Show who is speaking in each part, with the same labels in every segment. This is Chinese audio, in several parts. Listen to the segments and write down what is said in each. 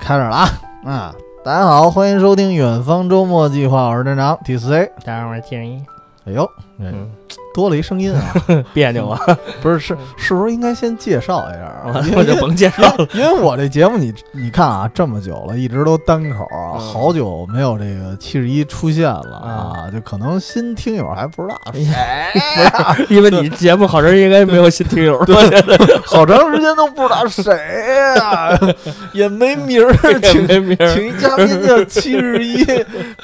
Speaker 1: 开始了啊！啊，大家好，欢迎收听《远方周末计划》，我是站长 T C。
Speaker 2: 当然我是建议，
Speaker 1: 哎呦，这
Speaker 2: 嗯，
Speaker 1: 多了一声音 啊！
Speaker 2: 别扭啊，
Speaker 1: 不是，是是不是应该先介绍一下 啊？因
Speaker 2: 我就
Speaker 1: 为
Speaker 2: 甭介绍了。
Speaker 1: 因为我这节目你你看啊，这么久了，一直都单口啊，
Speaker 2: 嗯
Speaker 1: 好久没有这个七十一出现了啊，就可能新听友还不知道谁哎呀，
Speaker 2: 因为你节目好长时间应该没有新听友 了，
Speaker 1: 好长时间都不知道谁呀， 也没名儿，请
Speaker 2: 没名儿。
Speaker 1: 请一嘉宾叫七十 一，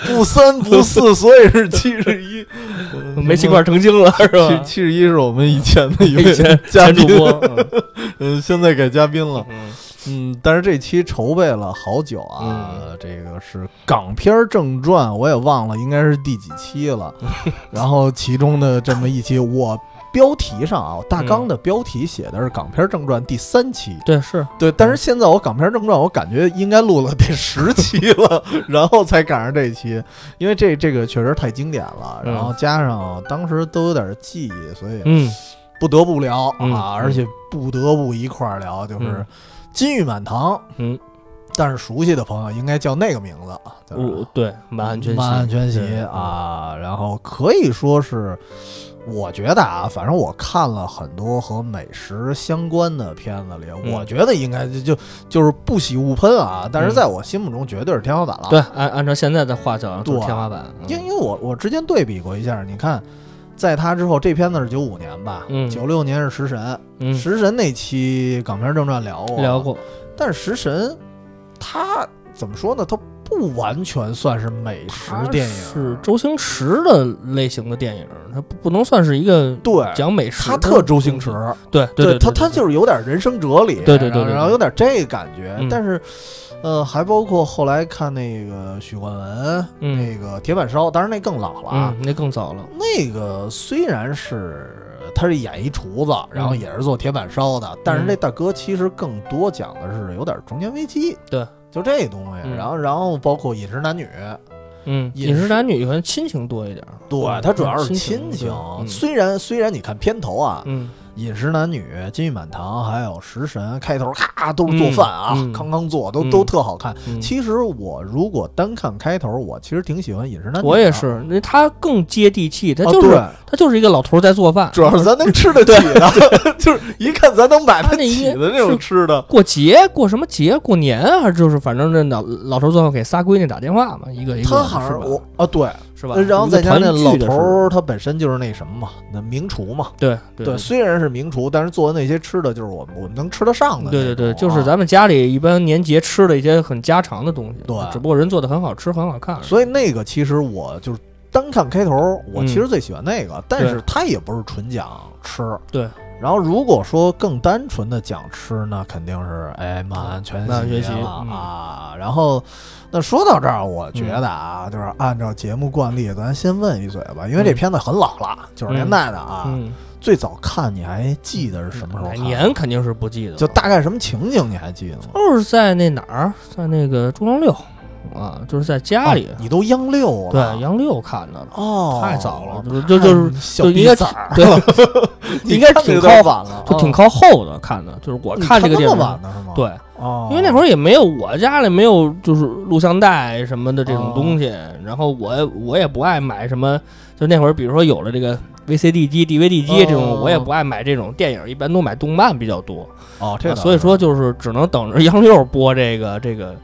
Speaker 1: 不三不四，所以是七十一。
Speaker 2: 没气罐成 精了
Speaker 1: 七
Speaker 2: 是吧？
Speaker 1: 七十一是我们以前的一位
Speaker 2: 以前
Speaker 1: 嘉
Speaker 2: 前
Speaker 1: 宾
Speaker 2: 主，播，
Speaker 1: 嗯，现在改嘉宾了，
Speaker 2: 嗯
Speaker 1: 嗯，但是这期筹备了好久啊，
Speaker 2: 嗯
Speaker 1: 这个是港片儿正传，我也忘了应该是第几期 了，然后其中的这么一期，我标题上啊，大
Speaker 2: 嗯
Speaker 1: 纲的标题写的是港片儿正传第三期，
Speaker 2: 对，是
Speaker 1: 对，但是现在我港片正传，我感觉应该录了得 十期了，然后才赶上这一期，因为这这个确实太经典了，
Speaker 2: 嗯
Speaker 1: 然后加上当时都有点记忆，所以
Speaker 2: 嗯，
Speaker 1: 不得不聊
Speaker 2: 嗯
Speaker 1: 啊，而且不得不一块儿聊，就是《
Speaker 2: 嗯
Speaker 1: 金玉满堂》。
Speaker 2: 嗯，
Speaker 1: 但是熟悉的朋友应该叫那个名字啊，对吧
Speaker 2: 嗯我对满汉全席，
Speaker 1: 满汉嗯全席
Speaker 2: 对，
Speaker 1: 啊，然后可以说是，我觉得啊，反正我看了很多和美食相关的片子里，
Speaker 2: 嗯
Speaker 1: 我觉得应该就就就是不喜勿喷啊，但是
Speaker 2: 嗯
Speaker 1: 在我心目中绝对是天花板了。
Speaker 2: 对，按按照现在的话讲就是天花板，啊
Speaker 1: 因为，因为我我之前对比过一下，你看。在他之后，这片子是九五年吧，
Speaker 2: 嗯
Speaker 1: 九六年是《食神》，
Speaker 2: 嗯，
Speaker 1: 食神》那期《港片正传》聊过，
Speaker 2: 聊过，
Speaker 1: 但是《食神》它怎么说呢？它不完全算是美食
Speaker 2: 它
Speaker 1: 电影，
Speaker 2: 是周星驰的类型的电影，它不不能算是一个
Speaker 1: 对，
Speaker 2: 讲美食
Speaker 1: 他
Speaker 2: 的，
Speaker 1: 特周星驰，
Speaker 2: 对对，
Speaker 1: 他他就是有点人生哲理，
Speaker 2: 对对对
Speaker 1: 然
Speaker 2: 对
Speaker 1: 后
Speaker 2: 对
Speaker 1: 然后有点这个感觉
Speaker 2: 嗯，
Speaker 1: 但是，呃，还包括后来看那个许冠文
Speaker 2: 嗯
Speaker 1: 那个铁板烧，当然那更老了啊
Speaker 2: 嗯，，那更早了，
Speaker 1: 那个虽然是。他是演一厨子，然后也是做铁板烧的，但是
Speaker 2: 嗯
Speaker 1: 这大哥其实更多讲的是有点中年危机，
Speaker 2: 对，
Speaker 1: 就这东西。
Speaker 2: 嗯
Speaker 1: 然后，然后包括饮食男女，
Speaker 2: 嗯，
Speaker 1: 饮
Speaker 2: 饮
Speaker 1: 食
Speaker 2: 食男女可能亲情多一点儿，
Speaker 1: 对，
Speaker 2: 嗯
Speaker 1: 它主要是亲
Speaker 2: 亲
Speaker 1: 情。
Speaker 2: 嗯
Speaker 1: 虽然虽然你看片头啊，
Speaker 2: 嗯，
Speaker 1: 饮食男女、金玉满堂，还有食神，开头咔都是做饭啊，
Speaker 2: 嗯嗯
Speaker 1: 康康做，都、
Speaker 2: 嗯
Speaker 1: 都特好看。
Speaker 2: 嗯
Speaker 1: 其实我如果单看开头，我其实挺喜欢饮食男女的。
Speaker 2: 我也是，那他更接地气，他
Speaker 1: 啊，
Speaker 2: 就
Speaker 1: 嗯
Speaker 2: 是、
Speaker 1: 对，
Speaker 2: 他就是一个老头儿在做饭，
Speaker 1: 主要是咱能吃得起的， 就是一看咱能买得
Speaker 2: 他那
Speaker 1: 起
Speaker 2: 一
Speaker 1: 的这种吃的。
Speaker 2: 过节过什么节，过年啊，还是就是反正那老老头儿最后给仨闺女打电话嘛，一个一个
Speaker 1: 他
Speaker 2: 的，
Speaker 1: 好
Speaker 2: 是
Speaker 1: 像
Speaker 2: 吧
Speaker 1: 我啊，对，
Speaker 2: 是吧？
Speaker 1: 然后再加上那老头
Speaker 2: 儿，
Speaker 1: 儿，他本身就是那什么嘛，那名厨嘛，
Speaker 2: 对对
Speaker 1: 对，虽然是名厨，但是做的那些吃的，就是我们我们能吃得上的那种啊。
Speaker 2: 对对对，就是咱们家里一般年节吃的一些很家常的东西，
Speaker 1: 对
Speaker 2: 只不过人做的很好吃，很好看，
Speaker 1: 所以那个其实我就是单看开头，我
Speaker 2: 嗯
Speaker 1: 其实最喜欢那个，但是
Speaker 2: 对
Speaker 1: 它也不是纯讲吃。
Speaker 2: 对。
Speaker 1: 然后如果说更单纯的讲吃，那肯定是哎满汉全席
Speaker 2: 满汉全席
Speaker 1: 了
Speaker 2: 嗯
Speaker 1: 啊。然后，那说到这儿，我觉得啊，就是按照节目惯例，咱先问一嘴吧，因为这
Speaker 2: 嗯
Speaker 1: 片子很老了，九十、年代的啊。
Speaker 2: 嗯，
Speaker 1: 最早看你还记得是什么时候
Speaker 2: 哪
Speaker 1: 看？
Speaker 2: 年肯定是不记得了，
Speaker 1: 就大概什么情景你还记得吗？
Speaker 2: 就是在那哪儿，在那个中央六啊，就是在家里，
Speaker 1: 啊你都央六
Speaker 2: 对
Speaker 1: 了，
Speaker 2: 杨六看的了。
Speaker 1: 哦，
Speaker 2: 太早了就就就是
Speaker 1: 看小
Speaker 2: 就
Speaker 1: 逼
Speaker 2: 应该
Speaker 1: 崽儿，
Speaker 2: 对， 应该挺靠
Speaker 1: 晚了哦
Speaker 2: 就挺靠后的看的，就是
Speaker 1: 嗯
Speaker 2: 我看这个电
Speaker 1: 那
Speaker 2: 视
Speaker 1: 么，晚的是吗？，
Speaker 2: 对，
Speaker 1: 哦，
Speaker 2: 因为那会儿也没有我家里没有就是录像带什么的这种
Speaker 1: 哦
Speaker 2: 东西，然后我我也不爱买什么，就那会儿比如说有了这个 VCD 机、DVD 机这种，
Speaker 1: 哦
Speaker 2: 我也不爱买这种电影，一般都买动漫比较多，
Speaker 1: 哦，这个
Speaker 2: 啊所以说就是只能等着杨六播这个这个。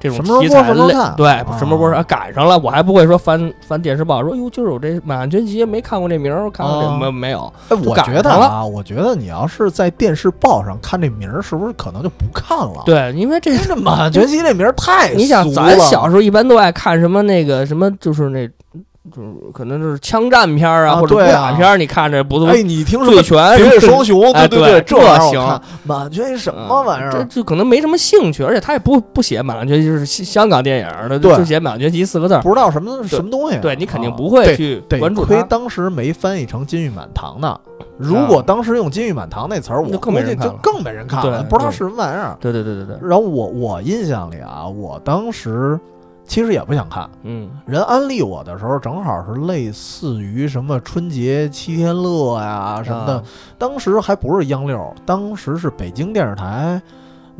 Speaker 2: 这种
Speaker 1: 什么时
Speaker 2: 题
Speaker 1: 候播
Speaker 2: 材
Speaker 1: 什么时候
Speaker 2: 类
Speaker 1: 看，
Speaker 2: 对
Speaker 1: 哦，
Speaker 2: 什么时候播啊赶上了，我还不会说翻翻电视报说，哟，今儿有这《满汉全席》，没看过这名儿，看过这
Speaker 1: 哦
Speaker 2: 没没有？
Speaker 1: 哎我
Speaker 2: 赶
Speaker 1: 觉得
Speaker 2: 上
Speaker 1: 啊，我觉得你要是在电视报上看这名儿，是不是可能就不看了？，
Speaker 2: 对，因为这
Speaker 1: 这满汉全席这名儿太
Speaker 2: 你想，
Speaker 1: 俗
Speaker 2: 咱
Speaker 1: 了
Speaker 2: 小时候一般都爱看什么那个什么，就是那，就是可能就是枪战片儿啊，
Speaker 1: 啊
Speaker 2: 或者武
Speaker 1: 对啊
Speaker 2: 打片儿，你看着不都
Speaker 1: 哎，你听
Speaker 2: 醉
Speaker 1: 说
Speaker 2: 拳、
Speaker 1: 绝世双雄，
Speaker 2: 哎
Speaker 1: 对
Speaker 2: 对
Speaker 1: 对，这
Speaker 2: 这
Speaker 1: 玩意儿
Speaker 2: 行嗯
Speaker 1: 我看满汉全席什么玩意
Speaker 2: 这
Speaker 1: 儿？
Speaker 2: 就可能没什么兴趣，而且他也不不写满汉全席，就是西香港电影儿的，
Speaker 1: 对
Speaker 2: 就写满汉全席四个字儿，
Speaker 1: 不知道什么什么东西，
Speaker 2: 对你肯定
Speaker 1: 啊
Speaker 2: 不
Speaker 1: 对
Speaker 2: 会去
Speaker 1: 得
Speaker 2: 关注
Speaker 1: 亏
Speaker 2: 他。
Speaker 1: 当时没翻译成“金玉满堂”呢。如果当时用“金玉满堂”那词儿，我
Speaker 2: 那更
Speaker 1: 估
Speaker 2: 没
Speaker 1: 计
Speaker 2: 人看
Speaker 1: 就
Speaker 2: 了
Speaker 1: 更没人看了，
Speaker 2: 对
Speaker 1: 不知道
Speaker 2: 对
Speaker 1: 是什么玩意儿。啊
Speaker 2: 对对对对对，
Speaker 1: 然后我我印象里啊，我当时其实也不想看，
Speaker 2: 嗯
Speaker 1: 人安利我的时候，正好是类似于什么春节七天乐呀、什么的，
Speaker 2: 啊
Speaker 1: 当时还不是央六，当时是北京电视台。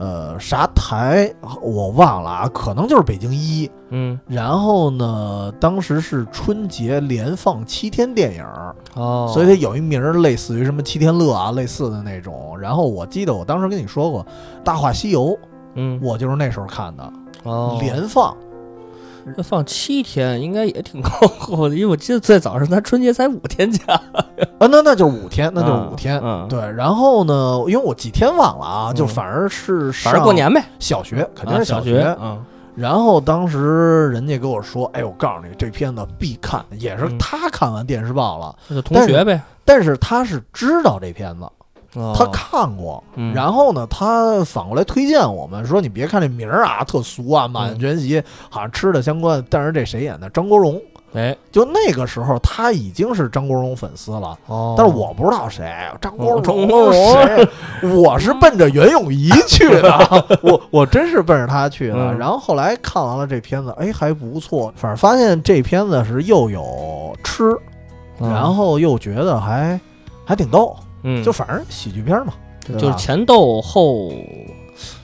Speaker 1: 呃，啥台我忘了啊，可能就是北京一。
Speaker 2: 嗯，
Speaker 1: 然后呢，当时是春节连放七天电影儿，
Speaker 2: 哦，
Speaker 1: 所以它有一名儿类似于什么七天乐啊，类似的那种。然后我记得我当时跟你说过，《大话西游》，
Speaker 2: 嗯，
Speaker 1: 我就是那时候看的，
Speaker 2: 哦，
Speaker 1: 连放。
Speaker 2: 这放七天应该也挺靠后的，因为我记得最早是他春节才五天假，
Speaker 1: 啊，那那就是五天，那就是五天。
Speaker 2: 嗯，
Speaker 1: 对，然后呢，因为我几天忘了啊，就
Speaker 2: 嗯
Speaker 1: 反而是
Speaker 2: 反正过年呗，
Speaker 1: 小学肯定是
Speaker 2: 啊小
Speaker 1: 学。
Speaker 2: 嗯，
Speaker 1: 然后当时人家跟我说：“哎，我告诉你，这片子必看。”也是
Speaker 2: 嗯
Speaker 1: 他看完电视报了，
Speaker 2: 就是同学呗，
Speaker 1: 但是他是知道这片子，
Speaker 2: 哦
Speaker 1: 他看过。
Speaker 2: 嗯
Speaker 1: 然后呢，他反过来推荐我们说：“你别看这名儿啊，特俗啊，满
Speaker 2: 嗯
Speaker 1: 汉全席好像吃的相关，但是这谁演的？张国荣。
Speaker 2: 哎，
Speaker 1: 就那个时候，他已经是张国荣粉丝了。
Speaker 2: 哦
Speaker 1: 但是我不知道谁，张国
Speaker 2: 哦张
Speaker 1: 荣
Speaker 2: 国荣
Speaker 1: 谁，我是奔着袁咏仪去 的，我我真是奔着他去的。
Speaker 2: 嗯
Speaker 1: 然后后来看完了这片子，哎，还不错，反正发现这片子是又有吃，
Speaker 2: 嗯
Speaker 1: 然后又觉得还还挺逗，
Speaker 2: 嗯，
Speaker 1: 就反正喜剧片嘛，对
Speaker 2: 就是
Speaker 1: 吧
Speaker 2: 前斗后，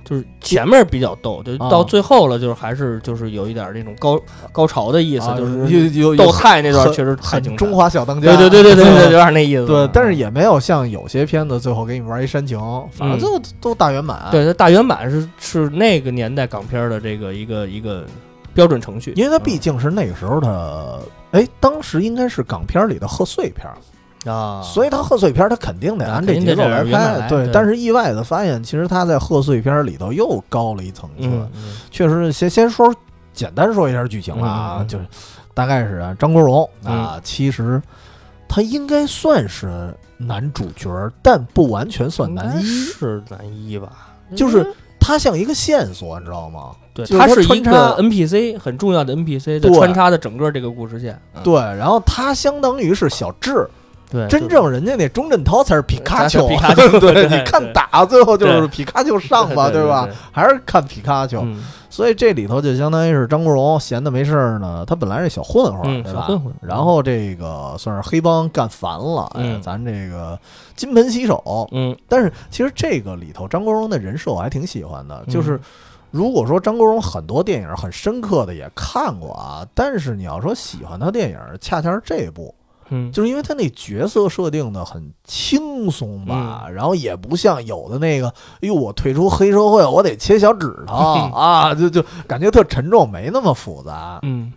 Speaker 2: 就是前面比较斗，就
Speaker 1: 啊
Speaker 2: 到最后了，就是还是就是有一点那种高高潮的意思，
Speaker 1: 啊
Speaker 2: 就是
Speaker 1: 有有有
Speaker 2: 斗菜那段
Speaker 1: 很
Speaker 2: 确实太精
Speaker 1: 很
Speaker 2: 彩
Speaker 1: 中，华小当家，
Speaker 2: 对对对对对对，
Speaker 1: 对。
Speaker 2: 有点那意思。
Speaker 1: 对，但是
Speaker 2: 也
Speaker 1: 也没有像有些片子最后给你玩一煽情，反正就都大圆满。，
Speaker 2: 嗯对它大圆满是是那个年代港片儿的这个一个一个标准程序，
Speaker 1: 因为它毕竟是那个时候的，哎，当时应该是港片里的贺岁片，
Speaker 2: 嗯啊，
Speaker 1: 所以他贺岁片他肯定得
Speaker 2: 啊
Speaker 1: 按这节奏来
Speaker 2: 肯定得这样原版
Speaker 1: 拍，
Speaker 2: 来
Speaker 1: 对。
Speaker 2: 对
Speaker 1: 但是意外的发现，其实他在贺岁片里头又高了一层次。
Speaker 2: 嗯，
Speaker 1: 确实，先先说简单说一下剧情了啊，
Speaker 2: 嗯嗯嗯
Speaker 1: 就是大概是啊，张国荣啊，其实他应该算是男主角，但不完全算男一。
Speaker 2: 是男一吧，
Speaker 1: 就是他像一个线索，你知道吗？
Speaker 2: 对，
Speaker 1: 就是
Speaker 2: 它
Speaker 1: 说
Speaker 2: 是一
Speaker 1: 穿插
Speaker 2: 个 NPC 很重要的 NPC，
Speaker 1: 对
Speaker 2: 就穿插的整个这个故事线，嗯
Speaker 1: 对，然后他相当于是小智，
Speaker 2: 对，
Speaker 1: 真正人家那钟镇涛才是皮卡丘，
Speaker 2: 哎咱是皮卡 丘
Speaker 1: 对，
Speaker 2: 对
Speaker 1: 你看
Speaker 2: 对
Speaker 1: 打最后就是
Speaker 2: 对
Speaker 1: 皮卡丘上吧，
Speaker 2: 对
Speaker 1: 吧？？还是看皮卡丘，
Speaker 2: 嗯
Speaker 1: 所以这里头就相当于是张国荣闲的没事儿呢，他本来是小混混，
Speaker 2: 嗯
Speaker 1: 对
Speaker 2: 小
Speaker 1: 吧？
Speaker 2: 混混
Speaker 1: 然后这个算是黑帮干烦了，哎
Speaker 2: 嗯，
Speaker 1: 咱这个金盆洗手。
Speaker 2: 嗯，
Speaker 1: 但是其实这个里头张国荣的人设我还挺喜欢的，
Speaker 2: 嗯
Speaker 1: 就是如果说张国荣很多电影很深刻的也看过啊，但是你要说喜欢他电影，恰恰是这部，
Speaker 2: 嗯，
Speaker 1: 就是因为他那角色设定的很轻松吧，
Speaker 2: 嗯
Speaker 1: 然后也不像有的那个，哎呦，我退出黑社会，我得切小指头 啊，就就感觉特沉重，没那么复杂。
Speaker 2: 嗯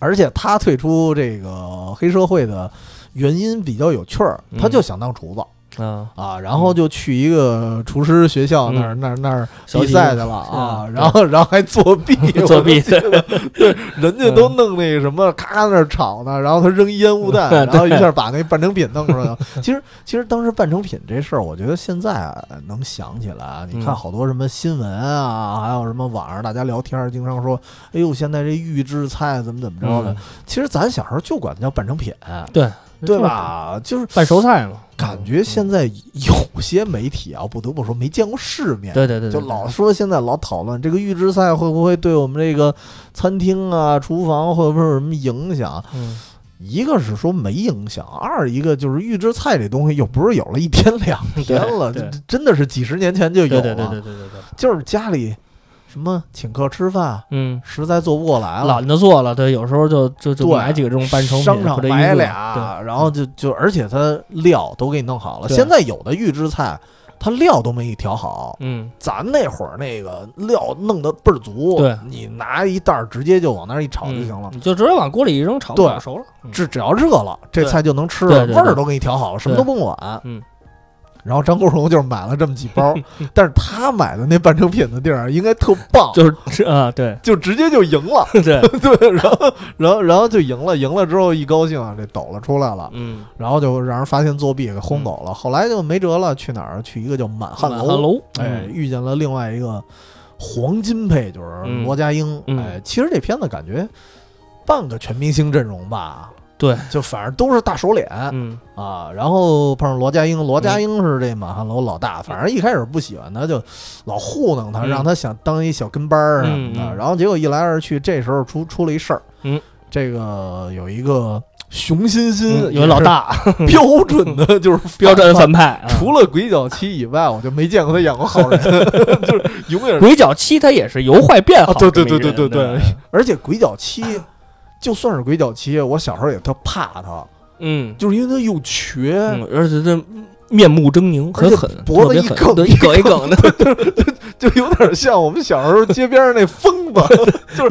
Speaker 1: 而且他退出这个黑社会的原因比较有趣儿，
Speaker 2: 嗯
Speaker 1: 他就想当厨子。
Speaker 2: 啊，
Speaker 1: 啊，然后就去一个厨师学校那儿、那儿那儿
Speaker 2: 嗯小
Speaker 1: 比
Speaker 2: 体
Speaker 1: 赛去
Speaker 2: 育
Speaker 1: 了啊，
Speaker 2: 是，
Speaker 1: 然后然后还作弊
Speaker 2: 作弊
Speaker 1: 我就记得对，人家都弄那个什么，咔咔那儿炒呢，然后他扔烟雾弹，
Speaker 2: 嗯
Speaker 1: 然后一
Speaker 2: 对
Speaker 1: 下把那半成品弄出来了。其实其实当时半成品这事儿，我觉得现在啊能想起来啊，你看
Speaker 2: 嗯
Speaker 1: 好多什么新闻啊，还有什么网上大家聊天儿经常说，哎呦，现在这预制菜怎么怎么着的，
Speaker 2: 嗯
Speaker 1: 其实咱小时候就管它叫半成品，
Speaker 2: 对
Speaker 1: 对？吧？就是
Speaker 2: 就是半熟菜嘛，嗯
Speaker 1: 感觉现在有些媒体啊，不得不说没见过世面，
Speaker 2: 对对对，
Speaker 1: 就
Speaker 2: 对
Speaker 1: 老说现在老讨论这个预制菜会不会对我们这个餐厅啊、厨房会不会有什么影响？
Speaker 2: 嗯
Speaker 1: 一个是说没影响，二一个就是预制菜这东西又不是有了一天两天了，
Speaker 2: 对
Speaker 1: 这
Speaker 2: 对
Speaker 1: 真的是几十年前就有
Speaker 2: 对
Speaker 1: 了，
Speaker 2: 对对对对对对，
Speaker 1: 就是家里什么请客吃饭，
Speaker 2: 嗯。
Speaker 1: 实在做不过来了。
Speaker 2: 懒得做了，对，有时候就就就
Speaker 1: 对
Speaker 2: 买几个这种半成品，
Speaker 1: 商场
Speaker 2: 或者一
Speaker 1: 买
Speaker 2: 个
Speaker 1: 俩，然后就就，而且它料都给你弄好了。
Speaker 2: 嗯对
Speaker 1: 现在有的预制菜，它料都没给你调好。
Speaker 2: 对，嗯，
Speaker 1: 咱那会儿那个料弄得倍儿足，
Speaker 2: 对
Speaker 1: 你拿一袋儿直接就往那儿一炒就
Speaker 2: 嗯
Speaker 1: 行了。
Speaker 2: 你就直接往锅里一扔，炒
Speaker 1: 对
Speaker 2: 炒熟了，嗯
Speaker 1: 这只要热了，这
Speaker 2: 对
Speaker 1: 菜就能吃了，
Speaker 2: 对对
Speaker 1: 味儿
Speaker 2: 对
Speaker 1: 都给你调好了，什么都
Speaker 2: 对
Speaker 1: 不用管。
Speaker 2: 嗯。
Speaker 1: 然后张国荣就是买了这么几 包，但是他买的那半成品的地儿啊应该特棒，就
Speaker 2: 就是是啊，对
Speaker 1: 就直接就赢了，
Speaker 2: 对，
Speaker 1: 对，然后然后然后就赢了，赢了之后一高兴啊，这抖了出来了，
Speaker 2: 嗯，
Speaker 1: 然后就让人发现作弊给轰走了。后来就没辙了，去哪儿？去一个叫满汉
Speaker 2: 满
Speaker 1: 楼，
Speaker 2: 楼，
Speaker 1: 哎，
Speaker 2: 嗯
Speaker 1: 遇见了另外一个黄金配角
Speaker 2: 嗯
Speaker 1: 罗家英。
Speaker 2: 嗯
Speaker 1: 哎，其实这片子感觉半个全明星阵容吧，
Speaker 2: 对，
Speaker 1: 就反正都是大手脸
Speaker 2: 嗯，
Speaker 1: 啊。然后碰上罗家英，罗家英是这满汉楼老大，反正一开始不喜欢他，就老糊弄他，
Speaker 2: 嗯
Speaker 1: 让他想当一小跟班儿什么
Speaker 2: 嗯
Speaker 1: 的。
Speaker 2: 嗯
Speaker 1: 然后结果一来二去，这时候出出了一事儿，
Speaker 2: 嗯，
Speaker 1: 这个有一个熊欣欣、
Speaker 2: 嗯有老，大，
Speaker 1: 标准的就是
Speaker 2: 标准
Speaker 1: 反
Speaker 2: 反派。啊
Speaker 1: 除了鬼脚七以外，我就没见过他演过好人， 就是永远是。
Speaker 2: 鬼脚七他也是由坏变好
Speaker 1: 啊对
Speaker 2: 这么一
Speaker 1: 对
Speaker 2: 人，
Speaker 1: 对对对
Speaker 2: 吧
Speaker 1: 对，而且鬼脚七，就算是鬼脚七，我小时候也特怕他，
Speaker 2: 嗯，
Speaker 1: 就是因为他又瘸，
Speaker 2: 嗯而且这面目狰狞，
Speaker 1: 而
Speaker 2: 很
Speaker 1: 且
Speaker 2: 狠，
Speaker 1: 脖子
Speaker 2: 特别
Speaker 1: 一
Speaker 2: 狠
Speaker 1: 梗
Speaker 2: 对
Speaker 1: 一
Speaker 2: 一梗一梗的。
Speaker 1: 就有点像我们小时候街边上那疯子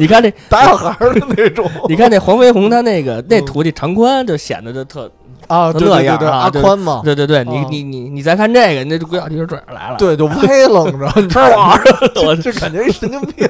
Speaker 2: 你看这，
Speaker 1: 打小孩儿的那种。
Speaker 2: 你看这黄飞鸿他那个那
Speaker 1: 嗯
Speaker 2: 徒弟常宽，就显得就特，
Speaker 1: 啊，对对
Speaker 2: 那
Speaker 1: 对
Speaker 2: 样
Speaker 1: 对，
Speaker 2: 啊
Speaker 1: 阿
Speaker 2: 就
Speaker 1: 宽嘛，
Speaker 2: 对对对，你
Speaker 1: 哦
Speaker 2: 你你你再看这个，那就鬼脚七就这样来了。
Speaker 1: 对，就歪楞着，你知道吗？
Speaker 2: 我
Speaker 1: 就感觉一神经病。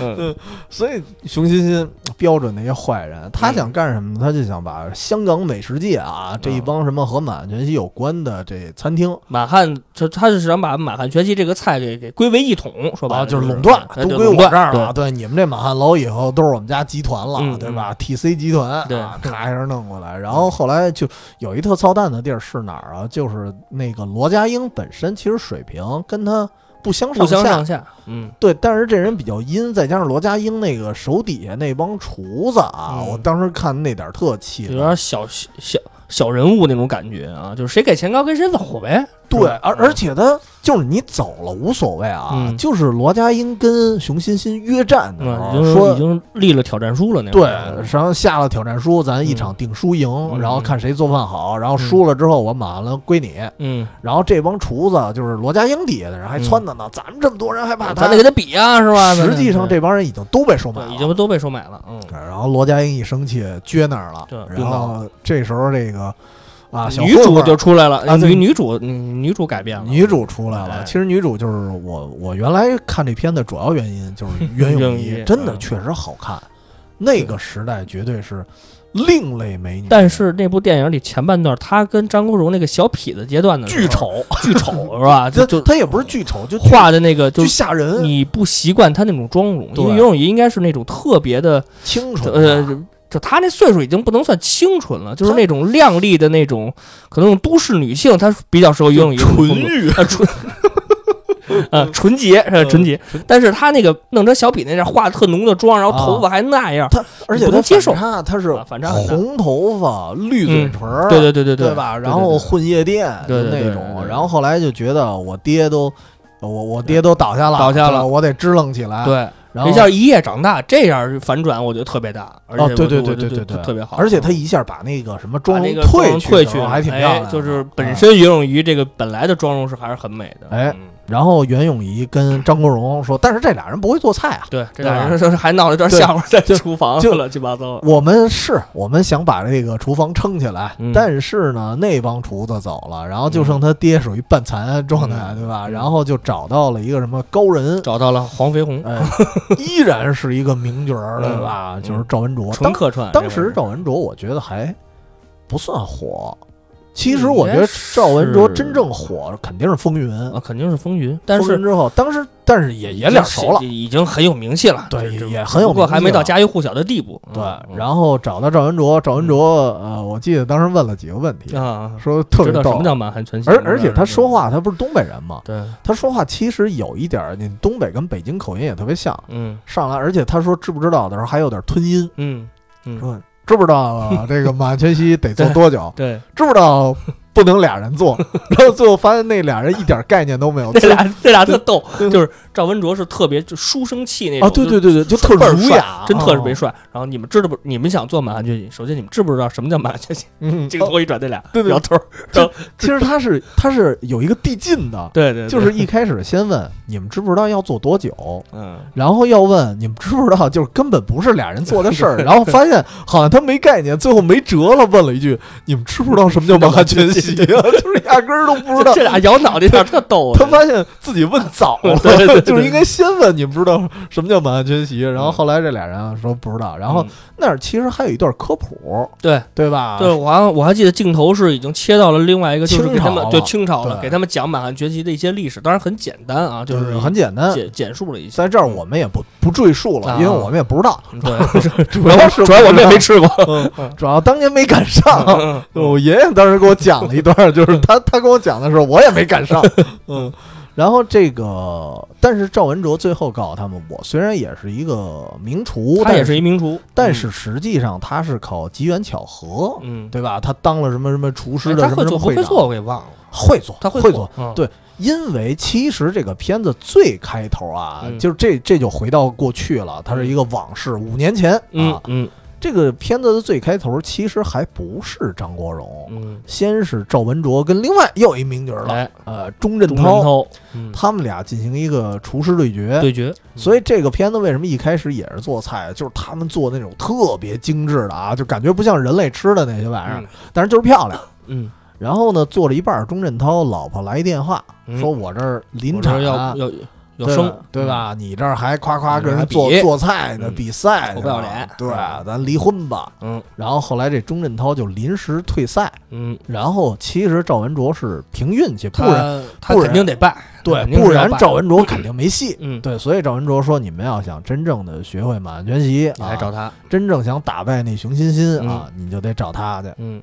Speaker 2: 嗯
Speaker 1: 所以熊欣欣标准的一个坏人，他想干什么呢？他就想把香港美食界啊这一帮什么和满全席有关的这餐厅
Speaker 2: 满汉，他他是想把满汉全席这个菜给给归为一统，说白了、
Speaker 1: 啊，就是
Speaker 2: 是
Speaker 1: 垄断，
Speaker 2: 哎
Speaker 1: 都
Speaker 2: 对
Speaker 1: 归我
Speaker 2: 垄断
Speaker 1: 这儿
Speaker 2: 对
Speaker 1: 了。对，你们这满汉楼以后都是我们家集团了，
Speaker 2: 嗯
Speaker 1: 对吧？TC 集团，
Speaker 2: 对
Speaker 1: 啊，咔一下弄过来。然后后来就有一特操蛋的地儿是哪儿啊？就是那个罗家英本身其实水平跟他不相上
Speaker 2: 不相
Speaker 1: 下，
Speaker 2: 上下。嗯，
Speaker 1: 对，但是这人比较阴，再加上罗家英那个手底下那帮厨子啊，
Speaker 2: 嗯
Speaker 1: 我当时看那点儿特气
Speaker 2: 有
Speaker 1: 愤，
Speaker 2: 点小小小小人物那种感觉啊，就是谁给钱高跟谁走呗。
Speaker 1: 对
Speaker 2: 是吧，
Speaker 1: 而而且他就是你走了无所谓啊，
Speaker 2: 嗯
Speaker 1: 就是罗家英跟熊欣欣约战的时
Speaker 2: 嗯，已
Speaker 1: 候
Speaker 2: 经
Speaker 1: 说
Speaker 2: 已经立了挑战书了那会
Speaker 1: 对
Speaker 2: 儿，
Speaker 1: 然后下了挑战书，咱一场定输赢，
Speaker 2: 嗯
Speaker 1: 然后看谁做饭好，然后输了之后我满了归你。
Speaker 2: 嗯，
Speaker 1: 然后这帮厨子就是罗家英底下的人还
Speaker 2: 嗯啊
Speaker 1: 撺掇呢，咱们这么多人还怕他
Speaker 2: 咱得给他比呀，是吧？
Speaker 1: 实际上这帮人已经都被收买
Speaker 2: 对
Speaker 1: 了，
Speaker 2: 已经都被收买了。嗯，
Speaker 1: 然后罗家英一生气撅那儿了
Speaker 2: 对，
Speaker 1: 然后这时候这个啊，小
Speaker 2: 女
Speaker 1: 混
Speaker 2: 主
Speaker 1: 混
Speaker 2: 就出来了，
Speaker 1: 啊对
Speaker 2: 女女主女女主改变了，
Speaker 1: 女主出来了。
Speaker 2: 哎
Speaker 1: 其实女主就是我，我原来看这片的主要原因 就是袁
Speaker 2: 袁
Speaker 1: 咏
Speaker 2: 咏
Speaker 1: 仪，
Speaker 2: 仪
Speaker 1: 真的
Speaker 2: 嗯
Speaker 1: 确实好看。那个时代绝对是另类美女，
Speaker 2: 但是那部电影里前半段，她跟张国荣那个小痞子阶段的时候
Speaker 1: 巨，丑，
Speaker 2: 巨 丑是吧？
Speaker 1: 她
Speaker 2: 就就
Speaker 1: 她也不是巨丑，就
Speaker 2: 画的那个就
Speaker 1: 巨吓人，
Speaker 2: 你不习惯他那种妆容，
Speaker 1: 对
Speaker 2: 因为游泳仪应该是那种特别的，
Speaker 1: 清楚
Speaker 2: 呃
Speaker 1: 啊，
Speaker 2: 就他那岁数已经不能算清纯了，就是
Speaker 1: 她
Speaker 2: 那种靓丽的那种，可能那种都市女性，她比较适合游泳仪
Speaker 1: 纯欲，
Speaker 2: 啊纯，呃纯洁是吧
Speaker 1: 嗯
Speaker 2: 纯洁，但是她那个弄成小比那样化特浓的妆，然后头发还那样，
Speaker 1: 她而且
Speaker 2: 不能
Speaker 1: 她
Speaker 2: 接受
Speaker 1: 她她啊是
Speaker 2: 啊反差很大嗯
Speaker 1: 红头发、绿嘴唇儿，
Speaker 2: 对对对对
Speaker 1: 对
Speaker 2: 对
Speaker 1: 吧？
Speaker 2: 对
Speaker 1: 然后
Speaker 2: 对
Speaker 1: 混夜店
Speaker 2: 对
Speaker 1: 就
Speaker 2: 对
Speaker 1: 那
Speaker 2: 对
Speaker 1: 种，
Speaker 2: 对对
Speaker 1: 然后后来就觉得我爹都，我我爹都倒下了，
Speaker 2: 倒下
Speaker 1: 对吧
Speaker 2: 了
Speaker 1: 我得支棱起来。，
Speaker 2: 对，
Speaker 1: 啊然后
Speaker 2: 一下一夜长大，这样反转我觉得特别大，而且
Speaker 1: 哦，对
Speaker 2: 我
Speaker 1: 对
Speaker 2: 我
Speaker 1: 对
Speaker 2: 就
Speaker 1: 对
Speaker 2: 就
Speaker 1: 对对，
Speaker 2: 特别好，啊
Speaker 1: 而且他一下把那个什么
Speaker 2: 把
Speaker 1: 妆
Speaker 2: 那
Speaker 1: 容
Speaker 2: 个妆容
Speaker 1: 去，
Speaker 2: 退
Speaker 1: 去还挺漂亮
Speaker 2: 哎
Speaker 1: 的，
Speaker 2: 就是本
Speaker 1: 嗯。
Speaker 2: 身游泳仪这个本来的妆容是还是很美的，
Speaker 1: 哎
Speaker 2: 嗯
Speaker 1: 然后袁咏仪跟张国荣说，但是这俩人不会做菜啊。
Speaker 2: 对，这
Speaker 1: 对吧
Speaker 2: 俩人就是还闹了一段
Speaker 1: 对
Speaker 2: 笑话，在厨房
Speaker 1: 就
Speaker 2: 乱七八糟。
Speaker 1: 我们是我们想把这个厨房撑起来，
Speaker 2: 嗯
Speaker 1: 但是呢，那帮厨子走了，然后就剩他爹属于半残状态，
Speaker 2: 嗯
Speaker 1: 对吧？
Speaker 2: 嗯
Speaker 1: 然后就找到了一个什么高人，
Speaker 2: 找到了黄飞鸿，
Speaker 1: 哎，依然是一个名角儿，对吧？
Speaker 2: 嗯
Speaker 1: 就是赵文卓。
Speaker 2: 纯
Speaker 1: 当
Speaker 2: 客串。啊
Speaker 1: 当
Speaker 2: 这
Speaker 1: 时
Speaker 2: 个
Speaker 1: 赵文卓，我觉得还不算火。其实我觉得赵文卓真正火肯定是风云，
Speaker 2: 啊，肯定是风云，但
Speaker 1: 风
Speaker 2: 是
Speaker 1: 云之后，当时但是也也脸熟了，
Speaker 2: 已经很有名气了，
Speaker 1: 对
Speaker 2: 这这
Speaker 1: 也很有
Speaker 2: 不过
Speaker 1: 名气
Speaker 2: 还没到
Speaker 1: 了
Speaker 2: 家喻嗯户晓的地步。啊
Speaker 1: 对。然后找到赵文卓，赵文卓，呃，我记得当时问了几个问题
Speaker 2: 后，啊，
Speaker 1: 说特
Speaker 2: 知
Speaker 1: 别
Speaker 2: 道什
Speaker 1: 逗
Speaker 2: 么。叫嗯满汉全席，
Speaker 1: 而
Speaker 2: 知道
Speaker 1: 而且
Speaker 2: 什
Speaker 1: 他
Speaker 2: 么
Speaker 1: 说话，他不是东北人嘛，
Speaker 2: 对，
Speaker 1: 他说话其实有一点儿，你东北跟北京口音也特别像。
Speaker 2: 嗯
Speaker 1: 上来，而且他说知不知道的时候还有点吞音，
Speaker 2: 嗯嗯，
Speaker 1: 说知不知道啊这个满汉全席得做多久？
Speaker 2: 对，
Speaker 1: 知不知道不能俩人 做？然后最后发现那俩人一点概念都没有，
Speaker 2: 这俩 这俩特逗，
Speaker 1: 对
Speaker 2: 就是赵文卓是特别就书生气那
Speaker 1: 啊，
Speaker 2: 种，
Speaker 1: 对
Speaker 2: 就
Speaker 1: 对对对，就特
Speaker 2: 倍儿
Speaker 1: 儒
Speaker 2: 帅
Speaker 1: 雅，
Speaker 2: 真特别
Speaker 1: 哦，
Speaker 2: 帅。然后你们知道不？你们想做满汉全席，首先你们知不知道什么叫满汉全席？
Speaker 1: 嗯，
Speaker 2: 镜
Speaker 1: 哦
Speaker 2: 头一转，这俩
Speaker 1: 对对
Speaker 2: 摇头儿，
Speaker 1: 其实他是他是有一个递进的，
Speaker 2: 对对，
Speaker 1: 就
Speaker 2: 对
Speaker 1: 是一开始先问你们知不知道要做多 久，
Speaker 2: 嗯。
Speaker 1: 然后要问你们知不知道，就是根本不是俩人做的事 儿，然后发现好像他没概念，最后没辙了，问了一句你们知不知道什么叫满汉全 席啊？就是压根儿都不知道
Speaker 2: 这。俩摇脑袋那特逗啊，
Speaker 1: 他发现自己问早了，
Speaker 2: 对对对对
Speaker 1: 就是应该先问你们知道什么叫满汉全席，然后后来这俩人啊说不知道，然后啊
Speaker 2: 嗯
Speaker 1: 那儿其实还有一段科普，
Speaker 2: 对
Speaker 1: 对吧？
Speaker 2: 对，我还我还记得镜头是已经切到了另外一个，就是给他
Speaker 1: 清朝
Speaker 2: 们
Speaker 1: 了
Speaker 2: 就清朝了，
Speaker 1: 对
Speaker 2: 给他们讲满汉全席的一些历史，当然很简单啊，
Speaker 1: 就
Speaker 2: 就是是
Speaker 1: 很简单。
Speaker 2: 简简述了一下。
Speaker 1: 在这儿我们也不不赘述了，
Speaker 2: 啊
Speaker 1: 因为我们也不知道，
Speaker 2: 嗯对，
Speaker 1: 主
Speaker 2: 主要
Speaker 1: 是
Speaker 2: 主要我们也没吃过。
Speaker 1: 嗯主要当年没赶上。
Speaker 2: 嗯
Speaker 1: 我爷爷当时给我讲了一段，就是他他跟我讲的时候，我也没赶上。嗯，然后这个，但是赵文卓最后告诉他们，我虽然也是一个名厨，
Speaker 2: 他
Speaker 1: 但
Speaker 2: 也
Speaker 1: 是
Speaker 2: 是一名厨，
Speaker 1: 但是实际上他是靠机缘巧合，
Speaker 2: 嗯，
Speaker 1: 对吧？他当了什么什么厨师
Speaker 2: 哎
Speaker 1: 的
Speaker 2: 他
Speaker 1: 什
Speaker 2: 会
Speaker 1: 么什么
Speaker 2: 做不
Speaker 1: 会
Speaker 2: 会
Speaker 1: 长，
Speaker 2: 做我给忘了，
Speaker 1: 会做，
Speaker 2: 他
Speaker 1: 会
Speaker 2: 做，
Speaker 1: 做。
Speaker 2: 嗯
Speaker 1: 对因为其实这个片子最开头啊，
Speaker 2: 嗯
Speaker 1: 就是这这就回到过去了，它是一个往事，五年前啊。
Speaker 2: 嗯嗯
Speaker 1: 这个片子的最开头其实还不是张国荣，
Speaker 2: 嗯，
Speaker 1: 先是赵文卓跟另外又一名角儿了，
Speaker 2: 来，
Speaker 1: 呃，钟镇
Speaker 2: 钟镇
Speaker 1: 涛，
Speaker 2: 涛，嗯，
Speaker 1: 他们俩进行一个厨师对决。
Speaker 2: 对决，
Speaker 1: 所以这个片子为什么一开始也是做菜，啊就是他们做那种特别精致的啊，就感觉不像人类吃的那些玩意儿，
Speaker 2: 嗯
Speaker 1: 但是就是漂亮。
Speaker 2: 嗯，
Speaker 1: 然后呢，做了一半儿，钟镇涛老婆来一电话，
Speaker 2: 嗯
Speaker 1: 说我这儿临
Speaker 2: 我这
Speaker 1: 产
Speaker 2: 儿
Speaker 1: 啊
Speaker 2: 要要要
Speaker 1: 对
Speaker 2: 生
Speaker 1: 吧，对？吧？你这儿还夸夸
Speaker 2: 嗯
Speaker 1: 跟人
Speaker 2: 还
Speaker 1: 做
Speaker 2: 比
Speaker 1: 做菜呢，
Speaker 2: 嗯
Speaker 1: 比赛
Speaker 2: 臭
Speaker 1: 呢
Speaker 2: 不要脸
Speaker 1: 对，咱离婚吧。
Speaker 2: 嗯
Speaker 1: 然后后来这钟镇涛就临时退赛，
Speaker 2: 嗯，
Speaker 1: 然后其实赵文卓是凭运气，不然
Speaker 2: 他他
Speaker 1: 不
Speaker 2: 肯
Speaker 1: 然
Speaker 2: 定得办，
Speaker 1: 对，
Speaker 2: 肯定是
Speaker 1: 不
Speaker 2: 要
Speaker 1: 然
Speaker 2: 办
Speaker 1: 赵文卓肯定没戏。
Speaker 2: 嗯，
Speaker 1: 对，所以赵文卓说：“你们要想真正的学会满汉全席
Speaker 2: 你还
Speaker 1: 啊，
Speaker 2: 找嗯他，
Speaker 1: 真正想打败那熊欣欣啊，你就得找他去。
Speaker 2: 嗯”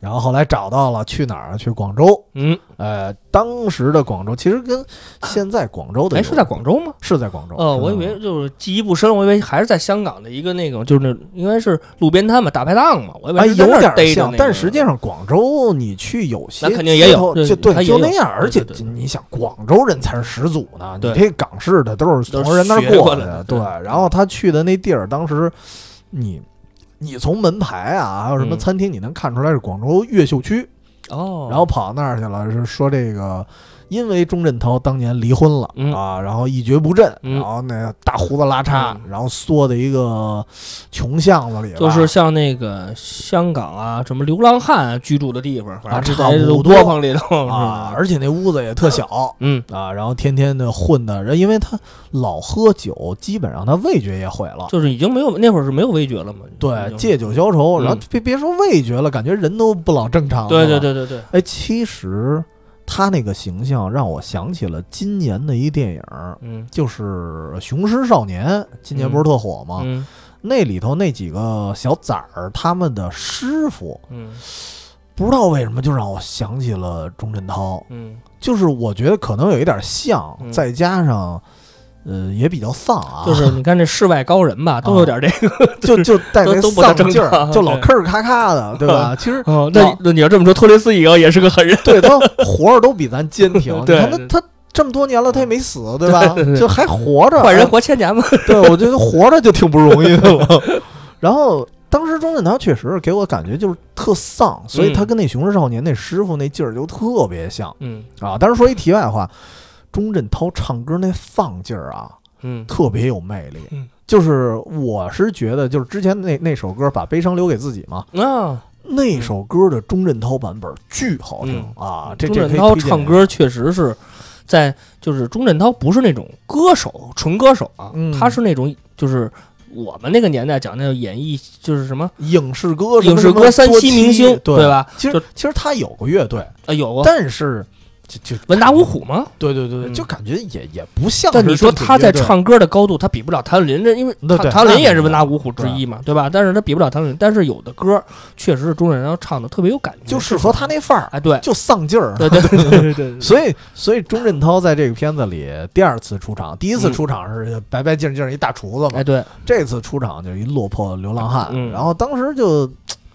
Speaker 1: 然后后来找到了，去哪儿啊？去广州。
Speaker 2: 嗯，
Speaker 1: 呃，当时的广州其实跟现在广州的
Speaker 2: 哎，
Speaker 1: 有
Speaker 2: 是在广州吗？
Speaker 1: 是在广州。
Speaker 2: 哦，我以为就是记忆不深，我以为还是在香港的一个那种，就是那应该是路边摊嘛，大排档嘛，我以为
Speaker 1: 哎，
Speaker 2: 是在
Speaker 1: 有
Speaker 2: 那儿
Speaker 1: 点
Speaker 2: 逮着
Speaker 1: 像
Speaker 2: 那，个
Speaker 1: 但实际上广州你去有些
Speaker 2: 那肯定也
Speaker 1: 街
Speaker 2: 有
Speaker 1: 头
Speaker 2: 对
Speaker 1: 就
Speaker 2: 它
Speaker 1: 对，
Speaker 2: 也
Speaker 1: 就
Speaker 2: 有
Speaker 1: 那样。而且
Speaker 2: 对对对
Speaker 1: 你想，广州人才是始祖呢，你
Speaker 2: 对
Speaker 1: 这港式的都是
Speaker 2: 都是
Speaker 1: 从人那儿
Speaker 2: 学
Speaker 1: 过
Speaker 2: 过
Speaker 1: 来
Speaker 2: 来的
Speaker 1: 对。
Speaker 2: 对
Speaker 1: 然后他去的那地儿，当时你你从门牌啊，还有什么
Speaker 2: 嗯
Speaker 1: 餐厅，你能看出来是广州越秀区，
Speaker 2: 哦，
Speaker 1: 然后跑到那儿去了，是说这个。因为钟镇涛当年离婚了、
Speaker 2: 嗯
Speaker 1: 啊，然后一蹶不振，
Speaker 2: 嗯
Speaker 1: 然后那大胡子拉碴，
Speaker 2: 嗯
Speaker 1: 然后缩在一个穷巷子里吧，
Speaker 2: 就是像那个香港啊，什么流浪汉啊居住的地方，反
Speaker 1: 啊
Speaker 2: 正之
Speaker 1: 差
Speaker 2: 前
Speaker 1: 不
Speaker 2: 都
Speaker 1: 多
Speaker 2: 窝棚里
Speaker 1: 啊，，
Speaker 2: 头是吧
Speaker 1: 而且那屋子也特小，
Speaker 2: 嗯
Speaker 1: 啊，然后天天的混的，人因为他老喝酒，基本上他味觉也毁了。
Speaker 2: 就是已经没有那会儿是没有味觉了嘛，
Speaker 1: 对，
Speaker 2: 已经
Speaker 1: 借酒消愁，
Speaker 2: 嗯
Speaker 1: 然后别别说味觉了，感觉人都不老正常。
Speaker 2: 对对，对对对，
Speaker 1: 哎，其实他那个形象让我想起了今年的一电影，
Speaker 2: 嗯
Speaker 1: 就是《雄狮少年》，今年
Speaker 2: 嗯
Speaker 1: 不是特火吗？
Speaker 2: 嗯
Speaker 1: 那里头那几个小崽儿，他们的师傅，
Speaker 2: 嗯
Speaker 1: 不知道为什么就让我想起了钟镇涛。
Speaker 2: 嗯，
Speaker 1: 就是我觉得可能有一点像，
Speaker 2: 嗯
Speaker 1: 再加上，呃，也比较丧啊，
Speaker 2: 就是你看这世外高人吧，都有点这个，
Speaker 1: 就就带那
Speaker 2: 都都不
Speaker 1: 丧
Speaker 2: 太正
Speaker 1: 劲儿，
Speaker 2: 常
Speaker 1: 就老
Speaker 2: 对
Speaker 1: 吭儿咔咔 的，对吧？其实
Speaker 2: 哦
Speaker 1: 那
Speaker 2: 那你要这么说，托雷斯以后也是个狠人，
Speaker 1: 对他活着都比咱坚 挺，
Speaker 2: 对
Speaker 1: 你看他他。这么多年了，他也没死，对吧？
Speaker 2: 对对
Speaker 1: 就还活着，
Speaker 2: 坏人活千年嘛，
Speaker 1: 对，我觉得活着就挺不容易 的了。然后当时钟镇涛确实给我感觉就是特丧，所以他
Speaker 2: 嗯
Speaker 1: 跟那《雄狮少年》那师傅那劲儿就特别像
Speaker 2: 嗯
Speaker 1: 啊。当然说一题外话，钟镇涛唱歌那丧劲儿啊，
Speaker 2: 嗯
Speaker 1: 特别有魅力。
Speaker 2: 嗯
Speaker 1: 就是我是觉得，就是之前那那首歌《把悲伤留给自己》嘛，
Speaker 2: 啊，
Speaker 1: 那首歌的钟镇涛版本巨好听、啊！这
Speaker 2: 钟
Speaker 1: 这
Speaker 2: 镇
Speaker 1: 可以
Speaker 2: 嗯涛
Speaker 1: 推荐
Speaker 2: 唱
Speaker 1: 给
Speaker 2: 歌确实是在，就是钟镇涛不是那种歌手，纯歌手啊，
Speaker 1: 嗯
Speaker 2: 他是那种就是我们那个年代讲那个演艺，就是什么
Speaker 1: 影视歌什么
Speaker 2: 影视
Speaker 1: 什么
Speaker 2: 歌三
Speaker 1: 多
Speaker 2: 栖明星，
Speaker 1: 对？
Speaker 2: 吧？
Speaker 1: 其
Speaker 2: 就
Speaker 1: 实其实他有个乐队，
Speaker 2: 啊有过
Speaker 1: 但是就就
Speaker 2: 文达五虎吗？
Speaker 1: 对对对，
Speaker 2: 嗯
Speaker 1: 就感觉也也不像是
Speaker 2: 但
Speaker 1: 正经乐队。
Speaker 2: 你说他在唱歌的高度，他比不了谭咏麟，这因为
Speaker 1: 那
Speaker 2: 谭
Speaker 1: 对
Speaker 2: 谭咏
Speaker 1: 那
Speaker 2: 麟也
Speaker 1: 没
Speaker 2: 是文
Speaker 1: 办
Speaker 2: 达
Speaker 1: 法
Speaker 2: 五虎之一嘛，对吧？但是他比不了谭咏麟，但是有的歌确实是钟镇涛唱的特别有感觉，
Speaker 1: 就适合他那范儿，
Speaker 2: 哎 对
Speaker 1: 就丧劲儿。
Speaker 2: 对对对对对 对，
Speaker 1: 所以，所以钟镇涛在这个片子里第二次出场，第一
Speaker 2: 嗯
Speaker 1: 次出场是白白净净一大厨子嘛，
Speaker 2: 哎对，
Speaker 1: 这次出场就是一落魄流浪汉，
Speaker 2: 嗯
Speaker 1: 然后当时就嘖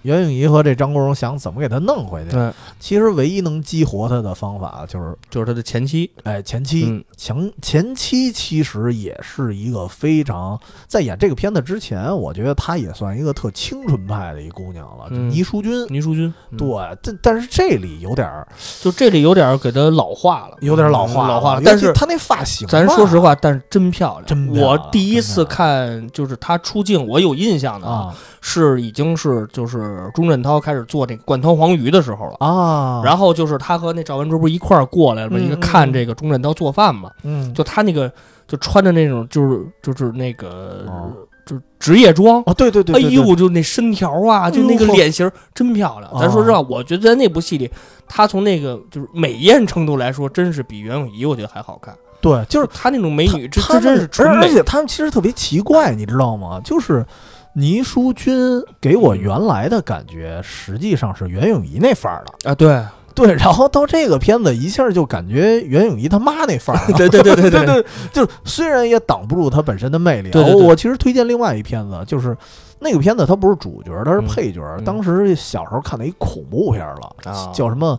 Speaker 1: 袁咏仪和这张国荣想怎么给他弄回去。
Speaker 2: 对，
Speaker 1: 其实唯一能激活他的方法就是，
Speaker 2: 嗯就是他的前妻，
Speaker 1: 哎，前妻、
Speaker 2: 嗯
Speaker 1: 前前妻其实也是一个非常在演这个片子之前，我觉得她也算一个特青春派的一姑娘了，就
Speaker 2: 嗯
Speaker 1: 倪淑君。
Speaker 2: 倪淑君，嗯
Speaker 1: 对，但但是这里有点儿
Speaker 2: 就这里有点儿给他老化了，
Speaker 1: 有点儿老化
Speaker 2: 嗯老化了。
Speaker 1: 尤
Speaker 2: 但
Speaker 1: 其
Speaker 2: 是
Speaker 1: 她那发型吧，
Speaker 2: 咱说实话，但是真漂亮。
Speaker 1: 真漂亮
Speaker 2: 我第一次
Speaker 1: 真漂
Speaker 2: 看就是她出镜，我有印象的，
Speaker 1: 啊
Speaker 2: 是已经是就是钟镇涛开始做这个灌汤黄鱼的时候了。
Speaker 1: 啊，
Speaker 2: 然后就是他和那赵文卓不是一块儿过来了吗？
Speaker 1: 嗯
Speaker 2: 一个看这个钟镇涛做饭嘛，
Speaker 1: 嗯，
Speaker 2: 就他那个就穿着那种就是就是那个、
Speaker 1: 哦
Speaker 2: 就是职业装，
Speaker 1: 哦，对对对，
Speaker 2: 哎
Speaker 1: 对，哎
Speaker 2: 呦，就那身条啊，就那个脸型儿真漂亮。咱说实话，
Speaker 1: 哦
Speaker 2: 我觉得在那部戏里，她从那个就是美艳程度来说，真是比袁咏仪我觉得还好看。
Speaker 1: 对，就是
Speaker 2: 她那种美女，这
Speaker 1: 他
Speaker 2: 哎这真是纯
Speaker 1: 而而
Speaker 2: 美。
Speaker 1: 且他们其实特别奇怪，你知道吗？就是倪
Speaker 2: 嗯
Speaker 1: 淑君给我原来的感觉，实际上是袁咏仪那范儿的。
Speaker 2: 啊，对，
Speaker 1: 对，然后到这个片子一下就感觉袁咏仪他妈那范儿了，
Speaker 2: 对对 对对
Speaker 1: 对
Speaker 2: 对
Speaker 1: 对，就是虽然也挡不住他本身的魅力啊。
Speaker 2: 对对对
Speaker 1: 我我其实推荐另外一片子，就是那个片子它不是主角，它是
Speaker 2: 嗯
Speaker 1: 配角。
Speaker 2: 嗯
Speaker 1: 当时小时候看的一恐怖片了，
Speaker 2: 啊
Speaker 1: 叫什么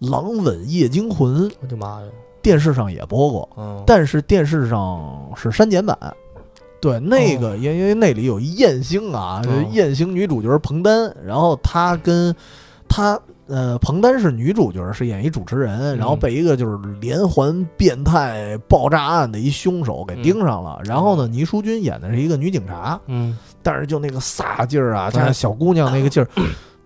Speaker 1: 《狼吻夜惊魂》，
Speaker 2: 我的妈呀！
Speaker 1: 电视上也播过，
Speaker 2: 嗯，
Speaker 1: 但是电视上是删减版。对，那个因因为那里有一艳星啊，
Speaker 2: 哦
Speaker 1: 艳星女主角彭丹，然后她跟她呃，彭丹是女主角，是演一主持人，然后
Speaker 2: 嗯
Speaker 1: 被一个就是连环变态爆炸案的一凶手给盯上了。然后呢，倪淑君演的是一个女警察，
Speaker 2: 嗯
Speaker 1: 但是就那个飒劲儿啊，加上小姑娘那个劲 儿。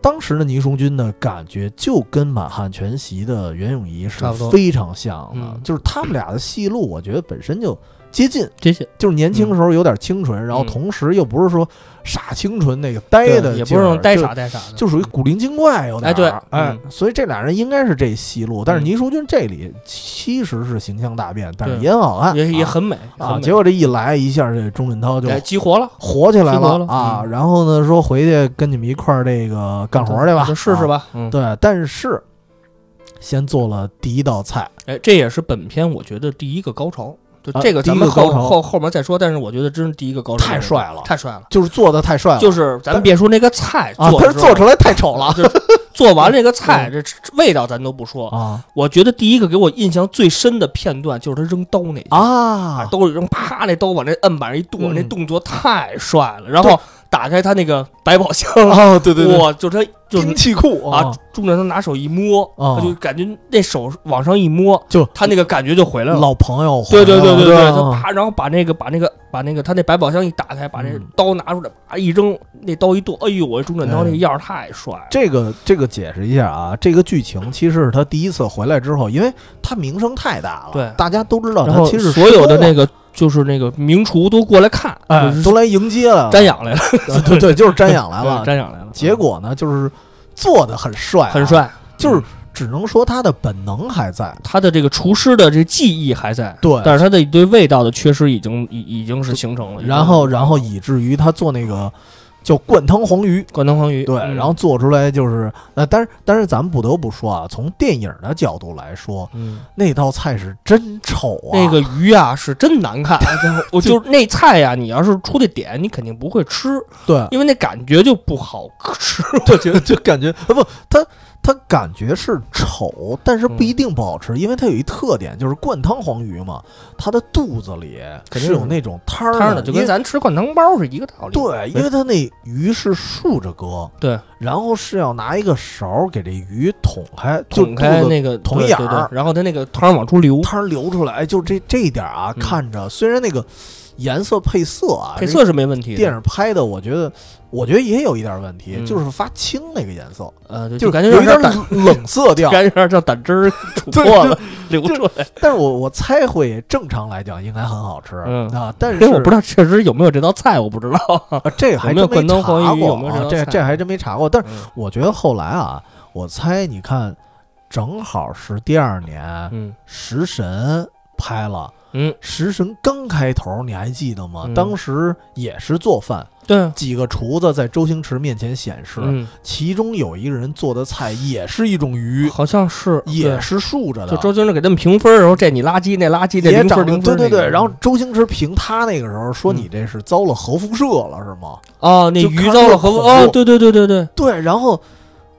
Speaker 1: 当时的倪淑君的感觉就跟《满汉全席》的袁咏仪是
Speaker 2: 差不多
Speaker 1: 非常像的
Speaker 2: 嗯，
Speaker 1: 就是他们俩的戏路，我觉得本身就接近，
Speaker 2: 这些
Speaker 1: 就是年轻时候有点清纯，然后
Speaker 2: 嗯
Speaker 1: 同时又不是说傻清纯那个呆的劲儿，
Speaker 2: 也不是那种呆
Speaker 1: 就
Speaker 2: 傻呆傻的，
Speaker 1: 就属于古灵精怪有点儿。
Speaker 2: 哎对
Speaker 1: 哎
Speaker 2: 嗯
Speaker 1: 所以这俩人应该是这戏路，但是
Speaker 2: 嗯
Speaker 1: 倪淑君这里其实是形象大变，但是
Speaker 2: 对
Speaker 1: 也很好看，
Speaker 2: 嗯也也
Speaker 1: 啊
Speaker 2: 很美
Speaker 1: 啊。结果这一来，一下这钟镇涛就
Speaker 2: 哎激活了，
Speaker 1: 火起来
Speaker 2: 激活
Speaker 1: 了
Speaker 2: 了
Speaker 1: 啊。
Speaker 2: 嗯
Speaker 1: 然后呢，说回去跟你们一块儿这个干活儿去吧，
Speaker 2: 就试试
Speaker 1: 吧。
Speaker 2: 吧。嗯，
Speaker 1: 啊对，但是先做了第一道菜，
Speaker 2: 哎，这也是本片我觉得第一个高潮，就
Speaker 1: 啊
Speaker 2: 这个咱
Speaker 1: 第一
Speaker 2: 们
Speaker 1: 个高
Speaker 2: 后
Speaker 1: 潮
Speaker 2: 后后面再说，但是我觉得真是第一个高潮，
Speaker 1: 太帅了
Speaker 2: 太帅了。
Speaker 1: 就是做的太帅了，
Speaker 2: 就是咱别说那个菜
Speaker 1: 啊，
Speaker 2: 做
Speaker 1: 但
Speaker 2: 的
Speaker 1: 是
Speaker 2: 时
Speaker 1: 做嗯
Speaker 2: 候，
Speaker 1: 出来太丑了
Speaker 2: 就是做完这个菜，这味道咱都不说。
Speaker 1: 啊
Speaker 2: 我觉得第一个给我印象最深的片段就是他扔刀那一下
Speaker 1: 啊！
Speaker 2: 兜里扔，啪，那刀往那案板上一剁，
Speaker 1: 嗯
Speaker 2: 那动作太帅了。然后打开他那个百宝箱，
Speaker 1: 哦，对对哦对，
Speaker 2: 哇，就是他就是
Speaker 1: 兵器库
Speaker 2: 啊，中着他拿手一摸，
Speaker 1: 啊
Speaker 2: 他就感觉那手往上一摸，
Speaker 1: 就
Speaker 2: 他那个感觉就回来了。
Speaker 1: 老朋友回来
Speaker 2: 对
Speaker 1: 了，
Speaker 2: 对对对对，
Speaker 1: 吧
Speaker 2: 他啪，然后把那个把那个把那个他那百宝箱一打开，把那
Speaker 1: 嗯
Speaker 2: 刀拿出来，啪一扔，那刀一剁，哎呦，我钟镇涛那个样儿太帅了。
Speaker 1: 这个这个解释一下啊，这个剧情其实是他第一次回来之后，因为他名声太大了，
Speaker 2: 对
Speaker 1: 大家都知道
Speaker 2: 然
Speaker 1: 他
Speaker 2: 后
Speaker 1: 其实
Speaker 2: 所有的那
Speaker 1: 个
Speaker 2: 个就是那个名厨都过来看，
Speaker 1: 哎
Speaker 2: 就是
Speaker 1: 都来迎接了，
Speaker 2: 瞻仰来了，
Speaker 1: 对
Speaker 2: 嗯
Speaker 1: 对对，就是瞻仰来了。
Speaker 2: 瞻仰来了。
Speaker 1: 结果呢，就是做的很帅、啊
Speaker 2: 很，帅，嗯
Speaker 1: 就是只能说他的本能还在，
Speaker 2: 他的这个厨师的这技艺还在，
Speaker 1: 对
Speaker 2: 但是他的对味道的缺失已经已已经是形成了。嗯
Speaker 1: 然后然后以至于他做那个叫灌汤黄鱼，
Speaker 2: 灌汤黄鱼，
Speaker 1: 对，
Speaker 2: 嗯
Speaker 1: 然后做出来就是，呃，但是但是咱们不得不说啊，从电影的角度来说，
Speaker 2: 嗯，
Speaker 1: 那道菜是真丑啊，
Speaker 2: 那个鱼啊是真 难看，我就是那菜呀、你要是出的点，你肯定不会吃，
Speaker 1: 对，
Speaker 2: 因为那感觉就不好吃。
Speaker 1: 就觉得就感 觉啊不，它它感觉是丑，但是不一定不好
Speaker 2: 嗯
Speaker 1: 吃，因为它有一特点，就是灌汤黄鱼嘛，它的肚子里
Speaker 2: 肯定
Speaker 1: 是有
Speaker 2: 是
Speaker 1: 那种汤儿
Speaker 2: 当然
Speaker 1: 的
Speaker 2: 了，就
Speaker 1: 因
Speaker 2: 跟
Speaker 1: 为
Speaker 2: 咱吃灌汤包是一个道理。
Speaker 1: 对，因为它那鱼是竖着割，
Speaker 2: 对，
Speaker 1: 然后是要拿一个勺儿给这鱼捅开，就
Speaker 2: 捅开
Speaker 1: 肚子
Speaker 2: 那个
Speaker 1: 捅
Speaker 2: 对
Speaker 1: 眼
Speaker 2: 对
Speaker 1: 儿
Speaker 2: 对然后它那个汤往出流，
Speaker 1: 汤儿流出来，哎就这这一点儿啊，
Speaker 2: 嗯
Speaker 1: 看着虽然那个颜色配色啊，
Speaker 2: 配
Speaker 1: 这
Speaker 2: 色是没问题的。
Speaker 1: 电影拍的，我觉得我觉得也有一点问题，
Speaker 2: 嗯
Speaker 1: 就是发青那个颜色，
Speaker 2: 呃，对
Speaker 1: 就
Speaker 2: 就是感觉
Speaker 1: 有
Speaker 2: 有
Speaker 1: 一点
Speaker 2: 点胆，
Speaker 1: 冷色调。
Speaker 2: 感觉有点像胆汁儿 杵
Speaker 1: 对
Speaker 2: 破了流
Speaker 1: 就
Speaker 2: 出来。
Speaker 1: 但是我我猜会正常来讲应该很好吃
Speaker 2: 嗯
Speaker 1: 啊，但
Speaker 2: 因
Speaker 1: 是
Speaker 2: 为我不知道确实有没有这道菜，我不知道。
Speaker 1: 啊这个还
Speaker 2: 有没有
Speaker 1: 真没
Speaker 2: 灌汤
Speaker 1: 查
Speaker 2: 黄鱼有没
Speaker 1: 过
Speaker 2: 有
Speaker 1: 啊，
Speaker 2: 这
Speaker 1: 这
Speaker 2: 道菜
Speaker 1: 这还真没查过。但是
Speaker 2: 嗯
Speaker 1: 我觉得后来啊，我猜你看，正好是第二年《
Speaker 2: 嗯
Speaker 1: 食神》拍了。
Speaker 2: 嗯，
Speaker 1: 食神刚开头，你还记得吗？
Speaker 2: 嗯
Speaker 1: 当时也是做饭，
Speaker 2: 对啊，
Speaker 1: 几个厨子在周星驰面前显示，
Speaker 2: 嗯，
Speaker 1: 其中有一个人做的菜也是一种鱼，
Speaker 2: 好像是
Speaker 1: 也
Speaker 2: 对
Speaker 1: 是竖着的，
Speaker 2: 就周星驰给他们评分儿，然后这你垃圾，那垃圾，那
Speaker 1: 也
Speaker 2: 零分儿
Speaker 1: 长得
Speaker 2: 零
Speaker 1: 对
Speaker 2: 分儿
Speaker 1: 对
Speaker 2: 那个。
Speaker 1: 对。然后周星驰评他那个时候说
Speaker 2: 嗯
Speaker 1: 你这是遭了核辐射了是吗？
Speaker 2: 哦，那
Speaker 1: 就
Speaker 2: 鱼
Speaker 1: 看
Speaker 2: 糟
Speaker 1: 着
Speaker 2: 了和
Speaker 1: 恐
Speaker 2: 哦
Speaker 1: 怖，
Speaker 2: 对对对对对，
Speaker 1: 对，然后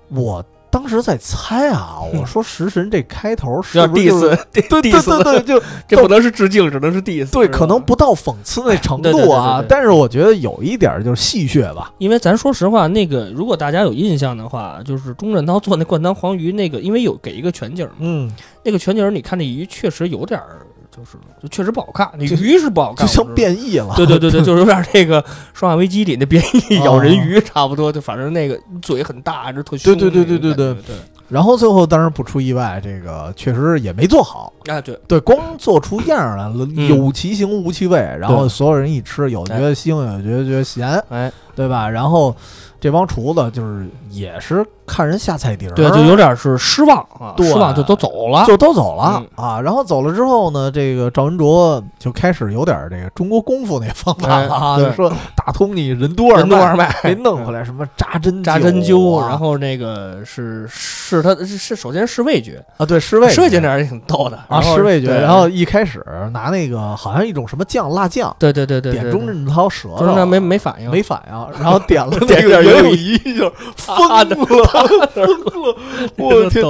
Speaker 1: 我当时在猜啊，我说食神这开头是
Speaker 2: 要
Speaker 1: 不是就是
Speaker 2: diss，对
Speaker 1: 对对对对，就
Speaker 2: 这不能是致敬，只能是 diss。
Speaker 1: 对，
Speaker 2: 是吧
Speaker 1: 可能不到讽刺那程
Speaker 2: 对对
Speaker 1: 度
Speaker 2: 对对
Speaker 1: 啊
Speaker 2: 对，
Speaker 1: 但是我觉得有一点儿就是戏谑吧，
Speaker 2: 因为咱说实话，那个如果大家有印象的话，就是钟镇涛做那灌汤黄鱼那个，因为有给一个全景儿嘛，
Speaker 1: 嗯，
Speaker 2: 那个全景儿你看那鱼确实有点儿，就是就确实不好看，那鱼是不好
Speaker 1: 就
Speaker 2: 看，
Speaker 1: 像
Speaker 2: 我知道
Speaker 1: 变异了，
Speaker 2: 对对对对，就是有点儿那个《生化危机》里那变异
Speaker 1: 哦
Speaker 2: 咬人鱼差不多，就反正那个嘴很大，这特凶
Speaker 1: 对
Speaker 2: 那
Speaker 1: 对对
Speaker 2: 种感觉。
Speaker 1: 对对对
Speaker 2: 对对
Speaker 1: 然后最后当然不出意外，这个确实也没做好。
Speaker 2: 对，啊对，
Speaker 1: 对，光做出样儿来了，
Speaker 2: 嗯
Speaker 1: 有其形无其味。然后所有人一吃，有觉得腥，有觉得觉得咸。
Speaker 2: 哎，
Speaker 1: 对吧？然后这帮厨子就是也是看人下菜碟儿，
Speaker 2: 对，就有点是失望啊，
Speaker 1: 对
Speaker 2: 失望就都走了，
Speaker 1: 就都走
Speaker 2: 嗯
Speaker 1: 了、啊。然后走了之后呢，这个赵文卓就开始有点这个中国功夫那方法了啊，
Speaker 2: 哎对
Speaker 1: 就说打通你任督
Speaker 2: 任督
Speaker 1: 脉
Speaker 2: 二脉
Speaker 1: 给弄回来，什么扎针
Speaker 2: 哎扎针灸，
Speaker 1: 啊
Speaker 2: 然后那个是是他是是首先是味觉，
Speaker 1: 啊，对，施味
Speaker 2: 味觉那儿也挺逗的
Speaker 1: 啊，
Speaker 2: 然后
Speaker 1: 施味觉。
Speaker 2: 对
Speaker 1: 然后一开始拿那个好像一种什么酱辣酱
Speaker 2: 对对对对，
Speaker 1: 点
Speaker 2: 对
Speaker 1: 钟
Speaker 2: 对
Speaker 1: 镇涛舌
Speaker 2: 钟镇涛
Speaker 1: 头，
Speaker 2: 没没反应，
Speaker 1: 没反应，然后点了那
Speaker 2: 点
Speaker 1: 个
Speaker 2: 点游
Speaker 1: 游
Speaker 2: 泳
Speaker 1: 泳衣，就是疯
Speaker 2: 啊对
Speaker 1: 了，疯了！我天，
Speaker 2: 天，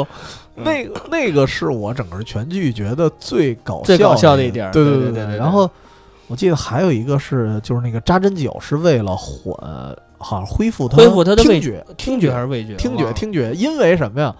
Speaker 2: 嗯
Speaker 1: 那个那个是我整个全剧觉得最搞
Speaker 2: 最搞笑的
Speaker 1: 的
Speaker 2: 一点儿
Speaker 1: 对
Speaker 2: 对
Speaker 1: 对
Speaker 2: 对对对
Speaker 1: 然后我记得还有一个是，就是那个扎针灸是为了缓，好像恢复他
Speaker 2: 恢复他的味
Speaker 1: 听觉，
Speaker 2: 听觉还是啊味觉？
Speaker 1: 听
Speaker 2: 忘
Speaker 1: 觉，
Speaker 2: 了
Speaker 1: 听觉，因为什么呀？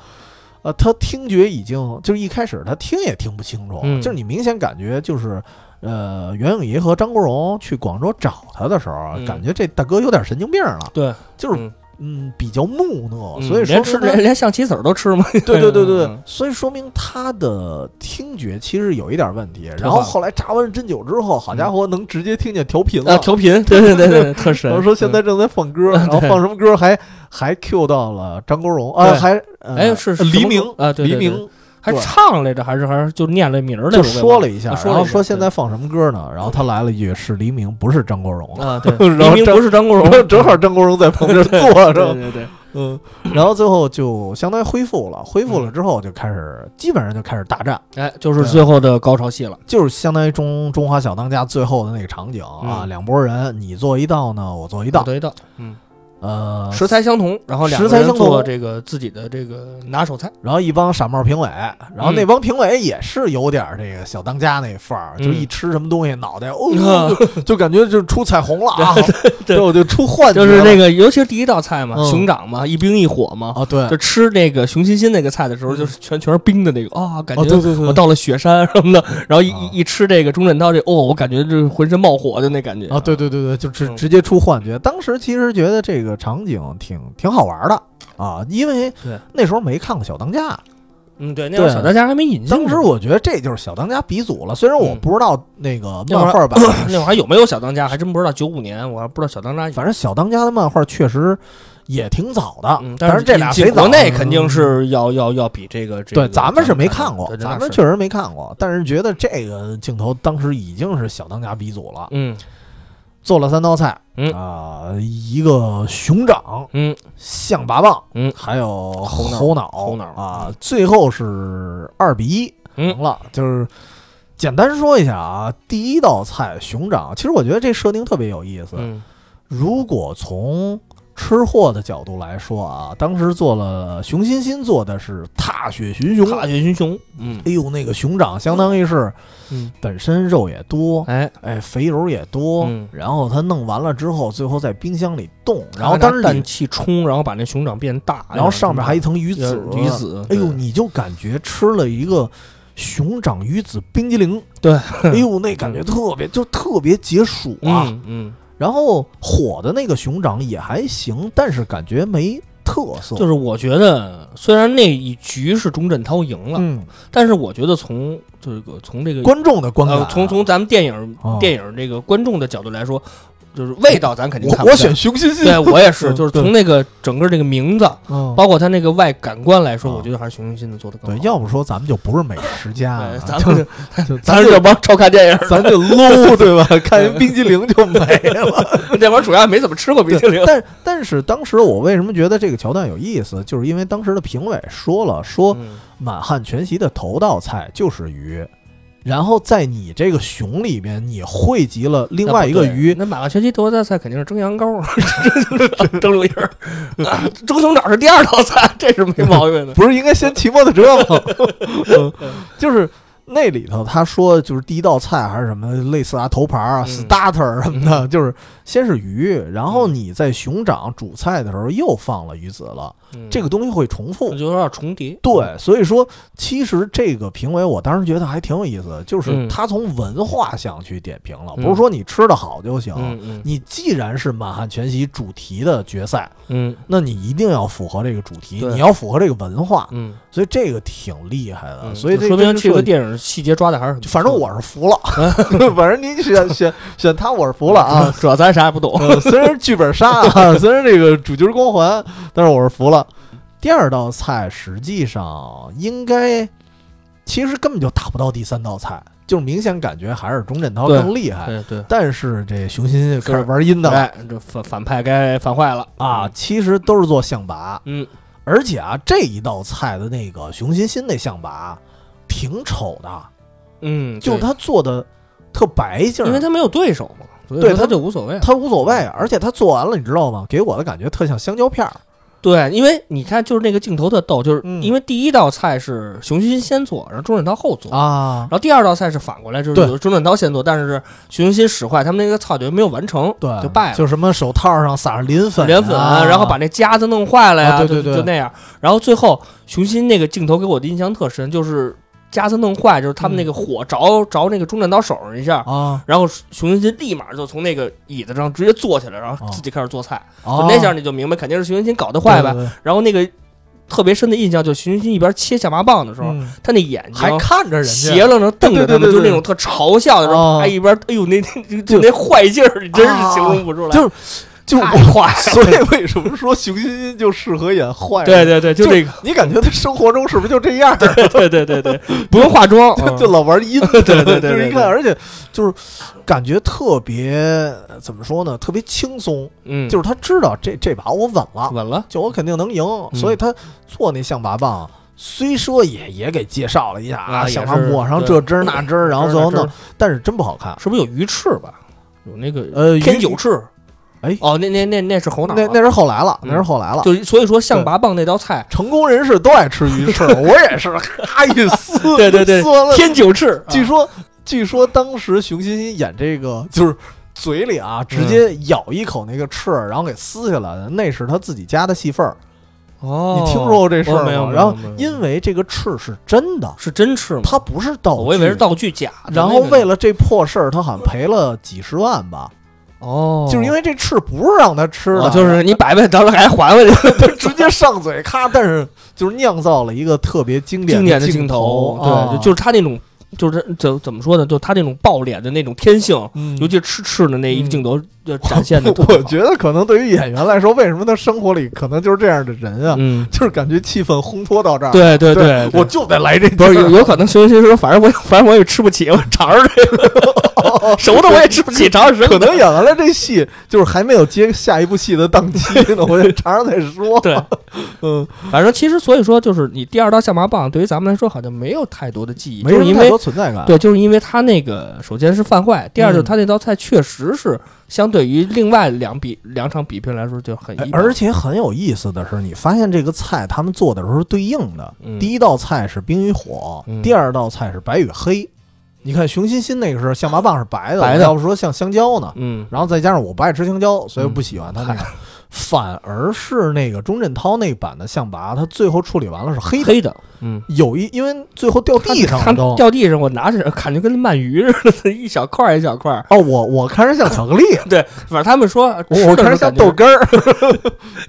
Speaker 1: 呃，他听觉已经就是一开始他听也听不清楚，
Speaker 2: 嗯
Speaker 1: 就是你明显感觉就是，呃，袁咏仪和张国荣去广州找他的时候，啊
Speaker 2: 嗯
Speaker 1: 感觉这大哥有点神经病了，
Speaker 2: 对，
Speaker 1: 就是
Speaker 2: 嗯
Speaker 1: 嗯比较木讷，
Speaker 2: 嗯
Speaker 1: 所以说
Speaker 2: 连
Speaker 1: 明
Speaker 2: 吃
Speaker 1: 他
Speaker 2: 连连象棋子儿都吃吗？
Speaker 1: 对对对对对
Speaker 2: 嗯，
Speaker 1: 所以说明他的听觉其实有一点问题。
Speaker 2: 退化
Speaker 1: 然后后来扎完针灸之后，好家伙，能直接听见调频了
Speaker 2: 啊，。调频，对对对对，嗯特神。
Speaker 1: 然后说现在正在放歌，然后放什么歌还还 Q 到了张国荣啊，
Speaker 2: 对
Speaker 1: 还呃
Speaker 2: 嗯，哎，是是
Speaker 1: 黎
Speaker 2: 什么
Speaker 1: 明
Speaker 2: 歌啊，对，
Speaker 1: 黎
Speaker 2: 对对
Speaker 1: 明
Speaker 2: 还
Speaker 1: 对
Speaker 2: 唱来着，还是还是就念了名儿来着，
Speaker 1: 就
Speaker 2: 我也
Speaker 1: 说
Speaker 2: 忘
Speaker 1: 了一下
Speaker 2: 啊，说
Speaker 1: 然
Speaker 2: 了一
Speaker 1: 后
Speaker 2: 下
Speaker 1: 说现在放什么歌呢？然后他来了一句是黎明，不是张国荣。
Speaker 2: 啊，对，
Speaker 1: 然后
Speaker 2: 黎明
Speaker 1: 张，
Speaker 2: 不是张国荣
Speaker 1: 正好张国荣在旁边坐
Speaker 2: 对
Speaker 1: 着，
Speaker 2: 对对，
Speaker 1: 嗯，然后最后就相当于恢复了，恢复了之后就开始基本上就开始大战，
Speaker 2: 哎，就是最后的高潮戏了，
Speaker 1: 就是相当于中中华小当家最后的那个场景啊，
Speaker 2: 嗯
Speaker 1: 两拨人你做一道呢，我做一道，
Speaker 2: 对道，嗯，
Speaker 1: 呃，
Speaker 2: 食材相同，然后两
Speaker 1: 食
Speaker 2: 个
Speaker 1: 材
Speaker 2: 人
Speaker 1: 相
Speaker 2: 做
Speaker 1: 同
Speaker 2: 这个自己的这个拿手菜，
Speaker 1: 然后一帮傻帽评委，然后
Speaker 2: 嗯
Speaker 1: 那帮评委也是有点儿这个小当家那范儿，
Speaker 2: 嗯
Speaker 1: 就一吃什么东西脑袋
Speaker 2: 啊
Speaker 1: 哦，就就感觉就出彩虹了啊，
Speaker 2: 对
Speaker 1: 就就出幻觉
Speaker 2: 就
Speaker 1: 了，
Speaker 2: 是那个，尤其是第一道菜嘛，
Speaker 1: 嗯
Speaker 2: 熊掌嘛，一冰一火嘛，
Speaker 1: 啊，对，
Speaker 2: 就吃那个熊欣欣那个菜的时候，
Speaker 1: 嗯
Speaker 2: 就是全全是冰的那个啊，感
Speaker 1: 哦对
Speaker 2: 觉
Speaker 1: 对
Speaker 2: 我
Speaker 1: 对。
Speaker 2: 到了雪山什么的，然后一
Speaker 1: 啊
Speaker 2: 一一吃这个钟镇涛这，哦，我感觉就是浑身冒火的那感觉
Speaker 1: 啊，对对对对，就直
Speaker 2: 嗯
Speaker 1: 直接出幻觉。当时其实觉得这个场景挺挺好玩的啊，因为
Speaker 2: 对
Speaker 1: 那时候没看过小当家，
Speaker 2: 嗯，对，那会儿
Speaker 1: 对
Speaker 2: 小当家还没引进呢，
Speaker 1: 当时我觉得这就是小当家鼻祖了，虽然我
Speaker 2: 嗯
Speaker 1: 不知道那个
Speaker 2: 那
Speaker 1: 漫
Speaker 2: 会儿
Speaker 1: 画版，
Speaker 2: 那会儿还有没有小当家还真不知道，九五年我还不知道小当家有，
Speaker 1: 反正小当家的漫画确实也挺早的，
Speaker 2: 嗯，
Speaker 1: 但
Speaker 2: 是
Speaker 1: 这俩
Speaker 2: 进
Speaker 1: 谁
Speaker 2: 进
Speaker 1: 早？
Speaker 2: 国内肯定是要要要比这个这
Speaker 1: 对，
Speaker 2: 个，
Speaker 1: 咱们是没看过
Speaker 2: 对，
Speaker 1: 咱
Speaker 2: 那
Speaker 1: 们
Speaker 2: 是
Speaker 1: 确实没看过，但是觉得这个镜头当时已经是小当家鼻祖了，
Speaker 2: 嗯
Speaker 1: 做了三道菜，
Speaker 2: 嗯
Speaker 1: 啊，一个熊掌、
Speaker 2: 嗯
Speaker 1: 象拔蚌，
Speaker 2: 嗯
Speaker 1: 还有
Speaker 2: 猴脑
Speaker 1: 猴脑，
Speaker 2: 猴脑
Speaker 1: 啊，最后是二比一
Speaker 2: 嗯
Speaker 1: 赢了，就是。简单说一下啊，第一道菜熊掌，其实我觉得这设定特别有意思。
Speaker 2: 嗯
Speaker 1: 如果从吃货的角度来说啊，当时做了熊欣欣做的是踏雪寻熊，
Speaker 2: 踏雪寻熊，嗯
Speaker 1: 哎呦，那个熊掌相当于是
Speaker 2: 嗯，
Speaker 1: 本身肉也多，
Speaker 2: 哎，
Speaker 1: 哎，肥油也多，
Speaker 2: 嗯
Speaker 1: 然后它弄完了之后，最后在冰箱里冻，然后
Speaker 2: 拿
Speaker 1: 当时
Speaker 2: 氮
Speaker 1: 里，
Speaker 2: 气冲，然后把那熊掌变大，
Speaker 1: 然后上面还一层鱼
Speaker 2: 鱼
Speaker 1: 子，
Speaker 2: 呃鱼，子，
Speaker 1: 哎呦，
Speaker 2: 对，嗯
Speaker 1: 你就感觉吃了一个。熊掌鱼子冰激凌，
Speaker 2: 对，
Speaker 1: 哎呦，那感觉特别，就特别解暑啊。
Speaker 2: 嗯嗯，
Speaker 1: 然后火的那个熊掌也还行，但是感觉没特色，
Speaker 2: 就是我觉得虽然那一局是钟镇涛赢了，
Speaker 1: 嗯，
Speaker 2: 但是我觉得从这个从这个
Speaker 1: 观众的观感啊、
Speaker 2: 呃从从咱们电影、
Speaker 1: 哦
Speaker 2: 电影这个观众的角度来说，就是味道咱肯定看
Speaker 1: 我
Speaker 2: 不
Speaker 1: 我
Speaker 2: 见
Speaker 1: 选熊欣欣，
Speaker 2: 对我也是，
Speaker 1: 嗯
Speaker 2: 就是
Speaker 1: 对
Speaker 2: 从那个整个这个名字，
Speaker 1: 嗯
Speaker 2: 包括它那个外感官来说，
Speaker 1: 啊
Speaker 2: 我觉得还是熊熊欣的做的更
Speaker 1: 对，
Speaker 2: 好。
Speaker 1: 要不说咱们就不是美食家啊、 就
Speaker 2: 对咱们
Speaker 1: 就
Speaker 2: 咱
Speaker 1: 就
Speaker 2: 这帮超看电影 的，
Speaker 1: 咱就 low 对吧？看人冰激凌就没了。
Speaker 2: 这帮主要没怎么吃过冰淇淋。
Speaker 1: 但但是当时我为什么觉得这个桥段有意思，就是因为当时的评委说了，说
Speaker 2: 嗯
Speaker 1: 满汉全席的头道菜就是鱼。然后在你这个熊里面，你汇集了另外一个鱼，
Speaker 2: 那满汉全席德国大菜肯定是蒸羊羔， 蒸鹿眼儿，啊蒸熊掌是第二道菜，这是没毛病的。
Speaker 1: 不是应该先骑摩托车吗？嗯就是那里头他说，就是第一道菜还是什么类似啊，头盘啊、
Speaker 2: 嗯
Speaker 1: starter 什么的，就是先是鱼，然后你在熊掌主菜的时候又放了鱼子了，
Speaker 2: 嗯
Speaker 1: 这个东西会重复
Speaker 2: 我。觉得有点重叠。
Speaker 1: 对，所以说其实这个评委，我当时觉得还挺有意思的，就是
Speaker 2: 嗯
Speaker 1: 他从文化上去点评了，
Speaker 2: 嗯
Speaker 1: 不是说你吃的好就行。
Speaker 2: 嗯嗯
Speaker 1: 你既然是满汉全席主题的决赛，
Speaker 2: 嗯
Speaker 1: 那你一定要符合这个主题，
Speaker 2: 对
Speaker 1: 你要符合这个文化，
Speaker 2: 嗯
Speaker 1: 所以这个挺厉害的。
Speaker 2: 嗯，
Speaker 1: 所以
Speaker 2: 就
Speaker 1: 这
Speaker 2: 说明
Speaker 1: 这
Speaker 2: 这
Speaker 1: 个
Speaker 2: 个电影细节抓的还是很不错的，
Speaker 1: 反正我是服 了，反正你选选选他，我是服了啊。
Speaker 2: 主要咱啥也不懂。
Speaker 1: 呃，虽然是剧本杀 啊，虽然这个主角光环，但是我是服了。第二道菜实际上应该，其实根本就打不到第三道菜，就是明显感觉还是钟镇涛
Speaker 2: 对
Speaker 1: 更厉害。
Speaker 2: 对对，
Speaker 1: 但是这熊欣欣就开始玩阴的了
Speaker 2: 哎，这反反派该反坏了
Speaker 1: 啊！！其实都是做象拔，
Speaker 2: 嗯，
Speaker 1: 而且啊，这一道菜的那个熊欣欣那象拔挺丑的，
Speaker 2: 嗯，
Speaker 1: 就是
Speaker 2: 对，
Speaker 1: 他做的特白净儿，
Speaker 2: 因为他没有对手嘛，所以
Speaker 1: 对
Speaker 2: 说
Speaker 1: 他
Speaker 2: 他就无所谓了。
Speaker 1: 他无所谓，而且他做完了，你知道吗？给我的感觉特像香蕉片儿。
Speaker 2: 对，因为你看，就是那个镜头特逗，就是
Speaker 1: 嗯
Speaker 2: 因为第一道菜是熊欣欣先做，然后钟镇涛后做。
Speaker 1: 啊
Speaker 2: 然，后第二道菜是反过来，就是
Speaker 1: 对
Speaker 2: 由钟镇涛先做，但是熊欣欣使坏，他们那个操就没有完成，
Speaker 1: 对，
Speaker 2: 就败了。
Speaker 1: 就什么手套上撒上磷粉、
Speaker 2: 脸粉，
Speaker 1: 啊，
Speaker 2: 然后把那夹子弄坏了呀，
Speaker 1: 啊对
Speaker 2: 就
Speaker 1: 对对
Speaker 2: 就那样。然后最后熊欣那个镜头给我的印象特深，就是夹子弄坏，就是他们那个
Speaker 1: 嗯
Speaker 2: 火着、着那个钟镇涛手上一下，
Speaker 1: 啊，
Speaker 2: 然后熊欣立马就从那个椅子上直接坐起来，然后自己开始做菜。
Speaker 1: 哦
Speaker 2: 就那下你就明白，肯定是熊欣搞得坏呗。
Speaker 1: 对对对
Speaker 2: 然后那个特别深的印象，就熊欣一边切下麻棒的时候，
Speaker 1: 嗯
Speaker 2: 他那眼睛
Speaker 1: 还看着人
Speaker 2: 斜
Speaker 1: 家，
Speaker 2: 愣着瞪着
Speaker 1: 对对
Speaker 2: 他
Speaker 1: 对
Speaker 2: 们，就
Speaker 1: 对
Speaker 2: 那种特嘲笑的时候，
Speaker 1: 哦
Speaker 2: 他一边哎呦那 那就那坏劲儿，真是形容不出来，
Speaker 1: 就就
Speaker 2: 太坏了。
Speaker 1: 所以为什么说熊欣欣就适合演坏人？
Speaker 2: 对对对，就这个，
Speaker 1: 你感觉他生活中是不是就这样？
Speaker 2: 对对对对，不用化 妆，
Speaker 1: 就
Speaker 2: 嗯
Speaker 1: 就老玩阴的，
Speaker 2: 对 对对对
Speaker 1: 就是一
Speaker 2: 对
Speaker 1: 看，而且就是感觉特别呃怎么说呢？特别轻松，
Speaker 2: 嗯，
Speaker 1: 就是他知道这这把我稳了，
Speaker 2: 稳嗯了，
Speaker 1: 就我肯定能赢，所以他做那象拔蚌，虽说也也给介绍了一下
Speaker 2: 啊也
Speaker 1: 象拔
Speaker 2: 是
Speaker 1: 抹上
Speaker 2: 对
Speaker 1: 这汁儿那汁儿，然后最后
Speaker 2: 这
Speaker 1: 弄，但是真不好看。
Speaker 2: 是不是有鱼翅吧？有那个
Speaker 1: 呃，
Speaker 2: 天
Speaker 1: 鱼
Speaker 2: 九翅，
Speaker 1: 哎
Speaker 2: 哦，那那那那是猴脑啊，
Speaker 1: 那那是后来了，
Speaker 2: 嗯
Speaker 1: 那是后来了。
Speaker 2: 就所以说象拔蚌那道菜，
Speaker 1: 成功人士都爱吃鱼 翅，我也是，咔一撕，
Speaker 2: 对对对
Speaker 1: 撕完了。
Speaker 2: 天九翅，
Speaker 1: 呃据
Speaker 2: 啊
Speaker 1: 说，据说当时熊欣欣演这个就是。嘴里啊，直接
Speaker 2: 嗯
Speaker 1: 咬一口那个翅，然后给撕下来的，那是他自己家的戏份儿。
Speaker 2: 哦，
Speaker 1: 你听说过这事儿
Speaker 2: 哦没有
Speaker 1: 吗？
Speaker 2: 没有
Speaker 1: 然后
Speaker 2: 没有
Speaker 1: 因为这个翅是真的，
Speaker 2: 是真翅吗？
Speaker 1: 它不是道具，
Speaker 2: 哦我以为是道具假的那个，
Speaker 1: 然后为了这破事儿，他好像赔了几十万吧，
Speaker 2: 哦，
Speaker 1: 就是因为这翅不是让他吃的，
Speaker 2: 哦就是你摆摆，到时候还还回去，
Speaker 1: 他 直接上嘴咔，但是就是酿造了一个特别经典
Speaker 2: 经典的
Speaker 1: 镜
Speaker 2: 镜头，
Speaker 1: 啊
Speaker 2: 对，就就是他那种，就是怎怎么说呢？就他那种爆脸的那种天性，
Speaker 1: 嗯
Speaker 2: 尤其是吃翅的那一个
Speaker 1: 嗯
Speaker 2: 镜头，就展现的特别
Speaker 1: 我
Speaker 2: 好，
Speaker 1: 觉得可能对于演员来说，为什么他生活里可能就是这样的人啊？
Speaker 2: 嗯，
Speaker 1: 就是感觉气氛烘托到这儿，
Speaker 2: 对对
Speaker 1: 啊对
Speaker 2: 对，
Speaker 1: 我就得来这
Speaker 2: 不是
Speaker 1: 劲儿
Speaker 2: 有有可能熊欣说，反正我也反正我也吃不起，我尝尝这 个熟的我也吃不起，尝尝生
Speaker 1: 可
Speaker 2: 的。
Speaker 1: 能演完了这戏，就是还没有接下一部戏的档期 呢，我得尝尝再说。
Speaker 2: 对，
Speaker 1: 嗯，
Speaker 2: 反正其实所以说就是你第二道象拔蚌对于咱们来说好像没有太多的记忆，
Speaker 1: 没
Speaker 2: 就是
Speaker 1: 什
Speaker 2: 因
Speaker 1: 么太
Speaker 2: 为
Speaker 1: 多存在感。
Speaker 2: 对，就是因为他那个首先是犯坏，第二就
Speaker 1: 嗯
Speaker 2: 是他那道菜确实是相对于另外两比两场比拼来说就很
Speaker 1: 哎
Speaker 2: 一般，
Speaker 1: 而且很有意思的是，你发现这个菜他们做的时候是对应的。
Speaker 2: 嗯
Speaker 1: 第一道菜是冰与火，
Speaker 2: 嗯
Speaker 1: 第二道菜是白与黑。你看熊欣欣那个是象拔蚌是白的，
Speaker 2: 白的
Speaker 1: 要不说像香蕉呢。
Speaker 2: 嗯
Speaker 1: 然后再加上我不爱吃香蕉，所以不喜欢他那个。反而是那个钟镇涛那版的象拔，他最后处理完了是黑的。
Speaker 2: 黑的，嗯。
Speaker 1: 有一因为最后掉地上
Speaker 2: 他
Speaker 1: 了都。
Speaker 2: 掉地上，我拿着感觉跟鳗鱼似的，一小块儿一小块儿。
Speaker 1: 哦，我我看着像巧克力，啊
Speaker 2: 对，反正他们说
Speaker 1: 我
Speaker 2: 吃
Speaker 1: 我
Speaker 2: 的时
Speaker 1: 看
Speaker 2: 候
Speaker 1: 着像
Speaker 2: 感觉
Speaker 1: 豆干儿。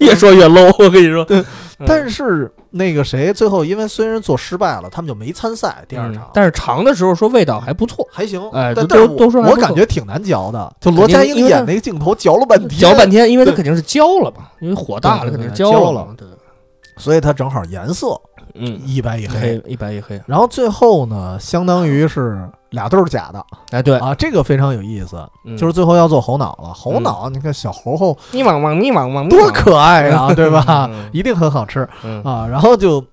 Speaker 2: 越说越 low。我跟你说，嗯
Speaker 1: 但是那个谁，最后因为虽然做失败了，他们就没参赛第二
Speaker 2: 嗯
Speaker 1: 场。
Speaker 2: 但是尝的时候说味道还不错，
Speaker 1: 还行，
Speaker 2: 哎
Speaker 1: 但
Speaker 2: 都
Speaker 1: 但是
Speaker 2: 都
Speaker 1: 我
Speaker 2: 都说还
Speaker 1: 我
Speaker 2: 不错
Speaker 1: 感觉挺难嚼的，就罗家英
Speaker 2: 因为
Speaker 1: 演
Speaker 2: 它
Speaker 1: 那个镜头嚼了半天，
Speaker 2: 嚼半天，因为它
Speaker 1: 对
Speaker 2: 肯定是焦了吧，因为火大
Speaker 1: 对
Speaker 2: 了，肯
Speaker 1: 对
Speaker 2: 定是
Speaker 1: 对
Speaker 2: 焦
Speaker 1: 焦了
Speaker 2: 嘛。对，
Speaker 1: 所以它正好颜色
Speaker 2: 嗯，
Speaker 1: 一白一黑。啊
Speaker 2: 黑一白一黑，
Speaker 1: 然后最后呢，相当于是俩都是假的
Speaker 2: 哎，对，
Speaker 1: 啊，这个非常有意思。
Speaker 2: 嗯
Speaker 1: 就是最后要做猴脑了，猴脑，你看小猴猴
Speaker 2: 你往往你往往
Speaker 1: 多可爱啊，对吧？
Speaker 2: 嗯
Speaker 1: 一定很好吃
Speaker 2: 嗯
Speaker 1: 啊。然后就，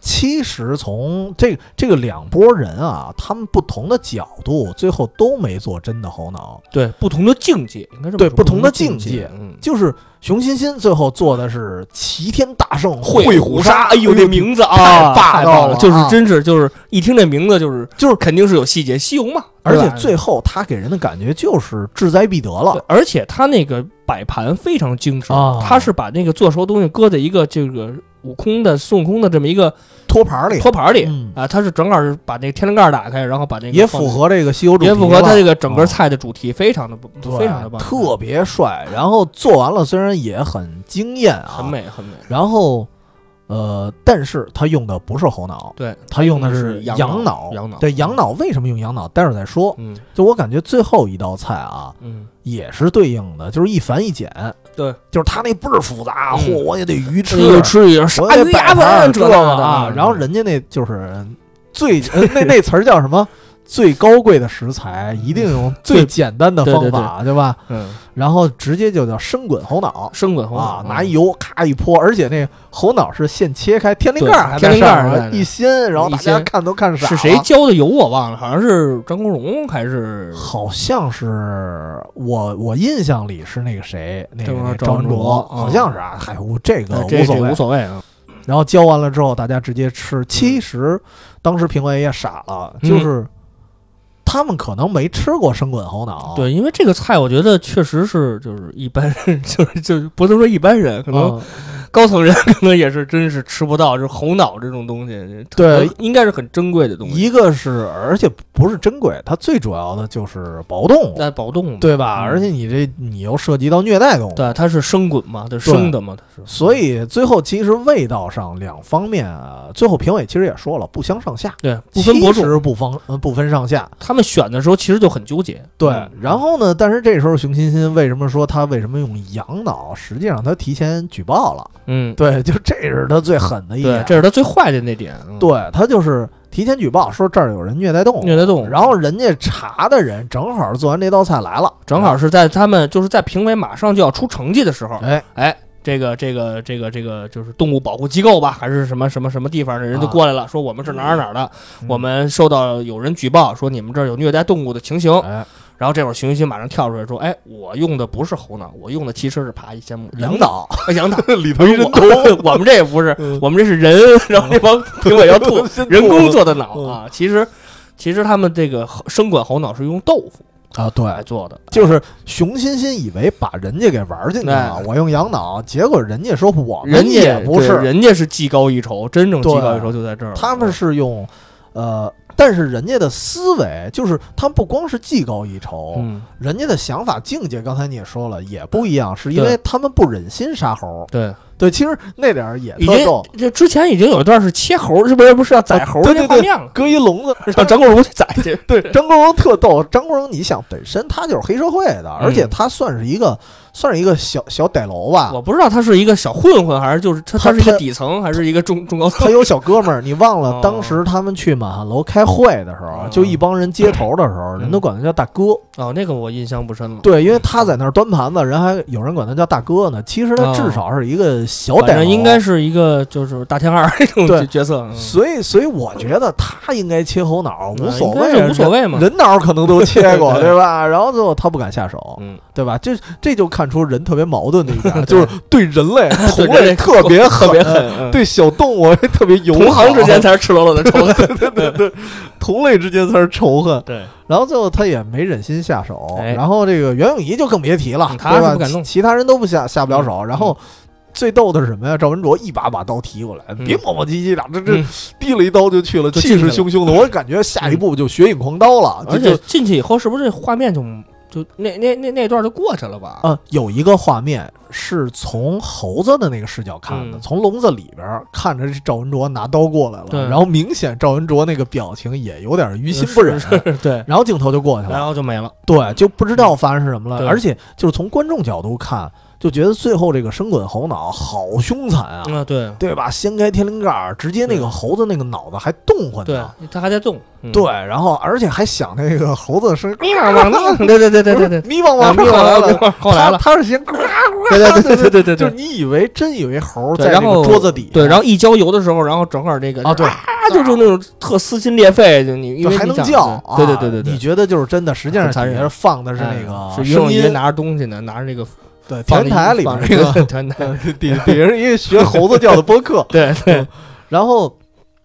Speaker 1: 其实从这个这个两拨人啊，他们不同的角度，最后都没做真的猴脑，
Speaker 2: 对不同的境界，应该是
Speaker 1: 对不同的
Speaker 2: 境
Speaker 1: 境界
Speaker 2: 嗯，
Speaker 1: 就是熊欣欣最后做的是齐天大圣
Speaker 2: 虎
Speaker 1: 虎
Speaker 2: 鲨，
Speaker 1: 鲨，
Speaker 2: 哎呦，这名字啊，
Speaker 1: 太霸
Speaker 2: 太
Speaker 1: 道
Speaker 2: 道
Speaker 1: 了
Speaker 2: 就是
Speaker 1: 啊
Speaker 2: 真是就是一听这名字就是
Speaker 1: 就是
Speaker 2: 肯定是有细节，西游嘛，
Speaker 1: 而
Speaker 2: 对
Speaker 1: 且
Speaker 2: 吧
Speaker 1: 最后他给人的感觉就是志在必得
Speaker 2: 对
Speaker 1: 了，
Speaker 2: 而且他那个摆盘非常精致，
Speaker 1: 啊
Speaker 2: 他是把那个做熟的东西搁在一个这个悟空的孙悟空的这么一个
Speaker 1: 托盘里
Speaker 2: 托盘里
Speaker 1: 嗯
Speaker 2: 啊，他是正好是把那个天灵盖打开，然后把那个
Speaker 1: 也
Speaker 2: 放
Speaker 1: 符合这个西游主题
Speaker 2: 也符合他这
Speaker 1: 个
Speaker 2: 个整个菜的主题，非常的不非常的棒，
Speaker 1: 特别帅。然后做完了虽然也很惊艳啊，
Speaker 2: 很。美很美，
Speaker 1: 然后呃，但是他用的不是猴脑，
Speaker 2: 对
Speaker 1: 他用的
Speaker 2: 是
Speaker 1: 羊
Speaker 2: 羊
Speaker 1: 脑。
Speaker 2: 羊脑
Speaker 1: 对羊，脑为什么用羊脑？待会儿再说。
Speaker 2: 嗯
Speaker 1: 就我感觉最后一道菜啊，
Speaker 2: 嗯，
Speaker 1: 也是对应的，就是一繁一简。
Speaker 2: 对，
Speaker 1: 就是他那倍儿复杂，
Speaker 2: 嗯
Speaker 1: 嚯、我也得鱼
Speaker 2: 吃
Speaker 1: 翅，
Speaker 2: 有吃有鲨
Speaker 1: 我也
Speaker 2: 鱼
Speaker 1: 得摆
Speaker 2: 牙纹
Speaker 1: 盘
Speaker 2: 儿
Speaker 1: 儿
Speaker 2: 这
Speaker 1: 这个
Speaker 2: 个嗯的
Speaker 1: 啊。然后人家那就是 最、呃那那词儿叫什么？最高贵的食材一定用最简单的
Speaker 2: 对
Speaker 1: 方
Speaker 2: 对
Speaker 1: 法，对吧？
Speaker 2: 嗯，
Speaker 1: 然后直接就叫生滚猴脑
Speaker 2: 生滚红嗯
Speaker 1: 啊，拿油咔一泼，而且那猴脑是现切开，天灵盖儿还
Speaker 2: 对
Speaker 1: 在
Speaker 2: 天灵盖儿
Speaker 1: 上面
Speaker 2: 还在那
Speaker 1: 一掀，然后
Speaker 2: 一
Speaker 1: 大家
Speaker 2: 掀
Speaker 1: 看都看傻
Speaker 2: 是
Speaker 1: 了。啊
Speaker 2: 谁教的油我忘了，好像是张国荣还是
Speaker 1: 好像是我，我印象里是那个谁，那个
Speaker 2: 张
Speaker 1: 那个
Speaker 2: 张
Speaker 1: 文
Speaker 2: 卓
Speaker 1: 卓，
Speaker 2: 嗯
Speaker 1: 好像是啊。嗨，我这个
Speaker 2: 呃
Speaker 1: 无
Speaker 2: 这
Speaker 1: 所
Speaker 2: 这
Speaker 1: 谓
Speaker 2: 无，所谓啊，
Speaker 1: 然后教完了之后，大家直接吃。其实当时评委也傻了，
Speaker 2: 嗯
Speaker 1: 就是他们可能没吃过生滚猴脑，
Speaker 2: 对，因为这个菜我觉得确实是就是一般人， 就是就是不能说一般人，
Speaker 1: 嗯，
Speaker 2: 可能高层人 可能也是真是吃不到，就是猴脑这种东西，
Speaker 1: 对，
Speaker 2: 应该是很珍贵的东西。
Speaker 1: 一个是而且不是珍贵，它最主要的就是薄动物，
Speaker 2: 那宝冻嘛，
Speaker 1: 对吧？
Speaker 2: 嗯
Speaker 1: 而且你这你又涉及到虐待动物，
Speaker 2: 对，它是生滚嘛，它是
Speaker 1: 对
Speaker 2: 生的嘛，它是。
Speaker 1: 所以最后其实味道上两方面啊，最后评委其实也说了不相上下，
Speaker 2: 对不分伯
Speaker 1: 其
Speaker 2: 仲，
Speaker 1: 实不分呃不分上下。
Speaker 2: 他们选的时候其实就很纠结。
Speaker 1: 对
Speaker 2: 嗯，
Speaker 1: 然后呢？但是这时候熊欣欣为什么说他为什么用羊脑？实际上他提前举报了。
Speaker 2: 嗯，
Speaker 1: 对，就这是他最狠的一
Speaker 2: 对
Speaker 1: 点，。
Speaker 2: 这是他最坏的那点。嗯
Speaker 1: 对他就是提前举报说这儿有人虐待动物，
Speaker 2: 虐待动物，
Speaker 1: 然后人家查的人正好做完这道菜来了，
Speaker 2: 正好是在他们就是在评委马上就要出成绩的时候，
Speaker 1: 哎，
Speaker 2: 哎，这个这个这个这个就是动物保护机构吧，还是什么什么什么地方的人就
Speaker 1: 啊
Speaker 2: 过来了，说我们是哪儿哪儿的，
Speaker 1: 嗯
Speaker 2: 我们收到有人举报说你们这儿有虐待动物的情形，
Speaker 1: 哎，
Speaker 2: 然后这会儿熊欣欣马上跳出来说，哎，我用的不是猴脑，我用的其实是爬一千亩
Speaker 1: 羊，脑
Speaker 2: 哎 羊脑，
Speaker 1: 里
Speaker 2: 我们我们 这也不是，
Speaker 1: 嗯
Speaker 2: 我们这是人，然后那帮评委要吐 人工做的脑
Speaker 1: 嗯
Speaker 2: 啊，其实其实他们这个猴生管猴脑是用豆腐
Speaker 1: 啊，
Speaker 2: 来
Speaker 1: 对，
Speaker 2: 做的，
Speaker 1: 就是熊欣欣以为把人家给玩进去了
Speaker 2: 哎，
Speaker 1: 我用羊脑，结果人家说我们
Speaker 2: 人
Speaker 1: 也
Speaker 2: 家
Speaker 1: 不
Speaker 2: 对
Speaker 1: 是，
Speaker 2: 人家是技高一筹，真正技
Speaker 1: 对
Speaker 2: 高一筹就在这儿了。
Speaker 1: 他们是用呃。但是人家的思维就是，他们不光是技高一筹，
Speaker 2: 嗯，
Speaker 1: 人家的想法境界，刚才你也说了，也不一样，是因
Speaker 2: 对
Speaker 1: 为他们不忍心杀猴，
Speaker 2: 对，
Speaker 1: 对，其实那点儿也
Speaker 2: 已
Speaker 1: 特
Speaker 2: 经
Speaker 1: 逗，
Speaker 2: 这之前已经有一段是切猴，是不是不是要宰猴
Speaker 1: 啊对
Speaker 2: 的
Speaker 1: 对
Speaker 2: 那画面了？
Speaker 1: 搁一笼子。
Speaker 2: 让张国荣去宰去。 对，
Speaker 1: 张国荣特逗，张国荣，你想本身他就是黑社会的，而
Speaker 2: 嗯
Speaker 1: 且他算是一个算是一个小小歹楼吧，
Speaker 2: 我不知道他是一个小混混，还是就是他
Speaker 1: 他
Speaker 2: 他是一个
Speaker 1: 他
Speaker 2: 底层，还是一个中中高层
Speaker 1: 他有小哥们儿。你忘了
Speaker 2: 哦
Speaker 1: 当时他们去满汉楼开会的时候，
Speaker 2: 嗯
Speaker 1: 就一帮人接头的时候，
Speaker 2: 嗯
Speaker 1: 人都管他叫大哥。
Speaker 2: 哦，那个我印象不深了。
Speaker 1: 对，因为他在那儿端盘子，人还有人管他叫大哥呢。其实他
Speaker 2: 哦
Speaker 1: 至少是一个小
Speaker 2: 反
Speaker 1: 歹楼，
Speaker 2: 正应该。是一个就是大 天二那种
Speaker 1: 对
Speaker 2: 角色，嗯
Speaker 1: 所以，所以我觉得他应该切猴脑，
Speaker 2: 嗯
Speaker 1: 无所
Speaker 2: 应该
Speaker 1: 谓，啊
Speaker 2: 是无所谓嘛
Speaker 1: 人人脑可能都切 过，
Speaker 2: 对
Speaker 1: 对吧？然后最后他不敢下手，
Speaker 2: 嗯，
Speaker 1: 对吧？这这就看出人特别矛盾的一 点，就是对人类同
Speaker 2: 人
Speaker 1: 类
Speaker 2: 类
Speaker 1: 特别
Speaker 2: 特别
Speaker 1: 狠，
Speaker 2: 狠。嗯，
Speaker 1: 对小动物 特别友好，
Speaker 2: 同行之间才是赤裸裸的仇恨。
Speaker 1: 同类之间才是仇恨。
Speaker 2: 对，
Speaker 1: 然后最后他也没忍心下手，
Speaker 2: 哎
Speaker 1: 然后这个袁咏仪就更别提了，
Speaker 2: 嗯他
Speaker 1: 对吧？
Speaker 2: 是不敢嗯
Speaker 1: 其
Speaker 2: 动
Speaker 1: 其他人都不下下不了手。然后最逗的是什么呀？赵文卓一把把刀提过来，
Speaker 2: 嗯
Speaker 1: 别磨磨唧唧的，这这
Speaker 2: 嗯
Speaker 1: 递了一刀就去了，
Speaker 2: 就
Speaker 1: 气
Speaker 2: 进去
Speaker 1: 势
Speaker 2: 了嗯
Speaker 1: 汹汹的。我感觉下一步就血影狂刀了，
Speaker 2: 而
Speaker 1: 就
Speaker 2: 且进去以后是不是这画面就就那那那那段就过去了吧？
Speaker 1: 啊，有一个画面是从猴子的那个视角看的，
Speaker 2: 嗯
Speaker 1: 从笼子里边儿看着这赵文卓拿刀过来
Speaker 2: 对
Speaker 1: 了，然后明显赵文卓那个表情也有点于心不忍，
Speaker 2: 对，
Speaker 1: 然后镜头就过去
Speaker 2: 然
Speaker 1: 了，
Speaker 2: 后就没了。
Speaker 1: 对，就不知道发生什么了，
Speaker 2: 嗯对
Speaker 1: 而且就是从观众角度看，就觉得最后这个生滚猴脑好凶残啊，
Speaker 2: 啊，对
Speaker 1: 对吧？掀开天灵盖儿，直接那个
Speaker 2: 对
Speaker 1: 猴子那个脑子还动换
Speaker 2: 嗯对
Speaker 1: 呢。，
Speaker 2: 他还在动。嗯
Speaker 1: 对，，然后而且还响那个猴子的声音，
Speaker 2: 咪汪汪的，对 对对对对对，
Speaker 1: 咪汪
Speaker 2: 啊
Speaker 1: 汪
Speaker 2: 咪
Speaker 1: 过
Speaker 2: 汪
Speaker 1: 来了，
Speaker 2: 汪，后来了，
Speaker 1: 他他是先呱呱，
Speaker 2: 对对对对对对
Speaker 1: 就是
Speaker 2: 对。
Speaker 1: 你以为真以为猴
Speaker 2: 对
Speaker 1: 在那
Speaker 2: 然
Speaker 1: 个
Speaker 2: 后
Speaker 1: 桌子底下，
Speaker 2: 对，然后一浇油的时候，然后正好这个
Speaker 1: 啊对
Speaker 2: 啊，就是那种特撕心裂肺，就你因
Speaker 1: 就
Speaker 2: 为
Speaker 1: 还
Speaker 2: 你
Speaker 1: 能
Speaker 2: 想
Speaker 1: 叫
Speaker 2: 对
Speaker 1: 啊，
Speaker 2: 对对对对
Speaker 1: 你
Speaker 2: 对，
Speaker 1: 觉得就是真的，实际上
Speaker 2: 很残忍
Speaker 1: 底下放的是那
Speaker 2: 哎
Speaker 1: 个
Speaker 2: 是
Speaker 1: 声
Speaker 2: 音
Speaker 1: 音，
Speaker 2: 拿着东西呢，拿着这个
Speaker 1: 对，
Speaker 2: 放
Speaker 1: 天台里边
Speaker 2: 放
Speaker 1: 那
Speaker 2: 这
Speaker 1: 个
Speaker 2: 个天台，
Speaker 1: 底底下是一个学猴子叫的播客，
Speaker 2: 对对，
Speaker 1: 然后。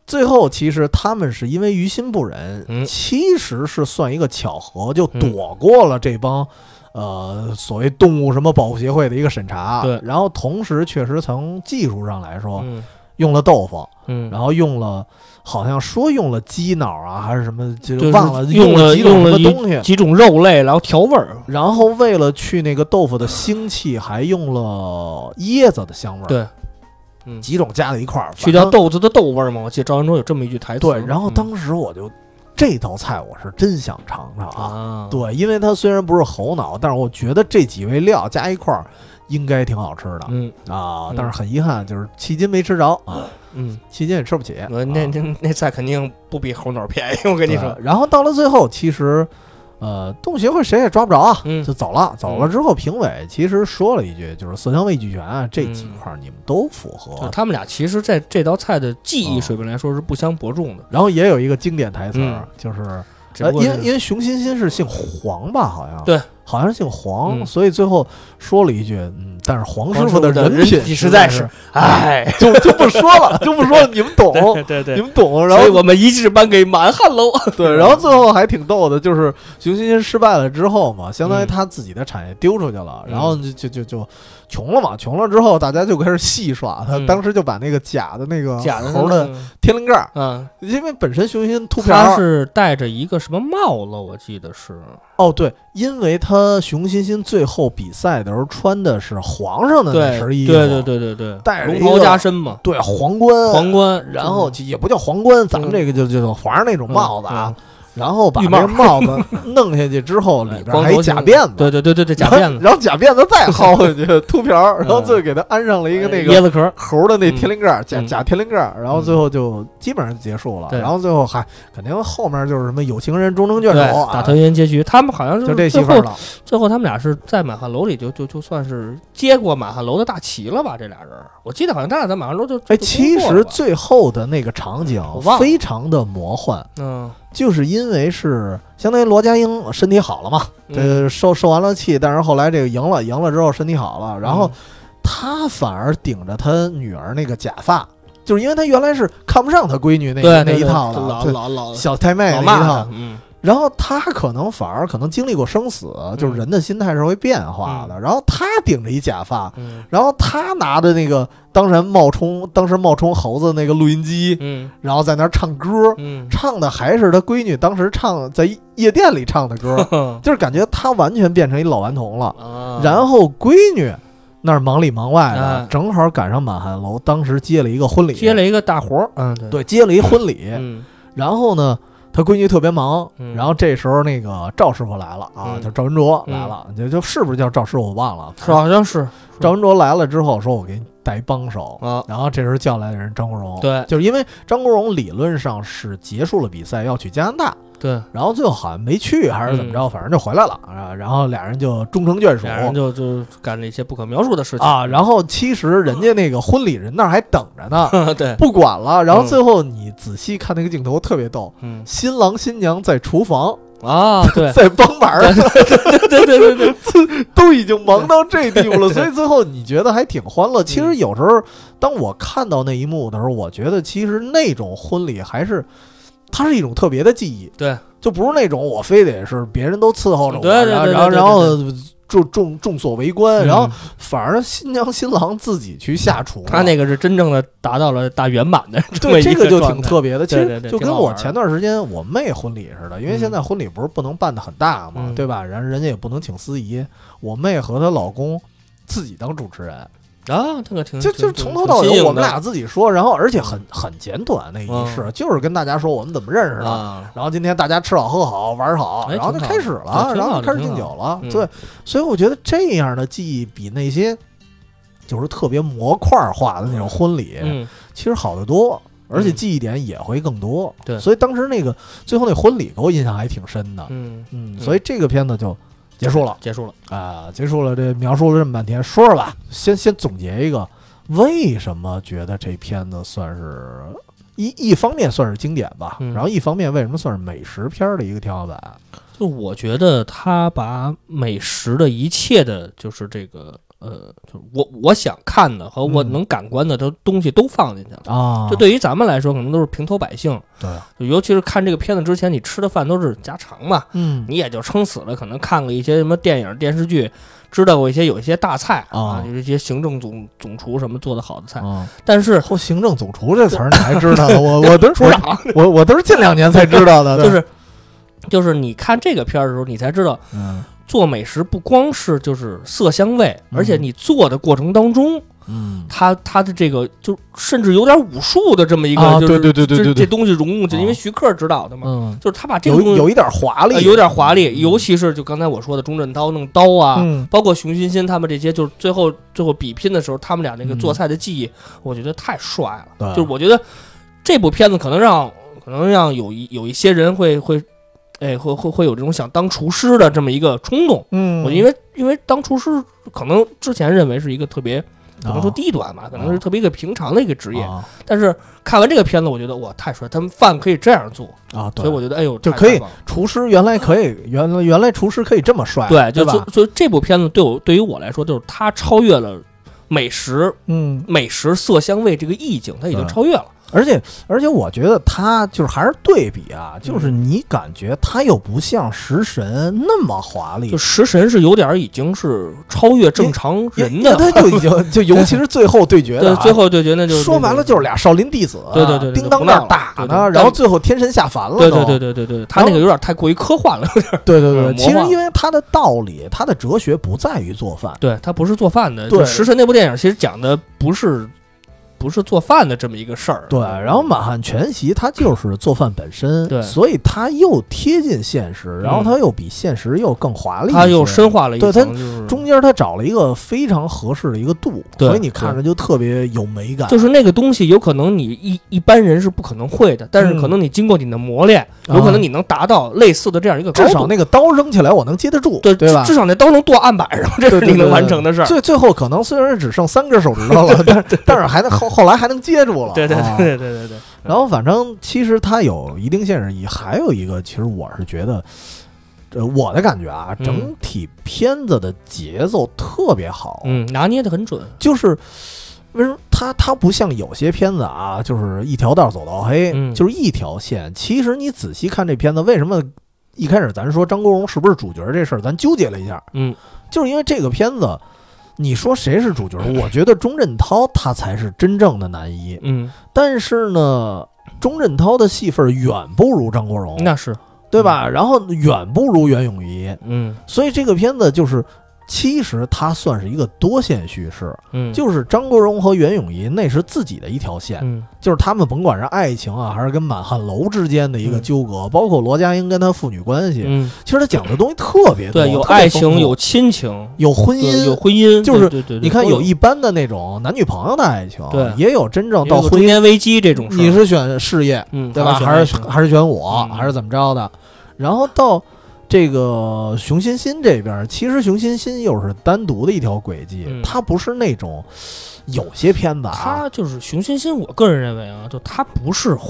Speaker 1: 最后，其实他们是因为于心不忍，
Speaker 2: 嗯
Speaker 1: 其实是算一个巧合，就
Speaker 2: 嗯
Speaker 1: 躲过了这帮，呃所谓动物什么保护协会的一个审查。
Speaker 2: 对
Speaker 1: 然后同时确实从技术上来说
Speaker 2: 嗯
Speaker 1: 用了豆腐，
Speaker 2: 嗯，
Speaker 1: 然后用了好像说用了鸡脑啊还是什么，就
Speaker 2: 就是
Speaker 1: 忘了
Speaker 2: 用了
Speaker 1: 几种
Speaker 2: 用
Speaker 1: 什
Speaker 2: 了
Speaker 1: 么
Speaker 2: 一
Speaker 1: 东西。
Speaker 2: 几种肉类，然后调味儿，
Speaker 1: 然后为了去那个豆腐的腥气，还用了椰子的香味儿，
Speaker 2: 对，嗯，
Speaker 1: 几种加在一块儿，
Speaker 2: 去掉
Speaker 1: 反正
Speaker 2: 豆子的豆味儿嘛。我记得赵文卓有这么一句台词。
Speaker 1: 对。然后
Speaker 2: 嗯
Speaker 1: 当时我就这道菜我是真想尝尝啊，
Speaker 2: 啊，
Speaker 1: 对，因为它虽然不是猴脑，但是我觉得这几味料加一块儿应该挺好吃的、
Speaker 2: 嗯
Speaker 1: 啊
Speaker 2: 嗯。
Speaker 1: 但是很遗憾，就是迄今没吃着啊，
Speaker 2: 嗯，
Speaker 1: 迄今也吃不起。
Speaker 2: 我那
Speaker 1: 啊
Speaker 2: 那那菜肯定不比猴脑便宜，我跟你说。
Speaker 1: 对然后到了最后，其实呃，动物协会谁也抓不着啊，
Speaker 2: 嗯
Speaker 1: 就走了。走了之后，评委其实说了一句，就是色香味俱全啊，这几
Speaker 2: 嗯
Speaker 1: 块儿你们都符
Speaker 2: 就
Speaker 1: 合。
Speaker 2: 他们俩其实在这道菜的技艺
Speaker 1: 哦
Speaker 2: 水平来说是不相伯仲的，
Speaker 1: 然后也有一个经典台词儿
Speaker 2: 嗯，
Speaker 1: 就是
Speaker 2: 只
Speaker 1: 呃
Speaker 2: 不，过
Speaker 1: 因
Speaker 2: 是
Speaker 1: 为因为熊欣欣是姓黄吧，好像
Speaker 2: 对，
Speaker 1: 好像是姓黄，
Speaker 2: 嗯
Speaker 1: 所以最后说了一句，嗯，但是黄
Speaker 2: 黄
Speaker 1: 师
Speaker 2: 师傅
Speaker 1: 傅的
Speaker 2: 的人
Speaker 1: 品
Speaker 2: 品实
Speaker 1: 实
Speaker 2: 在
Speaker 1: 是
Speaker 2: 是，哎，
Speaker 1: 就 就不说了，就不说了，你们懂，
Speaker 2: 对对
Speaker 1: 你
Speaker 2: 对，
Speaker 1: 们懂。然
Speaker 2: 所以
Speaker 1: 后
Speaker 2: 我们一致颁给满汉啊喽。
Speaker 1: 对，然后最后还挺逗的，就是熊欣欣失败了之后嘛，相当于他自己的产业丢出去了，
Speaker 2: 嗯
Speaker 1: 然后就就就就穷了嘛，穷了之后大家就开始戏耍他，
Speaker 2: 嗯
Speaker 1: 当时就把那个假的那个
Speaker 2: 假啊的
Speaker 1: 猴的天灵盖儿，
Speaker 2: 嗯，
Speaker 1: 因为本身熊欣欣秃瓢
Speaker 2: 他
Speaker 1: 儿，
Speaker 2: 是戴着一个什么帽子，我记得是，
Speaker 1: 哦，对，因为他熊欣欣最后比赛的时候穿的是皇上的那
Speaker 2: 对啊
Speaker 1: 身衣
Speaker 2: 对
Speaker 1: 服，
Speaker 2: 对对对对
Speaker 1: 戴
Speaker 2: 对，
Speaker 1: 着一
Speaker 2: 龙
Speaker 1: 个
Speaker 2: 袍加身嘛，
Speaker 1: 对皇冠，
Speaker 2: 皇冠，
Speaker 1: 然后其也不叫皇冠，咱们这个就就就皇上那种
Speaker 2: 嗯
Speaker 1: 帽子啊，
Speaker 2: 嗯
Speaker 1: 然后把
Speaker 2: 绿
Speaker 1: 这
Speaker 2: 帽
Speaker 1: 个帽子弄下去之 后，里边
Speaker 2: 光
Speaker 1: 还
Speaker 2: 头
Speaker 1: 假
Speaker 2: 型
Speaker 1: 辫子，
Speaker 2: 对对对对对，假
Speaker 1: 然后
Speaker 2: 辫 子，
Speaker 1: 然后假嗯辫子再薅回 去秃瓢儿，然后最后给他安上了一个那
Speaker 2: 椰
Speaker 1: 个
Speaker 2: 子壳儿，
Speaker 1: 猴的那天灵盖儿，假
Speaker 2: 嗯
Speaker 1: 假天灵盖儿，然后最后就基本上结束了，
Speaker 2: 对
Speaker 1: 然后最后还肯定后面就是什么有情人终成眷
Speaker 2: 对，
Speaker 1: 属
Speaker 2: 打
Speaker 1: 啊
Speaker 2: 团。圆结局，他们好像
Speaker 1: 就是这戏
Speaker 2: 最
Speaker 1: 份儿
Speaker 2: 后
Speaker 1: 了，
Speaker 2: 最后他们俩是在满汉楼里就就就算是接过满汉楼的大旗了吧？这俩人，我记得好像他俩在满汉楼就
Speaker 1: 哎，
Speaker 2: 就
Speaker 1: 其
Speaker 2: 工作了
Speaker 1: 实
Speaker 2: 吧
Speaker 1: 最后的那个场景
Speaker 2: 我忘了
Speaker 1: 非常的魔幻，
Speaker 2: 嗯
Speaker 1: 就是因为是相当于罗家英身体好了嘛，
Speaker 2: 嗯
Speaker 1: 这受受完了气，但是后来这个赢了，赢了之后身体好了，然后他反而顶着他女儿那个假发，就是因为他原来是看不上他闺女那
Speaker 2: 对
Speaker 1: 那
Speaker 2: 对
Speaker 1: 一
Speaker 2: 对
Speaker 1: 套
Speaker 2: 老
Speaker 1: 的，
Speaker 2: 老老
Speaker 1: 对小太妹那
Speaker 2: 老
Speaker 1: 一
Speaker 2: 骂他
Speaker 1: 套，，
Speaker 2: 嗯
Speaker 1: 然后他可能反而可能经历过生死，就是人的心态是会变化的，然后他顶着一假发。
Speaker 2: 嗯
Speaker 1: 然后他拿着那个当然冒充当时冒充猴子那个录音机，
Speaker 2: 嗯
Speaker 1: 然后在那儿唱歌，
Speaker 2: 嗯
Speaker 1: 唱的还是他闺女当时唱在夜店里唱的歌，
Speaker 2: 嗯
Speaker 1: 就是感觉他完全变成一老顽童了。
Speaker 2: 啊，
Speaker 1: 然后闺女那儿忙里忙外的
Speaker 2: 啊，
Speaker 1: 正好赶上满汉楼，当时接了一个婚礼，
Speaker 2: 接了一个大活儿，嗯对
Speaker 1: 对，接了一婚礼。
Speaker 2: 嗯
Speaker 1: 然后呢，他闺女特别忙，
Speaker 2: 嗯
Speaker 1: 然后这时候那个赵师傅来了啊，
Speaker 2: 嗯
Speaker 1: 就赵文卓
Speaker 2: 嗯
Speaker 1: 来了，就就是不是叫赵师傅我忘了，啊
Speaker 2: 是好像是
Speaker 1: 赵文卓来了之后说，我给你带一帮手。
Speaker 2: 啊
Speaker 1: 然后这时候叫来的人张国荣，
Speaker 2: 对
Speaker 1: 就是因为张国荣理论上是结束了比赛要去加拿大，
Speaker 2: 对，
Speaker 1: 然后最后好像没去还是怎么着，反正就回来了啊。然后俩人就终成眷属，
Speaker 2: 嗯俩人就就干了一些不可描述的事情，
Speaker 1: 啊，然后其实人家那个婚礼人那儿还等着呢
Speaker 2: 后 对，
Speaker 1: 不管了。然后
Speaker 2: 嗯
Speaker 1: 最后你仔细看那个镜头特别逗，
Speaker 2: 嗯
Speaker 1: 新郎新娘在厨房
Speaker 2: 啊对
Speaker 1: 在帮忙儿，
Speaker 2: 对对对对对，
Speaker 1: 都已经忙到这地步了，所以最后你觉得还挺欢乐。其
Speaker 2: 嗯
Speaker 1: 实有时候当我看到那一幕的时候，我觉得其实那种婚礼还是。它是一种特别的记忆，
Speaker 2: 对，
Speaker 1: 就不是那种我非得是别人都伺候着我，
Speaker 2: 对对对
Speaker 1: 然后
Speaker 2: 对对
Speaker 1: 然后然后众众众所围观， 然后
Speaker 2: 嗯
Speaker 1: 反而新娘新郎自己去下厨了，
Speaker 2: 他那个是真正的达到了大圆满的这么
Speaker 1: 对，
Speaker 2: 一
Speaker 1: 这个就
Speaker 2: 状
Speaker 1: 挺
Speaker 2: 态
Speaker 1: 特别的。其
Speaker 2: 对
Speaker 1: 实
Speaker 2: 对对
Speaker 1: 就
Speaker 2: 挺
Speaker 1: 跟
Speaker 2: 好
Speaker 1: 我
Speaker 2: 玩儿
Speaker 1: 前段时间我妹婚礼似的，因为现
Speaker 2: 嗯
Speaker 1: 在婚礼不是不能办的很大嘛，
Speaker 2: 嗯
Speaker 1: 对吧？然后人家也不能请司仪，我妹和她老公。自己当主持人，
Speaker 2: 啊，这个挺
Speaker 1: 就
Speaker 2: 挺
Speaker 1: 就
Speaker 2: 挺
Speaker 1: 从头
Speaker 2: 挺
Speaker 1: 到
Speaker 2: 新
Speaker 1: 尾
Speaker 2: 颖
Speaker 1: 我们
Speaker 2: 的
Speaker 1: 俩自己说，然后而且很很简短那
Speaker 2: 嗯
Speaker 1: 仪式，就是跟大家说我们怎么认识的，
Speaker 2: 啊，
Speaker 1: 然后今天大家吃好喝好玩好，
Speaker 2: 哎
Speaker 1: 然后就
Speaker 2: 挺好
Speaker 1: 开始了，
Speaker 2: 对挺
Speaker 1: 然后
Speaker 2: 好
Speaker 1: 就开
Speaker 2: 的
Speaker 1: 始
Speaker 2: 挺
Speaker 1: 敬
Speaker 2: 好
Speaker 1: 酒了。
Speaker 2: 嗯
Speaker 1: 对，所以我觉得这样的记忆比那些就是特别模块化的那种婚礼，
Speaker 2: 嗯
Speaker 1: 其实好得多，而且
Speaker 2: 嗯
Speaker 1: 记忆点也会更多。
Speaker 2: 对
Speaker 1: 所以当时那个最后那婚礼给我印象还挺深的。
Speaker 2: 嗯，
Speaker 1: 嗯，
Speaker 2: 嗯
Speaker 1: 所以这个片子就结束了
Speaker 2: 结束了，
Speaker 1: 啊、结束了。这描述了这么半天，说说吧，先先总结一个，为什么觉得这片子算是一一方面算是经典吧，
Speaker 2: 嗯
Speaker 1: 然后一方面为什么算是美食片儿的一个天花板？
Speaker 2: 就我觉得他把美食的一切的，就是这个呃，就是我我想看的和我
Speaker 1: 嗯
Speaker 2: 能感官的都东西都放进去了。
Speaker 1: 啊，
Speaker 2: 这对于咱们来说，可能都是平头百姓，
Speaker 1: 对，啊
Speaker 2: 就尤其是看这个片子之前，你吃的饭都是家常嘛，
Speaker 1: 嗯
Speaker 2: 你也就撑死了，可能看过一些什么电影、电视剧，知道过一些有一些大菜
Speaker 1: 啊
Speaker 2: 啊，就是一些行政总总厨什么做的好的菜，
Speaker 1: 啊，
Speaker 2: 但是
Speaker 1: 后行政总厨这词儿你还知道？我我都是
Speaker 2: 厨长
Speaker 1: 我我都是近两年才知道的，
Speaker 2: 啊 就
Speaker 1: 对
Speaker 2: 是就是你看这个片儿的时候，你才知道
Speaker 1: 嗯
Speaker 2: 做美食不光是就是色香味，
Speaker 1: 嗯
Speaker 2: 而且你做的过程当中，
Speaker 1: 嗯
Speaker 2: 它它的这个就甚至有点武术的这么一个，
Speaker 1: 啊，
Speaker 2: 就
Speaker 1: 对
Speaker 2: 是
Speaker 1: 对对对
Speaker 2: 这
Speaker 1: 对对，
Speaker 2: 这东西融入进去，
Speaker 1: 啊
Speaker 2: 因为徐克指导的嘛，
Speaker 1: 嗯，
Speaker 2: 就是他把这个
Speaker 1: 有
Speaker 2: 东西
Speaker 1: 有一点华丽，
Speaker 2: 呃有点华丽，尤
Speaker 1: 其
Speaker 2: 其是就刚才我说的钟镇涛弄刀啊，
Speaker 1: 嗯
Speaker 2: 包括熊欣欣他们这些，就是最后最后比拼的时候，他们俩那个
Speaker 1: 嗯
Speaker 2: 做菜的技艺，我觉得太帅了。
Speaker 1: 对
Speaker 2: 就是我觉得这部片子可能让可能让有一有一些人会会，哎，会会会有这种想当厨师的这么一个冲动。
Speaker 1: 嗯，
Speaker 2: 我因为因为当厨师可能之前认为是一个特别可能说低端吧，可能是特别一个平常的一个职业。
Speaker 1: 啊
Speaker 2: 但是看完这个片子，我觉得哇太帅，他们饭可以这样做，
Speaker 1: 啊，对
Speaker 2: 所以我觉得哎呦
Speaker 1: 就
Speaker 2: 太
Speaker 1: 可以
Speaker 2: 太棒了
Speaker 1: 厨师原来可以，原来原来厨师可以这么帅，
Speaker 2: 对，就
Speaker 1: 哎吧？
Speaker 2: 所所以这部片子对我对于我来说，就是它超越了美食
Speaker 1: 嗯，
Speaker 2: 美食色香味这个意境，它已经
Speaker 1: 对
Speaker 2: 超越了。
Speaker 1: 而且而且我觉得他就是还是对比啊，就是
Speaker 2: 嗯
Speaker 1: 你感觉他又不像食神那么华丽
Speaker 2: 就，食神是有点儿已经是超越正常人的，
Speaker 1: 他就已 经就尤其是最后对决的
Speaker 2: 对，
Speaker 1: 啊，
Speaker 2: 最后对决那就是
Speaker 1: 说白了就是俩少林弟子啊，
Speaker 2: 对对对对
Speaker 1: 叮当那儿打
Speaker 2: 不闹了
Speaker 1: 呢，
Speaker 2: 对对
Speaker 1: 然后最后天神下凡了
Speaker 2: 对
Speaker 1: 都，
Speaker 2: 对对对对对，他那个有点太过于科幻了，
Speaker 1: 对对对
Speaker 2: 嗯
Speaker 1: 其实
Speaker 2: 魔幻
Speaker 1: 因为他的道理，他的哲学不在于做饭，
Speaker 2: 对他不是做饭的。
Speaker 1: 对
Speaker 2: 就食神那部电影其实讲的不是不是做饭的这么一个事儿，
Speaker 1: 对，然后满汉全席它就是做饭本身，
Speaker 2: 对
Speaker 1: 所以它又贴近现实，然后
Speaker 2: 嗯
Speaker 1: 它又比现实又更华丽一些，
Speaker 2: 他又深化了一
Speaker 1: 对
Speaker 2: 层，
Speaker 1: 他
Speaker 2: 就是
Speaker 1: 中间它找了一个非常合适的一个度，
Speaker 2: 对
Speaker 1: 所以你看着就特别有美感，
Speaker 2: 就是那个东西，有可能你一一般人是不可能会的，但是可能你经过你的磨练，
Speaker 1: 嗯
Speaker 2: 有可能你能达到类似的这样一个高
Speaker 1: 至
Speaker 2: 度。
Speaker 1: 少那个刀扔起来我能接得住，
Speaker 2: 对
Speaker 1: 对吧
Speaker 2: 至？至少那刀能剁案板上，这
Speaker 1: 对
Speaker 2: 是
Speaker 1: 对
Speaker 2: 你能
Speaker 1: 对
Speaker 2: 完成的事儿。
Speaker 1: 最最后可能虽然只剩三根手指头 了，但是但是还能后后来还能接住了，
Speaker 2: 对对
Speaker 1: 啊
Speaker 2: 对对对对对。
Speaker 1: 然后反正其实它有一定限制，也还有一个，其实我是觉得，呃，我的感觉啊，
Speaker 2: 嗯
Speaker 1: 整体片子的节奏特别好，
Speaker 2: 嗯，拿捏的很准。
Speaker 1: 就是。为什么它它不像有些片子啊，就是一条道走到黑，
Speaker 2: 嗯
Speaker 1: 就是一条线。其实你仔细看这片子，为什么一开始咱说张国荣是不是主角这事儿，咱纠结了一下，
Speaker 2: 嗯，
Speaker 1: 就是因为这个片子，你说谁是 主角？我觉得钟镇涛他才是真正的男一。
Speaker 2: 嗯，
Speaker 1: 但是呢，钟镇涛的戏份远不如张国荣，
Speaker 2: 那是，
Speaker 1: 对吧？然后远不如袁咏仪，
Speaker 2: 嗯
Speaker 1: 所以这个片子就是，其实它算是一个多线叙事，
Speaker 2: 嗯，
Speaker 1: 就是张国荣和袁咏仪那是自己的一条线，
Speaker 2: 嗯
Speaker 1: 就是他们甭管是爱情啊，还是跟满汉楼之间的一个
Speaker 2: 嗯
Speaker 1: 纠葛，包括罗家英跟他父女关系，
Speaker 2: 嗯，
Speaker 1: 其实他讲的东西特别多，
Speaker 2: 对，有
Speaker 1: 特别
Speaker 2: 爱
Speaker 1: 丰
Speaker 2: 情，
Speaker 1: 富
Speaker 2: 有亲情，
Speaker 1: 有婚姻，
Speaker 2: 对有婚姻，
Speaker 1: 就是
Speaker 2: 对对对，
Speaker 1: 你看
Speaker 2: 都
Speaker 1: 有
Speaker 2: 有
Speaker 1: 一般的那种男女朋友的爱情，
Speaker 2: 对
Speaker 1: 也有真正
Speaker 2: 也
Speaker 1: 到
Speaker 2: 有个
Speaker 1: 婚
Speaker 2: 中
Speaker 1: 姻，
Speaker 2: 年危机这种事儿，
Speaker 1: 你是选事业。
Speaker 2: 嗯，
Speaker 1: 对吧？还
Speaker 2: 还
Speaker 1: 是啊
Speaker 2: 选
Speaker 1: 还是选我，
Speaker 2: 嗯
Speaker 1: 还是怎么着的？然后到这个熊欣欣这边，其实熊欣欣又是单独的一条轨迹，
Speaker 2: 嗯
Speaker 1: 它不是那种有些片子啊，
Speaker 2: 他就是熊欣欣，我个人认为啊，就他不是坏，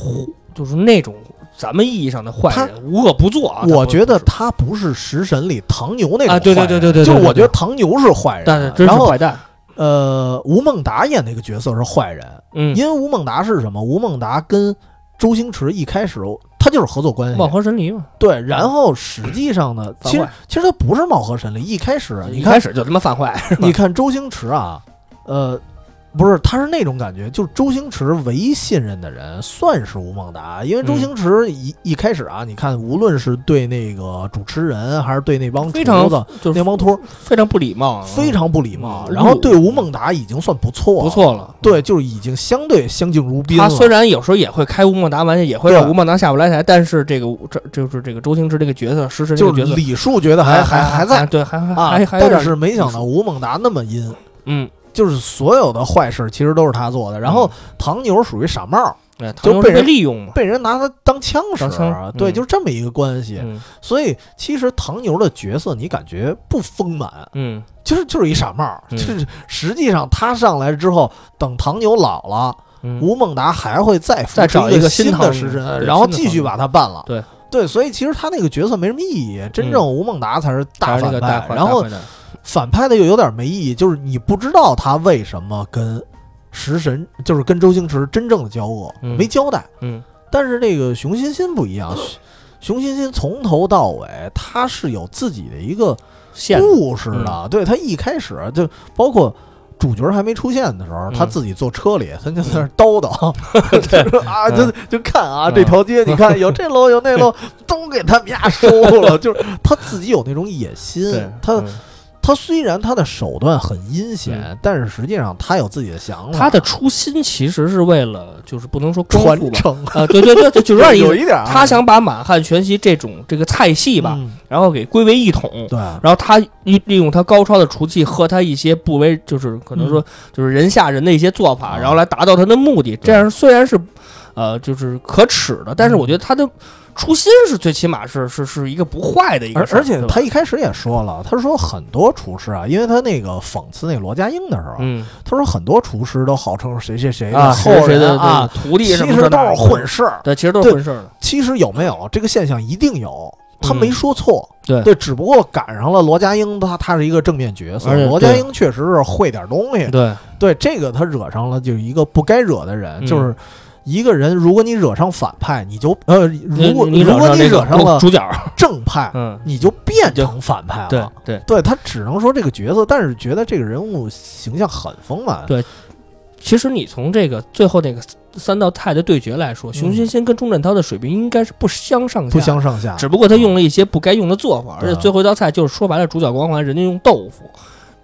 Speaker 2: 就是那种咱们意义上的坏
Speaker 1: 他
Speaker 2: 人，无恶不作啊。
Speaker 1: 我
Speaker 2: 他不
Speaker 1: 觉得
Speaker 2: 不是
Speaker 1: 它不是食神里唐牛那种坏人
Speaker 2: 啊对对对对对对
Speaker 1: 就是我
Speaker 2: 对
Speaker 1: 觉得唐牛是坏人，啊
Speaker 2: 但是真
Speaker 1: 然
Speaker 2: 是
Speaker 1: 后
Speaker 2: 坏蛋，
Speaker 1: 呃，吴孟达演那个角色是坏人，
Speaker 2: 嗯，
Speaker 1: 因为吴孟达是什么？吴孟达跟周星驰一开始他就是合作关系
Speaker 2: 貌，合神离嘛，
Speaker 1: 对，然后实际上呢，其
Speaker 2: 犯
Speaker 1: 实
Speaker 2: 坏
Speaker 1: 其实他不是貌合神离，一开始啊你
Speaker 2: 一
Speaker 1: 看
Speaker 2: 开始就他妈犯坏，是吧
Speaker 1: 你看周星驰啊，呃，不是，他是那种感觉，就是周星驰唯一信任的人算是吴孟达，因为周
Speaker 2: 嗯
Speaker 1: 星驰一、一开始啊，你看无论是对那个主持人，还是对那帮
Speaker 2: 非
Speaker 1: 厨
Speaker 2: 常
Speaker 1: 子
Speaker 2: 就是
Speaker 1: 那帮托儿，
Speaker 2: 非常不礼貌啊，
Speaker 1: 非常不礼貌，
Speaker 2: 嗯
Speaker 1: 然后对吴孟达已经算不错，
Speaker 2: 不。错了。
Speaker 1: 对，就是已经相对相敬如宾了。
Speaker 2: 他虽然有时候也会开吴孟达玩笑，也会
Speaker 1: 啊对
Speaker 2: 让吴孟达下不来台，但是这个这就是这个周星驰这个角色，实时这
Speaker 1: 就是
Speaker 2: 个角色哎
Speaker 1: 礼数觉得还还还在
Speaker 2: 对，还还
Speaker 1: 啊
Speaker 2: 还，还有
Speaker 1: 但
Speaker 2: 点
Speaker 1: 是没想到吴孟达那么阴，
Speaker 2: 嗯，
Speaker 1: 就是所有的坏事其实都是他做的。然后唐牛属于傻帽，
Speaker 2: 对，哎唐牛
Speaker 1: 被
Speaker 2: 是被
Speaker 1: 人
Speaker 2: 利用嘛，
Speaker 1: 被人拿他当枪使，啊
Speaker 2: 当枪
Speaker 1: 对，
Speaker 2: 嗯
Speaker 1: 就是这么一个关系。
Speaker 2: 嗯
Speaker 1: 所以其实唐牛的角色你感觉不丰满，
Speaker 2: 嗯
Speaker 1: 就是就是一傻帽儿，
Speaker 2: 嗯
Speaker 1: 就是实际上他上来之后，等唐牛老了，
Speaker 2: 嗯，
Speaker 1: 吴孟达还会再
Speaker 2: 再
Speaker 1: 再
Speaker 2: 找
Speaker 1: 一
Speaker 2: 一个新
Speaker 1: 新
Speaker 2: 唐
Speaker 1: 的
Speaker 2: 牛
Speaker 1: 时
Speaker 2: 对
Speaker 1: 辰，然后
Speaker 2: 新的
Speaker 1: 继续
Speaker 2: 唐牛
Speaker 1: 把他办了。
Speaker 2: 对
Speaker 1: 对，所以其实他那个角色没什么意义，真
Speaker 2: 嗯
Speaker 1: 正吴孟达才是大
Speaker 2: 还是
Speaker 1: 反
Speaker 2: 那
Speaker 1: 派
Speaker 2: 个。大坏
Speaker 1: 然后
Speaker 2: 大坏蛋
Speaker 1: 反派的又有点没意义，就是你不知道他为什么跟食神，就是跟周星驰真正的交恶，
Speaker 2: 嗯
Speaker 1: 没交代。
Speaker 2: 嗯
Speaker 1: 但是这个熊欣欣不一样，熊熊欣欣从头到尾他是有自己的一个
Speaker 2: 线
Speaker 1: 故事
Speaker 2: 嗯
Speaker 1: 的，对他一开始就包括。主角还没出现的时候，
Speaker 2: 嗯
Speaker 1: 他自己坐车里，他就在那儿叨叨，就说 啊，就就看啊，
Speaker 2: 嗯
Speaker 1: 这条街，你看有这楼有那 楼，都给他们家收了。就是他自己有那种野心
Speaker 2: 对，
Speaker 1: 他
Speaker 2: 嗯
Speaker 1: 他虽然他的手段很阴险
Speaker 2: 嗯，
Speaker 1: 但是实际上他有自己的想法，
Speaker 2: 他的初心其实是为了就是不能说光复
Speaker 1: 传
Speaker 2: 吧，
Speaker 1: 承
Speaker 2: 啊，对对对，就就有 点意
Speaker 1: 有
Speaker 2: 思。
Speaker 1: 一点啊，
Speaker 2: 他想把满汉全席这种这个菜系吧，
Speaker 1: 嗯
Speaker 2: 然后给归为一统，
Speaker 1: 对，
Speaker 2: 然后他利利用他高超的厨技和他一些不为就是可能说就是人下人的一些做法，
Speaker 1: 嗯啊
Speaker 2: 然后来达到他的目的。这样虽然是呃就是可耻的，但是我觉得他的初心是最起码是是是一个不坏的一
Speaker 1: 而
Speaker 2: 个事儿，
Speaker 1: 而且
Speaker 2: 对吧
Speaker 1: 他一开始也说了，他说很多厨师啊，因为他那个讽刺那罗家英的时候，啊
Speaker 2: 嗯
Speaker 1: 他说很多厨师都号称谁谁哎谁的
Speaker 2: 啊
Speaker 1: 后
Speaker 2: 谁谁
Speaker 1: 人
Speaker 2: 的
Speaker 1: 啊，
Speaker 2: 对徒弟
Speaker 1: 其
Speaker 2: 什么
Speaker 1: 实
Speaker 2: 的
Speaker 1: 都是混事儿。
Speaker 2: 对，其实都是混事儿的，
Speaker 1: 其实有没有这个现象，一定有。他
Speaker 2: 嗯
Speaker 1: 没说错，
Speaker 2: 对
Speaker 1: 对，只不过赶上了罗家英，他他是一个正面角色
Speaker 2: 而且，
Speaker 1: 罗家
Speaker 2: 对嗯
Speaker 1: 英确实是会点东西，
Speaker 2: 对，
Speaker 1: 对这个他惹上了就是一个不该惹的人，
Speaker 2: 嗯
Speaker 1: 就是一个人，如果你惹上反派，你就呃，如果
Speaker 2: 你
Speaker 1: 如果你
Speaker 2: 那
Speaker 1: 惹
Speaker 2: 个
Speaker 1: 上了啊
Speaker 2: 主角，
Speaker 1: 正派，
Speaker 2: 嗯，
Speaker 1: 你就变成反派了。
Speaker 2: 对对。
Speaker 1: 对他只能说这个角色，但是觉得这个人物形象很丰满。
Speaker 2: 对其实你从这个最后那个三道菜的对决来说，熊欣欣跟钟镇涛的水平应该是不相上下，
Speaker 1: 嗯不相上下。
Speaker 2: 只不过他用了一些不该用的做法，而
Speaker 1: 对
Speaker 2: 且最后一道菜就是说白了，主角光环，人家用豆腐，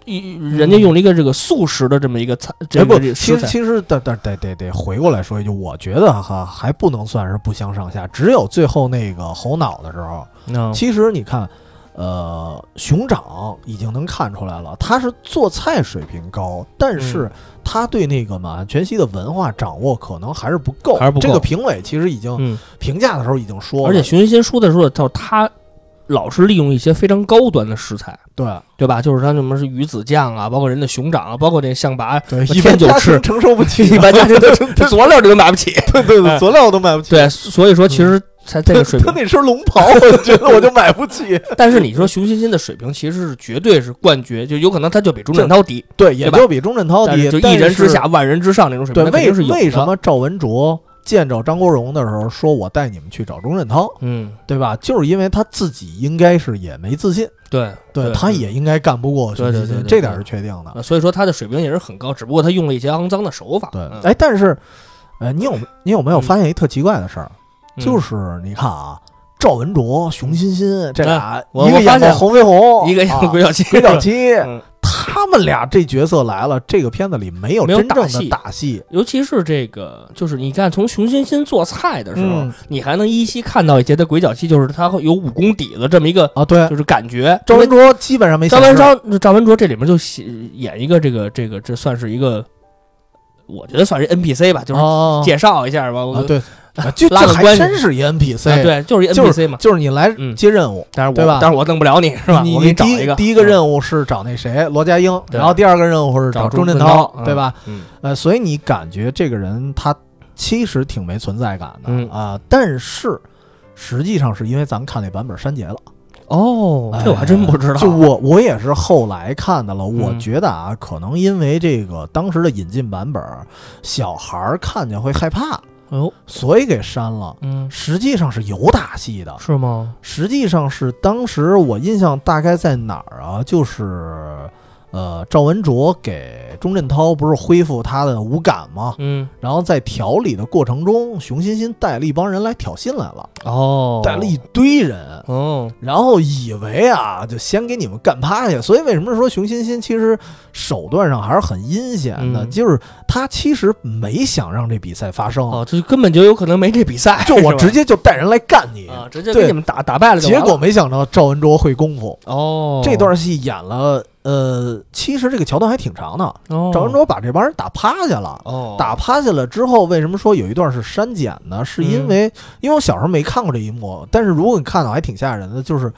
Speaker 2: 一人家用了一个这个素食的这么一个菜，
Speaker 1: 嗯
Speaker 2: 这
Speaker 1: 哎不
Speaker 2: 个，这个
Speaker 1: 其
Speaker 2: 食
Speaker 1: 实
Speaker 2: 材，
Speaker 1: 其实得得得得得回过来说一句，我觉得哈还不能算是不相上下，只有最后那个猴脑的时候，
Speaker 2: 嗯
Speaker 1: 其实你看，呃，熊掌已经能看出来了，他是做菜水平高，但
Speaker 2: 嗯
Speaker 1: 是他对那个满汉全席的文化掌握可能还是不够。
Speaker 2: 还是不够
Speaker 1: 这个评委其实已经、
Speaker 2: 嗯，
Speaker 1: 评价的时候已经说了，
Speaker 2: 而且熊欣欣说的时候，他他老是利用一些非常高端的食材。
Speaker 1: 对
Speaker 2: 对吧？就是他什么是鱼子酱啊，包括人的熊掌啊，包括这象 拔，
Speaker 1: 对，
Speaker 2: 我
Speaker 1: 一
Speaker 2: 天
Speaker 1: 般
Speaker 2: 就
Speaker 1: 家
Speaker 2: 吃
Speaker 1: 庭承受不起，
Speaker 2: 一般家庭都佐料这都买不起。
Speaker 1: 对对对，佐料我都买不起。
Speaker 2: 对，所以说其
Speaker 1: 嗯
Speaker 2: 实才哎这个水
Speaker 1: 他
Speaker 2: 平。
Speaker 1: 那身龙袍，我觉得我就买不起。
Speaker 2: 但是你说熊欣欣的水平其实是绝对是冠绝，就有可能他就比钟镇涛低，
Speaker 1: 对，也
Speaker 2: 对吧
Speaker 1: 就比钟镇涛
Speaker 2: 但
Speaker 1: 低
Speaker 2: 是，就
Speaker 1: 但
Speaker 2: 一人之
Speaker 1: 是
Speaker 2: 下，万人之上那种水
Speaker 1: 对
Speaker 2: 平，，那
Speaker 1: 为
Speaker 2: 肯定是有
Speaker 1: 为
Speaker 2: 的
Speaker 1: 什？么赵文卓见着张国荣的时候说：“我带你们去找钟镇涛，
Speaker 2: 嗯，
Speaker 1: 对吧？”就是因为他自己应该是也没自信，
Speaker 2: 对，
Speaker 1: 对，他也应该干不过
Speaker 2: 对
Speaker 1: 熊
Speaker 2: 对
Speaker 1: 欣
Speaker 2: 对
Speaker 1: 欣，
Speaker 2: 对
Speaker 1: 这点是确定的。
Speaker 2: 呃所以说他的水平也是很高，只不过他用了一些肮脏的手法。
Speaker 1: 对
Speaker 2: 嗯，
Speaker 1: 哎，但是，呃，你有你有没有
Speaker 2: 嗯
Speaker 1: 发现一特奇怪的事儿？
Speaker 2: 嗯
Speaker 1: 就是你看啊，赵文卓、熊欣欣这俩，
Speaker 2: 哎我
Speaker 1: 一
Speaker 2: 我
Speaker 1: 个
Speaker 2: 发
Speaker 1: 演过
Speaker 2: 现
Speaker 1: 红飞鸿，
Speaker 2: 嗯一个
Speaker 1: 啊
Speaker 2: 像鬼小 七，
Speaker 1: 鬼小七
Speaker 2: 嗯，
Speaker 1: 他们俩这角色来了，这个片子里没有
Speaker 2: 没有
Speaker 1: 真正
Speaker 2: 打
Speaker 1: 的
Speaker 2: 戏
Speaker 1: 打戏，
Speaker 2: 尤其是这个，就是你看从熊欣欣做菜的时候，
Speaker 1: 嗯
Speaker 2: 你还能依稀看到一些的鬼脚七，就是他会有武功底子这么一个
Speaker 1: 啊，对，
Speaker 2: 就是感觉。
Speaker 1: 赵文卓基本上没
Speaker 2: 赵
Speaker 1: 显
Speaker 2: 文
Speaker 1: 示。
Speaker 2: 昭赵文卓这里面就写演一个这个这个这算是一个，我觉得算是 NPC 吧，就是
Speaker 1: 哦
Speaker 2: 介绍一下吧。我
Speaker 1: 啊，对，啊就
Speaker 2: 拉
Speaker 1: 这
Speaker 2: 个
Speaker 1: 还
Speaker 2: 关系
Speaker 1: 真是一 NPC，
Speaker 2: 啊，对，就是一
Speaker 1: 就是
Speaker 2: NPC 嘛。
Speaker 1: 就是你来
Speaker 2: 嗯
Speaker 1: 接任务
Speaker 2: 但是我
Speaker 1: 对吧
Speaker 2: 但是我弄不了你是吧？
Speaker 1: 你
Speaker 2: 我给
Speaker 1: 你
Speaker 2: 找
Speaker 1: 第
Speaker 2: 一个嗯
Speaker 1: 第一个任务是找那谁罗家英，
Speaker 2: 对
Speaker 1: 然后第二个任务是
Speaker 2: 找
Speaker 1: 钟镇
Speaker 2: 镇
Speaker 1: 涛，
Speaker 2: 涛，
Speaker 1: 对吧？？
Speaker 2: 嗯
Speaker 1: 呃，所以你感觉这个人他其实挺没存在感
Speaker 2: 嗯
Speaker 1: 的啊，但是实际上是因为咱们看那版本删节了，
Speaker 2: 哦，
Speaker 1: 哎
Speaker 2: 这我还真不知道。
Speaker 1: 就我我也是后来看的了，我
Speaker 2: 嗯
Speaker 1: 觉得啊，可能因为这个当时的引进版本，小孩儿看见会害怕，
Speaker 2: 哦，
Speaker 1: 所以给删了。
Speaker 2: 嗯，
Speaker 1: 实际上是有打戏的，
Speaker 2: 是吗？
Speaker 1: 实际上是当时我印象大概在哪儿啊？就是，呃，赵文卓给钟镇涛不是恢复他的五感吗？
Speaker 2: 嗯，
Speaker 1: 然后在调理的过程中，熊欣欣带了一帮人来挑衅来了，
Speaker 2: 哦，
Speaker 1: 带了一堆人，
Speaker 2: 哦，
Speaker 1: 然后以为啊，就先给你们干趴下。所以为什么说熊欣欣其实手段上还是很阴险的？
Speaker 2: 嗯
Speaker 1: 就是他其实没想让这比赛发生，
Speaker 2: 哦，这根本就有可能没这比赛，
Speaker 1: 就我
Speaker 2: 是吧
Speaker 1: 直接就带人来干你。
Speaker 2: 啊，直接给
Speaker 1: 对
Speaker 2: 你们打打败了就
Speaker 1: 结
Speaker 2: 完了，
Speaker 1: 果没想到赵文卓会功夫，
Speaker 2: 哦，
Speaker 1: 这段戏演了，呃，其实这个桥段还挺长的。
Speaker 2: 哦
Speaker 1: 赵文卓把这帮人打趴下了，
Speaker 2: 哦
Speaker 1: 打趴下了之后，为什么说有一段是删减呢？是
Speaker 2: 嗯
Speaker 1: 因为、因为我小时候没看过这一幕，但是如果你看到还挺吓人的，就是。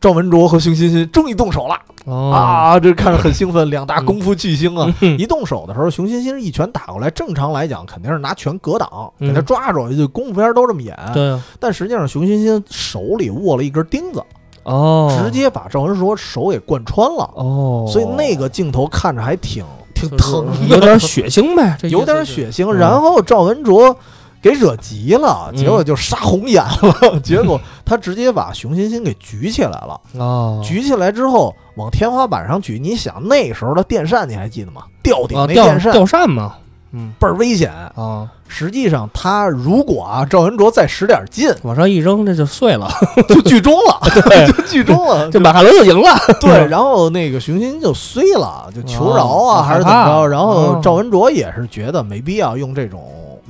Speaker 1: 赵文卓和熊欣欣终于动手了、
Speaker 2: 哦
Speaker 1: 啊！这看着很兴奋，两大功夫巨星啊！
Speaker 2: 嗯
Speaker 1: 一动手的时候，熊欣欣一拳打过来，正常来讲肯定是拿拳格挡，
Speaker 2: 嗯
Speaker 1: 给他抓住，就功夫片都这么演。
Speaker 2: 对啊
Speaker 1: 但实际上，熊欣欣手里握了一根钉子，
Speaker 2: 哦，
Speaker 1: 直接把赵文卓手给贯穿了，
Speaker 2: 哦，
Speaker 1: 所以那个镜头看着还挺挺
Speaker 2: 就是
Speaker 1: 疼的，
Speaker 2: 有点血腥呗，这意思
Speaker 1: 有点
Speaker 2: 是
Speaker 1: 血腥。
Speaker 2: 嗯
Speaker 1: 然后赵文卓给惹急了，
Speaker 2: 嗯
Speaker 1: 结果就杀红眼了， 结果他直接把熊欣欣给举起来了。
Speaker 2: 哦，
Speaker 1: 举起来之后往天花板上举，你想那时候的电扇你还记得吗？吊顶
Speaker 2: 啊
Speaker 1: 那
Speaker 2: 吊
Speaker 1: 电扇哦
Speaker 2: 吊扇嘛，嗯
Speaker 1: 倍儿危险。
Speaker 2: 啊，
Speaker 1: 实际上，他如果啊赵文卓再使点劲，
Speaker 2: 往上一扔，这就碎了，
Speaker 1: 就剧终了，
Speaker 2: 对，
Speaker 1: 就剧终了。
Speaker 2: 这马卡伦 就赢了，
Speaker 1: 对，然后那个熊欣就衰了，就求饶啊，
Speaker 2: 哦
Speaker 1: 还是怎么
Speaker 2: 害
Speaker 1: 着？
Speaker 2: 怕
Speaker 1: 然后
Speaker 2: 哦
Speaker 1: 赵文卓也是觉得没必要用这种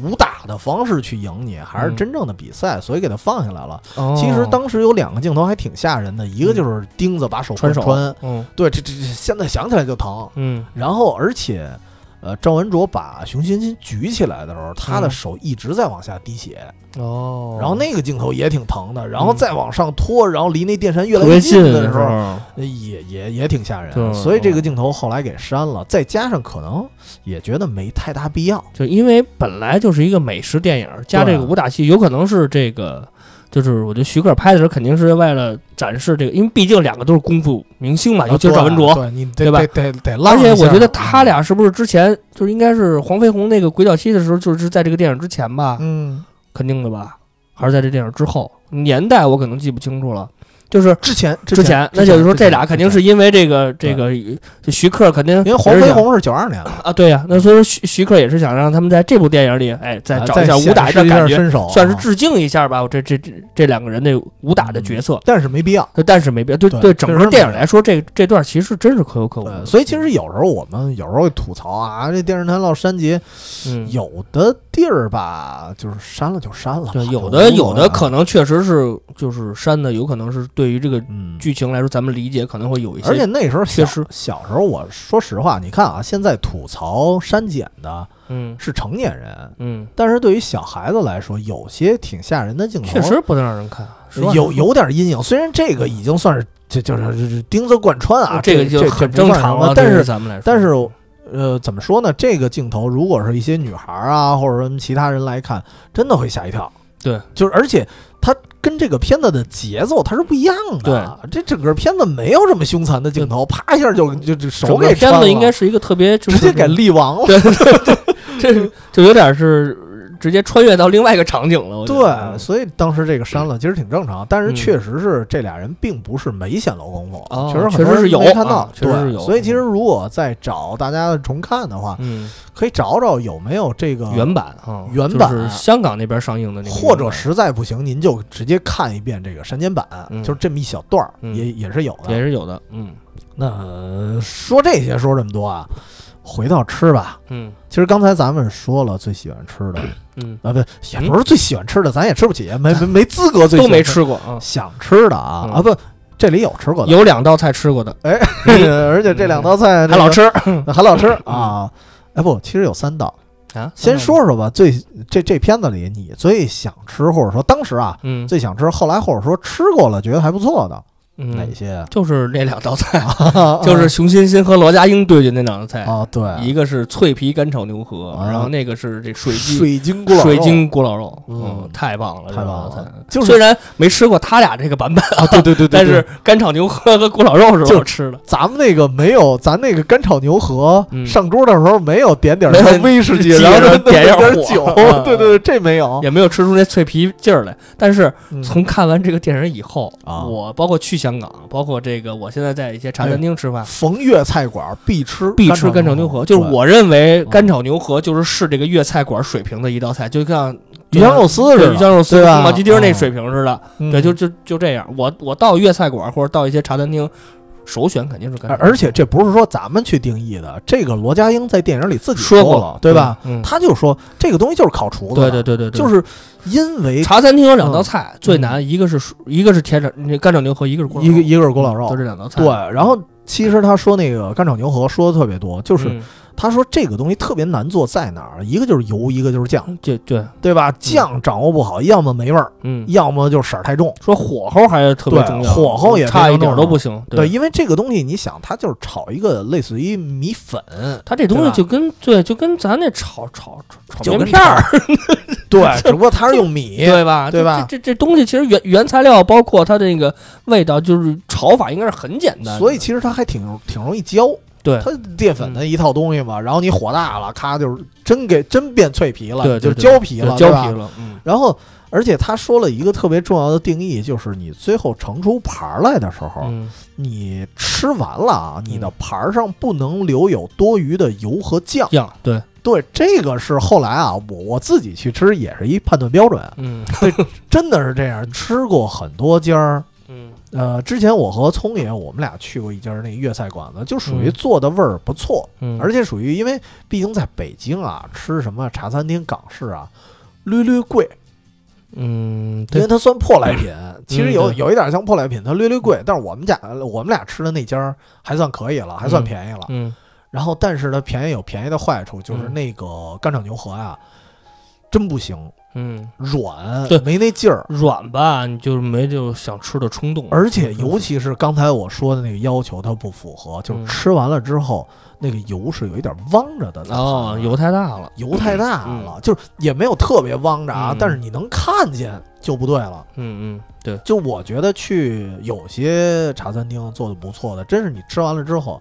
Speaker 1: 武打的方式去赢你，还是真正的比赛，所以给他放下来了。
Speaker 2: 嗯哦嗯
Speaker 1: 其实当时有两个镜头还挺吓人的，一个就是钉子把手
Speaker 2: 穿手
Speaker 1: 穿，
Speaker 2: 嗯
Speaker 1: 对，这这这现在想起来就疼。
Speaker 2: 嗯
Speaker 1: 然后而且，呃，赵文卓把熊欣欣举起来的时候，他的
Speaker 2: 嗯
Speaker 1: 手一直在往下滴血，
Speaker 2: 哦，嗯
Speaker 1: 然后那个镜头也挺疼的，然后再往上拖，然后离那电扇越来
Speaker 2: 特
Speaker 1: 越
Speaker 2: 别近
Speaker 1: 的
Speaker 2: 时
Speaker 1: 时候，
Speaker 2: 候，
Speaker 1: 呃也也也挺吓人，啊
Speaker 2: 对
Speaker 1: 所以这个镜头后来给删了，再加上可能也觉得没太大必要，
Speaker 2: 就因为本来就是一个美食电影，加这个
Speaker 1: 啊
Speaker 2: 武打戏，有可能是这个，就是我觉得徐克拍的时候肯定是为了展示这个，因为毕竟两个都是功夫明星嘛，尤其是赵文卓。
Speaker 1: 啊对你得
Speaker 2: 对吧
Speaker 1: 得得得浪
Speaker 2: 而
Speaker 1: 一下，嗯
Speaker 2: 且我觉得他俩是不是之前就是应该是黄飞鸿那个《鬼脚七》的时候，就是在这个电影之前吧？
Speaker 1: 嗯，
Speaker 2: 肯定的吧？还是在这电影之后？年代我可能记不清楚了。就是
Speaker 1: 之前
Speaker 2: 之前，那就是说这俩肯定。
Speaker 1: 之
Speaker 2: 是
Speaker 1: 前
Speaker 2: 因为这个这个，就徐克肯定
Speaker 1: 因为黄
Speaker 2: 也是
Speaker 1: 飞
Speaker 2: 想
Speaker 1: 鸿是九二年的，
Speaker 2: 啊，对呀、那所以说徐徐克也是想让他们在这部电影里，哎，再
Speaker 1: 啊
Speaker 2: 找一下
Speaker 1: 显
Speaker 2: 武打
Speaker 1: 示
Speaker 2: 的
Speaker 1: 一下
Speaker 2: 感觉，
Speaker 1: 身手啊，
Speaker 2: 算是致敬一下吧。我这这这这两个人的武打的角色，
Speaker 1: 但是没必要。
Speaker 2: 但是没必要对
Speaker 1: 对
Speaker 2: 对整
Speaker 1: 确实
Speaker 2: 个
Speaker 1: 没
Speaker 2: 电影来说，这这段其实真是可有可无的
Speaker 1: 对，。呃所以其实有时候我们有时候会吐槽啊，这电视台老删节，
Speaker 2: 嗯，
Speaker 1: 有的地儿吧，就是删了就删了吧，啊
Speaker 2: 对有的有的
Speaker 1: 能，
Speaker 2: 可能确实是就是删的，有可能是对于这个
Speaker 1: 嗯，
Speaker 2: 剧情来说，咱们理解可能会有一些，
Speaker 1: 而且那时候小
Speaker 2: 缺失
Speaker 1: 小时候，我说实话，你看啊，现在吐槽删减的
Speaker 2: 嗯
Speaker 1: 是成年人，
Speaker 2: 嗯，
Speaker 1: 但是对于小孩子来说，有些挺吓人的镜头，
Speaker 2: 确实不能让人看，实话
Speaker 1: 哦有有点阴影。虽然这个已经算是这就是就是钉子贯穿啊，这
Speaker 2: 这个就
Speaker 1: 这
Speaker 2: 很
Speaker 1: 这不
Speaker 2: 正
Speaker 1: 算
Speaker 2: 常
Speaker 1: 什
Speaker 2: 了
Speaker 1: 么，但
Speaker 2: 对于
Speaker 1: 是
Speaker 2: 咱们来说，
Speaker 1: 但是呃，怎么说呢？这个镜头如果是一些女孩儿啊，或者说其他人来看，真的会吓一跳。
Speaker 2: 对，
Speaker 1: 就是而且它跟这个片子的节奏它是不一样的。对，这整个片子没有这么凶残的镜头，啪一下就就就手
Speaker 2: 整个
Speaker 1: 给
Speaker 2: 片
Speaker 1: 穿了
Speaker 2: 子应该是一个特别就
Speaker 1: 直
Speaker 2: 是
Speaker 1: 接给力王了。
Speaker 2: 对对 对，这是就有点是呃直接穿越到另外一个场景了。我觉得
Speaker 1: 对，所以当时这个删了，其实挺正常。但是
Speaker 2: 嗯
Speaker 1: 确实是这俩人并不是没显露功夫，
Speaker 2: 哦
Speaker 1: 确实很
Speaker 2: 确
Speaker 1: 多
Speaker 2: 实
Speaker 1: 人
Speaker 2: 是有
Speaker 1: 没看到
Speaker 2: 啊，确
Speaker 1: 对
Speaker 2: 实是有
Speaker 1: 所以其实如果再找大家重看的话，
Speaker 2: 嗯，
Speaker 1: 可以找找有没有这个
Speaker 2: 原版啊，
Speaker 1: 原
Speaker 2: 就是
Speaker 1: 版
Speaker 2: 香港那边上映的那个原版，
Speaker 1: 或者实在不行，您就直接看一遍这个删减版，
Speaker 2: 嗯
Speaker 1: 就是这么一小段儿，
Speaker 2: 嗯
Speaker 1: 也也是有
Speaker 2: 也
Speaker 1: 的。
Speaker 2: 是有的。嗯
Speaker 1: 那呃说这些说这么多啊，回到吃吧。
Speaker 2: 嗯
Speaker 1: 其实刚才咱们说了最喜欢 吃的
Speaker 2: 嗯，
Speaker 1: 啊，不也不是最喜欢吃的，咱也吃不起，没没没资格最喜
Speaker 2: 都
Speaker 1: 欢
Speaker 2: 没，吃过啊，
Speaker 1: 想吃的啊
Speaker 2: 嗯
Speaker 1: 啊不，这里有吃过的，
Speaker 2: 有两道菜吃过的，
Speaker 1: 而且这两道菜
Speaker 2: 还老
Speaker 1: 吃，
Speaker 2: 吃
Speaker 1: 还 老吃啊。哎不，其实有三道，
Speaker 2: 啊。
Speaker 1: 先说说吧。最这这片子里你最想吃，或者说当时啊
Speaker 2: 嗯
Speaker 1: 最想吃，后来或者说吃过了觉得还不错的，哪
Speaker 2: 嗯，
Speaker 1: 些？
Speaker 2: 就是那两道菜， 就是熊欣欣和罗家英对决那两道菜，
Speaker 1: 啊，对，
Speaker 2: 一个是脆皮干炒牛河，
Speaker 1: 啊
Speaker 2: 然后那个是这水鸡
Speaker 1: 水晶锅，
Speaker 2: 水晶咕老肉，
Speaker 1: 嗯
Speaker 2: 嗯，太棒了，
Speaker 1: 太棒
Speaker 2: 这道菜
Speaker 1: 了，就是
Speaker 2: 虽然没吃过他俩这个版本，
Speaker 1: 啊，对对对对，
Speaker 2: 但是
Speaker 1: 对
Speaker 2: 干炒牛河和咕老肉是
Speaker 1: 就
Speaker 2: 我吃的。
Speaker 1: 咱们那个没有，咱那个干炒牛河
Speaker 2: 嗯
Speaker 1: 上桌的时候没有点点儿
Speaker 2: 没有
Speaker 1: 什么威士忌，
Speaker 2: 鸡
Speaker 1: 然后
Speaker 2: 然后
Speaker 1: 点
Speaker 2: 点点
Speaker 1: 点
Speaker 2: 火
Speaker 1: 酒，
Speaker 2: 嗯
Speaker 1: 对对对，这没有。
Speaker 2: 也没有吃出那脆皮劲儿来，但是
Speaker 1: 嗯
Speaker 2: 从看完这个电影以后，
Speaker 1: 啊
Speaker 2: 我包括去香港，包括这个我现在在一些茶餐厅吃饭，
Speaker 1: 冯粤菜馆必吃
Speaker 2: 必吃干炒牛河。就是
Speaker 1: 对
Speaker 2: 我认为干炒牛河就是是这个粤菜馆水平的一道菜，就像
Speaker 1: 嗯鱼香肉丝
Speaker 2: 对
Speaker 1: 是
Speaker 2: 鱼香肉丝、
Speaker 1: 对吧啊
Speaker 2: 宫保鸡丁那水平似的。
Speaker 1: 嗯
Speaker 2: 对，就就就这样。我我到粤菜馆或者到一些茶餐厅，首选肯定是干
Speaker 1: 而
Speaker 2: 炒。
Speaker 1: 而且这不是说咱们去定义的，这个罗家英在电影里自己
Speaker 2: 说
Speaker 1: 过
Speaker 2: 过
Speaker 1: 了，对吧？？
Speaker 2: 嗯，
Speaker 1: 他就说这个东西就是烤厨子
Speaker 2: 对
Speaker 1: 的，
Speaker 2: 对对对，对
Speaker 1: 就是因为
Speaker 2: 茶餐厅有
Speaker 1: 嗯
Speaker 2: 两道菜最难，一个是蔬一个是铁炒那干炒牛河，一个是锅
Speaker 1: 一个一个是锅烙肉
Speaker 2: 就，这两道菜。
Speaker 1: 对。然后其实他说那个干炒牛河说的特别多，就
Speaker 2: 就是
Speaker 1: 他说这个东西特别难做，在哪儿？一个就是油，一个就是酱，
Speaker 2: 对嗯对，
Speaker 1: 对吧？酱掌握不好，要么没味儿，
Speaker 2: 嗯，
Speaker 1: 要么就色儿太重。
Speaker 2: 说火候还是特别
Speaker 1: 对
Speaker 2: 重要，
Speaker 1: 火候也非
Speaker 2: 差
Speaker 1: 常
Speaker 2: 一点儿
Speaker 1: 重
Speaker 2: 都
Speaker 1: 要
Speaker 2: 不行。
Speaker 1: 对，，因为这个东西，你想，它就是炒一个类似于米粉，
Speaker 2: 它这东
Speaker 1: 对
Speaker 2: 西
Speaker 1: 吧
Speaker 2: 就跟对，就跟咱那炒炒炒炒
Speaker 1: 就
Speaker 2: 面
Speaker 1: 跟
Speaker 2: 片 儿，
Speaker 1: 对，只不过它是用米，
Speaker 2: 对吧？
Speaker 1: 对吧
Speaker 2: 这这这东西其实原原材料包括它这个味道，就是炒法应该是很简单的。
Speaker 1: 所以其实它还挺挺容易焦。
Speaker 2: 对嗯
Speaker 1: 它淀粉的一套东西嘛，然后你火大了，咔就是真给真变脆皮了，
Speaker 2: 对对
Speaker 1: 就是
Speaker 2: 对
Speaker 1: 焦皮
Speaker 2: 对
Speaker 1: 了，
Speaker 2: 焦
Speaker 1: 对吧
Speaker 2: 皮了，嗯，
Speaker 1: 然后，而且他说了一个特别重要的定义，就是你最后盛出盘儿来的时候，
Speaker 2: 嗯
Speaker 1: 你吃完了啊，你的盘儿上不能留有多余的油和酱。
Speaker 2: 样对，
Speaker 1: 对，这个是后来啊，我我自己去吃也是一判断标准，
Speaker 2: 嗯
Speaker 1: 真的是这样。吃过很多家儿，
Speaker 2: 嗯
Speaker 1: 呃，之前我和聪爷我们俩去过一家儿那粤菜馆子，就属于
Speaker 2: 嗯
Speaker 1: 做的味儿不错，
Speaker 2: 嗯，
Speaker 1: 而且属于因为毕竟在北京啊，吃什么茶餐厅、港式啊，略略贵。
Speaker 2: 嗯
Speaker 1: 因
Speaker 2: 对嗯
Speaker 1: 为它算破烂 品，其实有
Speaker 2: 对
Speaker 1: 有一点像破烂品，它略略贵，但是我们家呃我们俩吃的那家儿还算可以了，还算便宜了。
Speaker 2: 嗯
Speaker 1: 然后，但是它便宜有便宜的坏处，就是
Speaker 2: 嗯
Speaker 1: 那个干炒牛河呀、真不行，
Speaker 2: 嗯
Speaker 1: 软，
Speaker 2: 对嗯
Speaker 1: 没那劲儿，
Speaker 2: 软吧，你就是没就想吃的冲动，
Speaker 1: 而且尤其是刚才我说的那个要求，它不符合，就是
Speaker 2: 嗯
Speaker 1: 吃完了之后，那个油是有一点汪着的在盘
Speaker 2: 哦
Speaker 1: 子
Speaker 2: 油太大了，
Speaker 1: 油太大了，就是也没有特别汪着啊，
Speaker 2: 嗯
Speaker 1: 但是你能看见就不对了。
Speaker 2: 嗯嗯对，
Speaker 1: 就我觉得去有些茶餐厅做的不错的，真是你吃完了之后，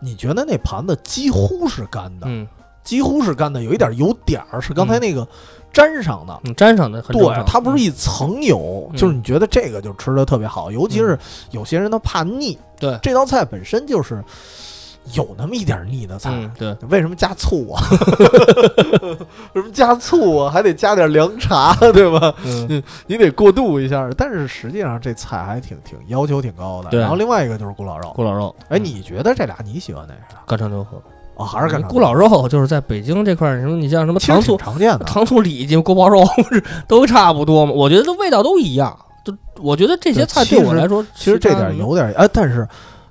Speaker 1: 你觉得那盘子几乎是干的，
Speaker 2: 嗯
Speaker 1: 几乎是干的，有一点油点儿是刚才那个沾上的。
Speaker 2: 嗯沾上的很正
Speaker 1: 对，
Speaker 2: 常
Speaker 1: 它不是一层油，
Speaker 2: 嗯
Speaker 1: 就是你觉得这个就吃的特别好，尤其是有些人他怕腻，
Speaker 2: 对
Speaker 1: 这道菜本身就是有那么一点腻的菜。
Speaker 2: 嗯 对，
Speaker 1: 为什么加醋 啊？为什么加醋啊？还得加点凉茶，对吧？
Speaker 2: 嗯
Speaker 1: 你得过渡一下。但是实际上这菜还挺挺要求挺高的。
Speaker 2: 对
Speaker 1: 然后另外一个就是咕老肉。
Speaker 2: 咕老肉，
Speaker 1: 哎，
Speaker 2: 嗯
Speaker 1: 你觉得这俩你喜欢哪个？
Speaker 2: 干炒牛河。
Speaker 1: 哦，还是干
Speaker 2: 咕老肉就是在北京这块儿，你说你像什么
Speaker 1: 其实
Speaker 2: 糖
Speaker 1: 挺
Speaker 2: 醋
Speaker 1: 常见的。
Speaker 2: 糖醋里脊、锅包肉， 不是都差不多吗？我觉得味道都一样。就我觉得这些菜
Speaker 1: 对
Speaker 2: 对
Speaker 1: 其
Speaker 2: 我
Speaker 1: 实
Speaker 2: 来说，
Speaker 1: 其实这
Speaker 2: 他
Speaker 1: 点有点哎，但是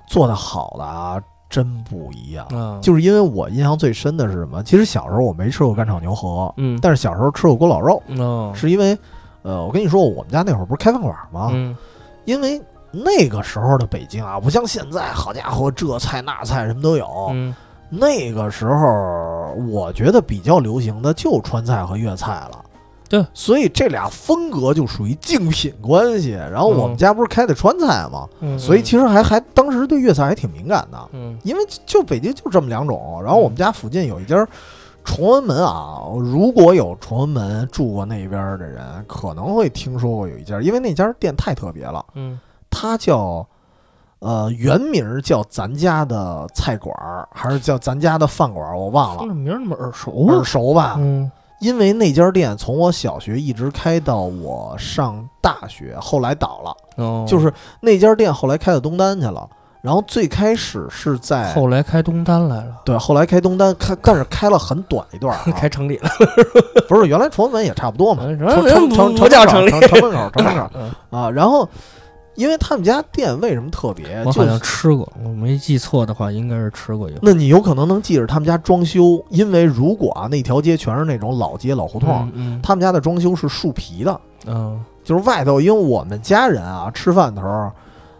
Speaker 1: 做的好的啊，真不一样。
Speaker 2: 嗯，
Speaker 1: 就是因为我印象最深的是什么？其实小时候我没吃过干炒牛河，
Speaker 2: 嗯，
Speaker 1: 但是小时候吃过咕老肉，
Speaker 2: 哦，
Speaker 1: 是因为呃，我跟你说，我们家那会儿不是开饭馆吗？
Speaker 2: 嗯
Speaker 1: 因为那个时候的北京啊，不像现在，好家伙，这菜那菜什么都有。
Speaker 2: 嗯
Speaker 1: 那个时候，我觉得比较流行的就川菜和粤菜了。
Speaker 2: 对，
Speaker 1: 所以这俩风格就属于竞品关系。然后我们
Speaker 2: 嗯
Speaker 1: 家不是开的川菜嘛，
Speaker 2: 嗯，
Speaker 1: 所以其实还还当时对粤菜还挺敏感的，
Speaker 2: 嗯
Speaker 1: 因为就北京就这么两种。然后我们家附近有一家崇文门啊，如果有崇文门住过那边的人，可能会听说过有一家，因为那家店太特别了，
Speaker 2: 嗯
Speaker 1: 它叫。呃，原名儿叫咱家的菜馆儿，还是叫咱家的饭馆儿？我忘了，
Speaker 2: 听着名儿那么耳熟
Speaker 1: 耳
Speaker 2: 啊，
Speaker 1: 熟吧？
Speaker 2: 嗯
Speaker 1: 因为那家店从我小学一直开到我上大学，后来倒了，
Speaker 2: 哦，
Speaker 1: 就是那家店后来开到东单去了。然后最开始是在
Speaker 2: 后来开东单来了，
Speaker 1: 对，后来开东单
Speaker 2: ，
Speaker 1: 开，但是开了很短一段、啊
Speaker 2: 开城里了，
Speaker 1: 不是原来崇文门也差不多 嘛，
Speaker 2: 什
Speaker 1: 城
Speaker 2: 么
Speaker 1: 城城
Speaker 2: 哎不叫哦城
Speaker 1: 城
Speaker 2: 里
Speaker 1: 门 口城城门口城门口
Speaker 2: 嗯
Speaker 1: 啊。然后，因为他们家店为什么特别，
Speaker 2: 我
Speaker 1: 哎就
Speaker 2: 好像
Speaker 1: 是
Speaker 2: 吃过，我没记错的话，应该是吃过一回。
Speaker 1: 那你有可能能记着他们家装修，因为如果啊那条街全是那种老街老胡同，
Speaker 2: 嗯
Speaker 1: 他们家的装修是树皮的，
Speaker 2: 嗯
Speaker 1: 就是外头，因为我们家人啊吃饭的时候，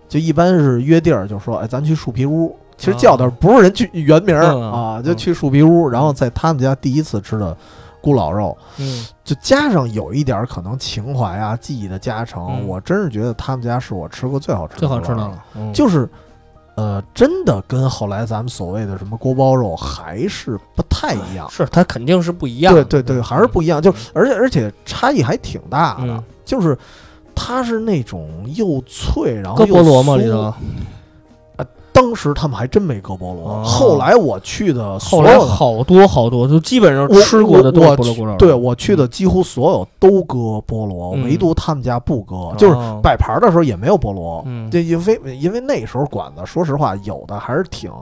Speaker 1: 就一般是约地儿，就说哎，咱去树皮屋。其实叫的不是人去原名儿
Speaker 2: 啊嗯
Speaker 1: 啊，
Speaker 2: 嗯
Speaker 1: 就去树皮屋。然后在他们家第一次吃的咕老肉，
Speaker 2: 嗯
Speaker 1: 就加上有一点儿可能情怀啊、记忆的加成，
Speaker 2: 嗯
Speaker 1: 我真是觉得他们家是我吃过最好吃的
Speaker 2: 最好吃
Speaker 1: 咕
Speaker 2: 的
Speaker 1: 老肉。
Speaker 2: 了，嗯
Speaker 1: 啊就是，呃，真的跟后来咱们所谓的什么锅包肉还是不太一样。
Speaker 2: 是它肯定是不一样
Speaker 1: 对
Speaker 2: 的，
Speaker 1: 对对，还是不一样。就是而且而且差异还挺大的。
Speaker 2: 嗯
Speaker 1: 就是它是那种又脆，然后
Speaker 2: 搁
Speaker 1: 又
Speaker 2: 菠萝吗
Speaker 1: 酥
Speaker 2: 里头？
Speaker 1: 当时他们还真没搁菠萝，
Speaker 2: 哦
Speaker 1: 后来我去的
Speaker 2: 后
Speaker 1: 所
Speaker 2: 来
Speaker 1: 有的。
Speaker 2: 好多好多，就基本上
Speaker 1: 我
Speaker 2: 吃过的都是
Speaker 1: 我
Speaker 2: 菠萝
Speaker 1: 去
Speaker 2: 咕噜。
Speaker 1: 对我去的几乎所有都搁菠萝，
Speaker 2: 嗯
Speaker 1: 唯独他们家不搁，
Speaker 2: 哦，
Speaker 1: 就是摆盘的时候也没有菠萝。
Speaker 2: 嗯
Speaker 1: 这因为因为那时候馆子，说实话，有的还是挺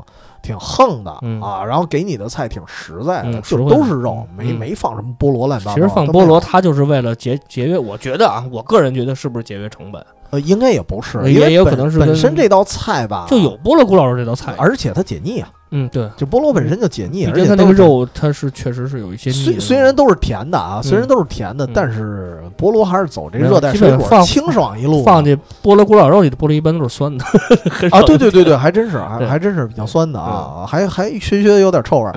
Speaker 1: 挺横的、
Speaker 2: 嗯
Speaker 1: 啊，然后给你的菜挺实在的，
Speaker 2: 嗯
Speaker 1: 就
Speaker 2: 实惠
Speaker 1: 都
Speaker 2: 的
Speaker 1: 是肉，
Speaker 2: 嗯
Speaker 1: 没
Speaker 2: 嗯
Speaker 1: 没放什么菠萝乱七八糟。
Speaker 2: 其实放
Speaker 1: 都
Speaker 2: 菠
Speaker 1: 没
Speaker 2: 萝，
Speaker 1: 有，
Speaker 2: 它就是为了节节约，我觉得啊，我个人觉得是不是节约成本？
Speaker 1: 呃，应该也不是，
Speaker 2: 也
Speaker 1: 因为
Speaker 2: 也有可
Speaker 1: 本
Speaker 2: 能是
Speaker 1: 本
Speaker 2: 跟
Speaker 1: 身这道菜吧
Speaker 2: 就有菠萝咕噜这道菜，
Speaker 1: 而且它解腻啊。
Speaker 2: 嗯，对，
Speaker 1: 就菠萝本身就解腻，啊
Speaker 2: 毕
Speaker 1: 而
Speaker 2: 竟
Speaker 1: 且
Speaker 2: 嗯它那
Speaker 1: 都
Speaker 2: 个
Speaker 1: 是
Speaker 2: 肉它是确实是有一些腻
Speaker 1: 虽
Speaker 2: 的
Speaker 1: 虽然都是甜的啊，虽然
Speaker 2: 嗯
Speaker 1: 都是甜的
Speaker 2: 嗯，
Speaker 1: 但是菠萝还是走这
Speaker 2: 没有
Speaker 1: 热带
Speaker 2: 基
Speaker 1: 水
Speaker 2: 本
Speaker 1: 果
Speaker 2: 放
Speaker 1: 清爽一路
Speaker 2: 放进菠萝咕老肉里的菠萝一般都是酸的， 很少
Speaker 1: 啊，对对对 对，还真是，还
Speaker 2: 对嗯
Speaker 1: 还真是比较酸的啊，还还熏熏的有点臭味 儿，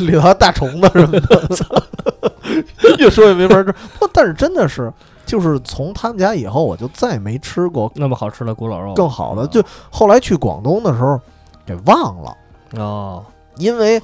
Speaker 1: 里头还大虫子什么的， 越说越没法吃。不，但是真的是，就是从他们家以后，我就再也没吃过
Speaker 2: 那么好吃的咕老肉
Speaker 1: 更好的。
Speaker 2: 嗯
Speaker 1: 就后来去广东的时候给忘了，
Speaker 2: 哦，
Speaker 1: 因为。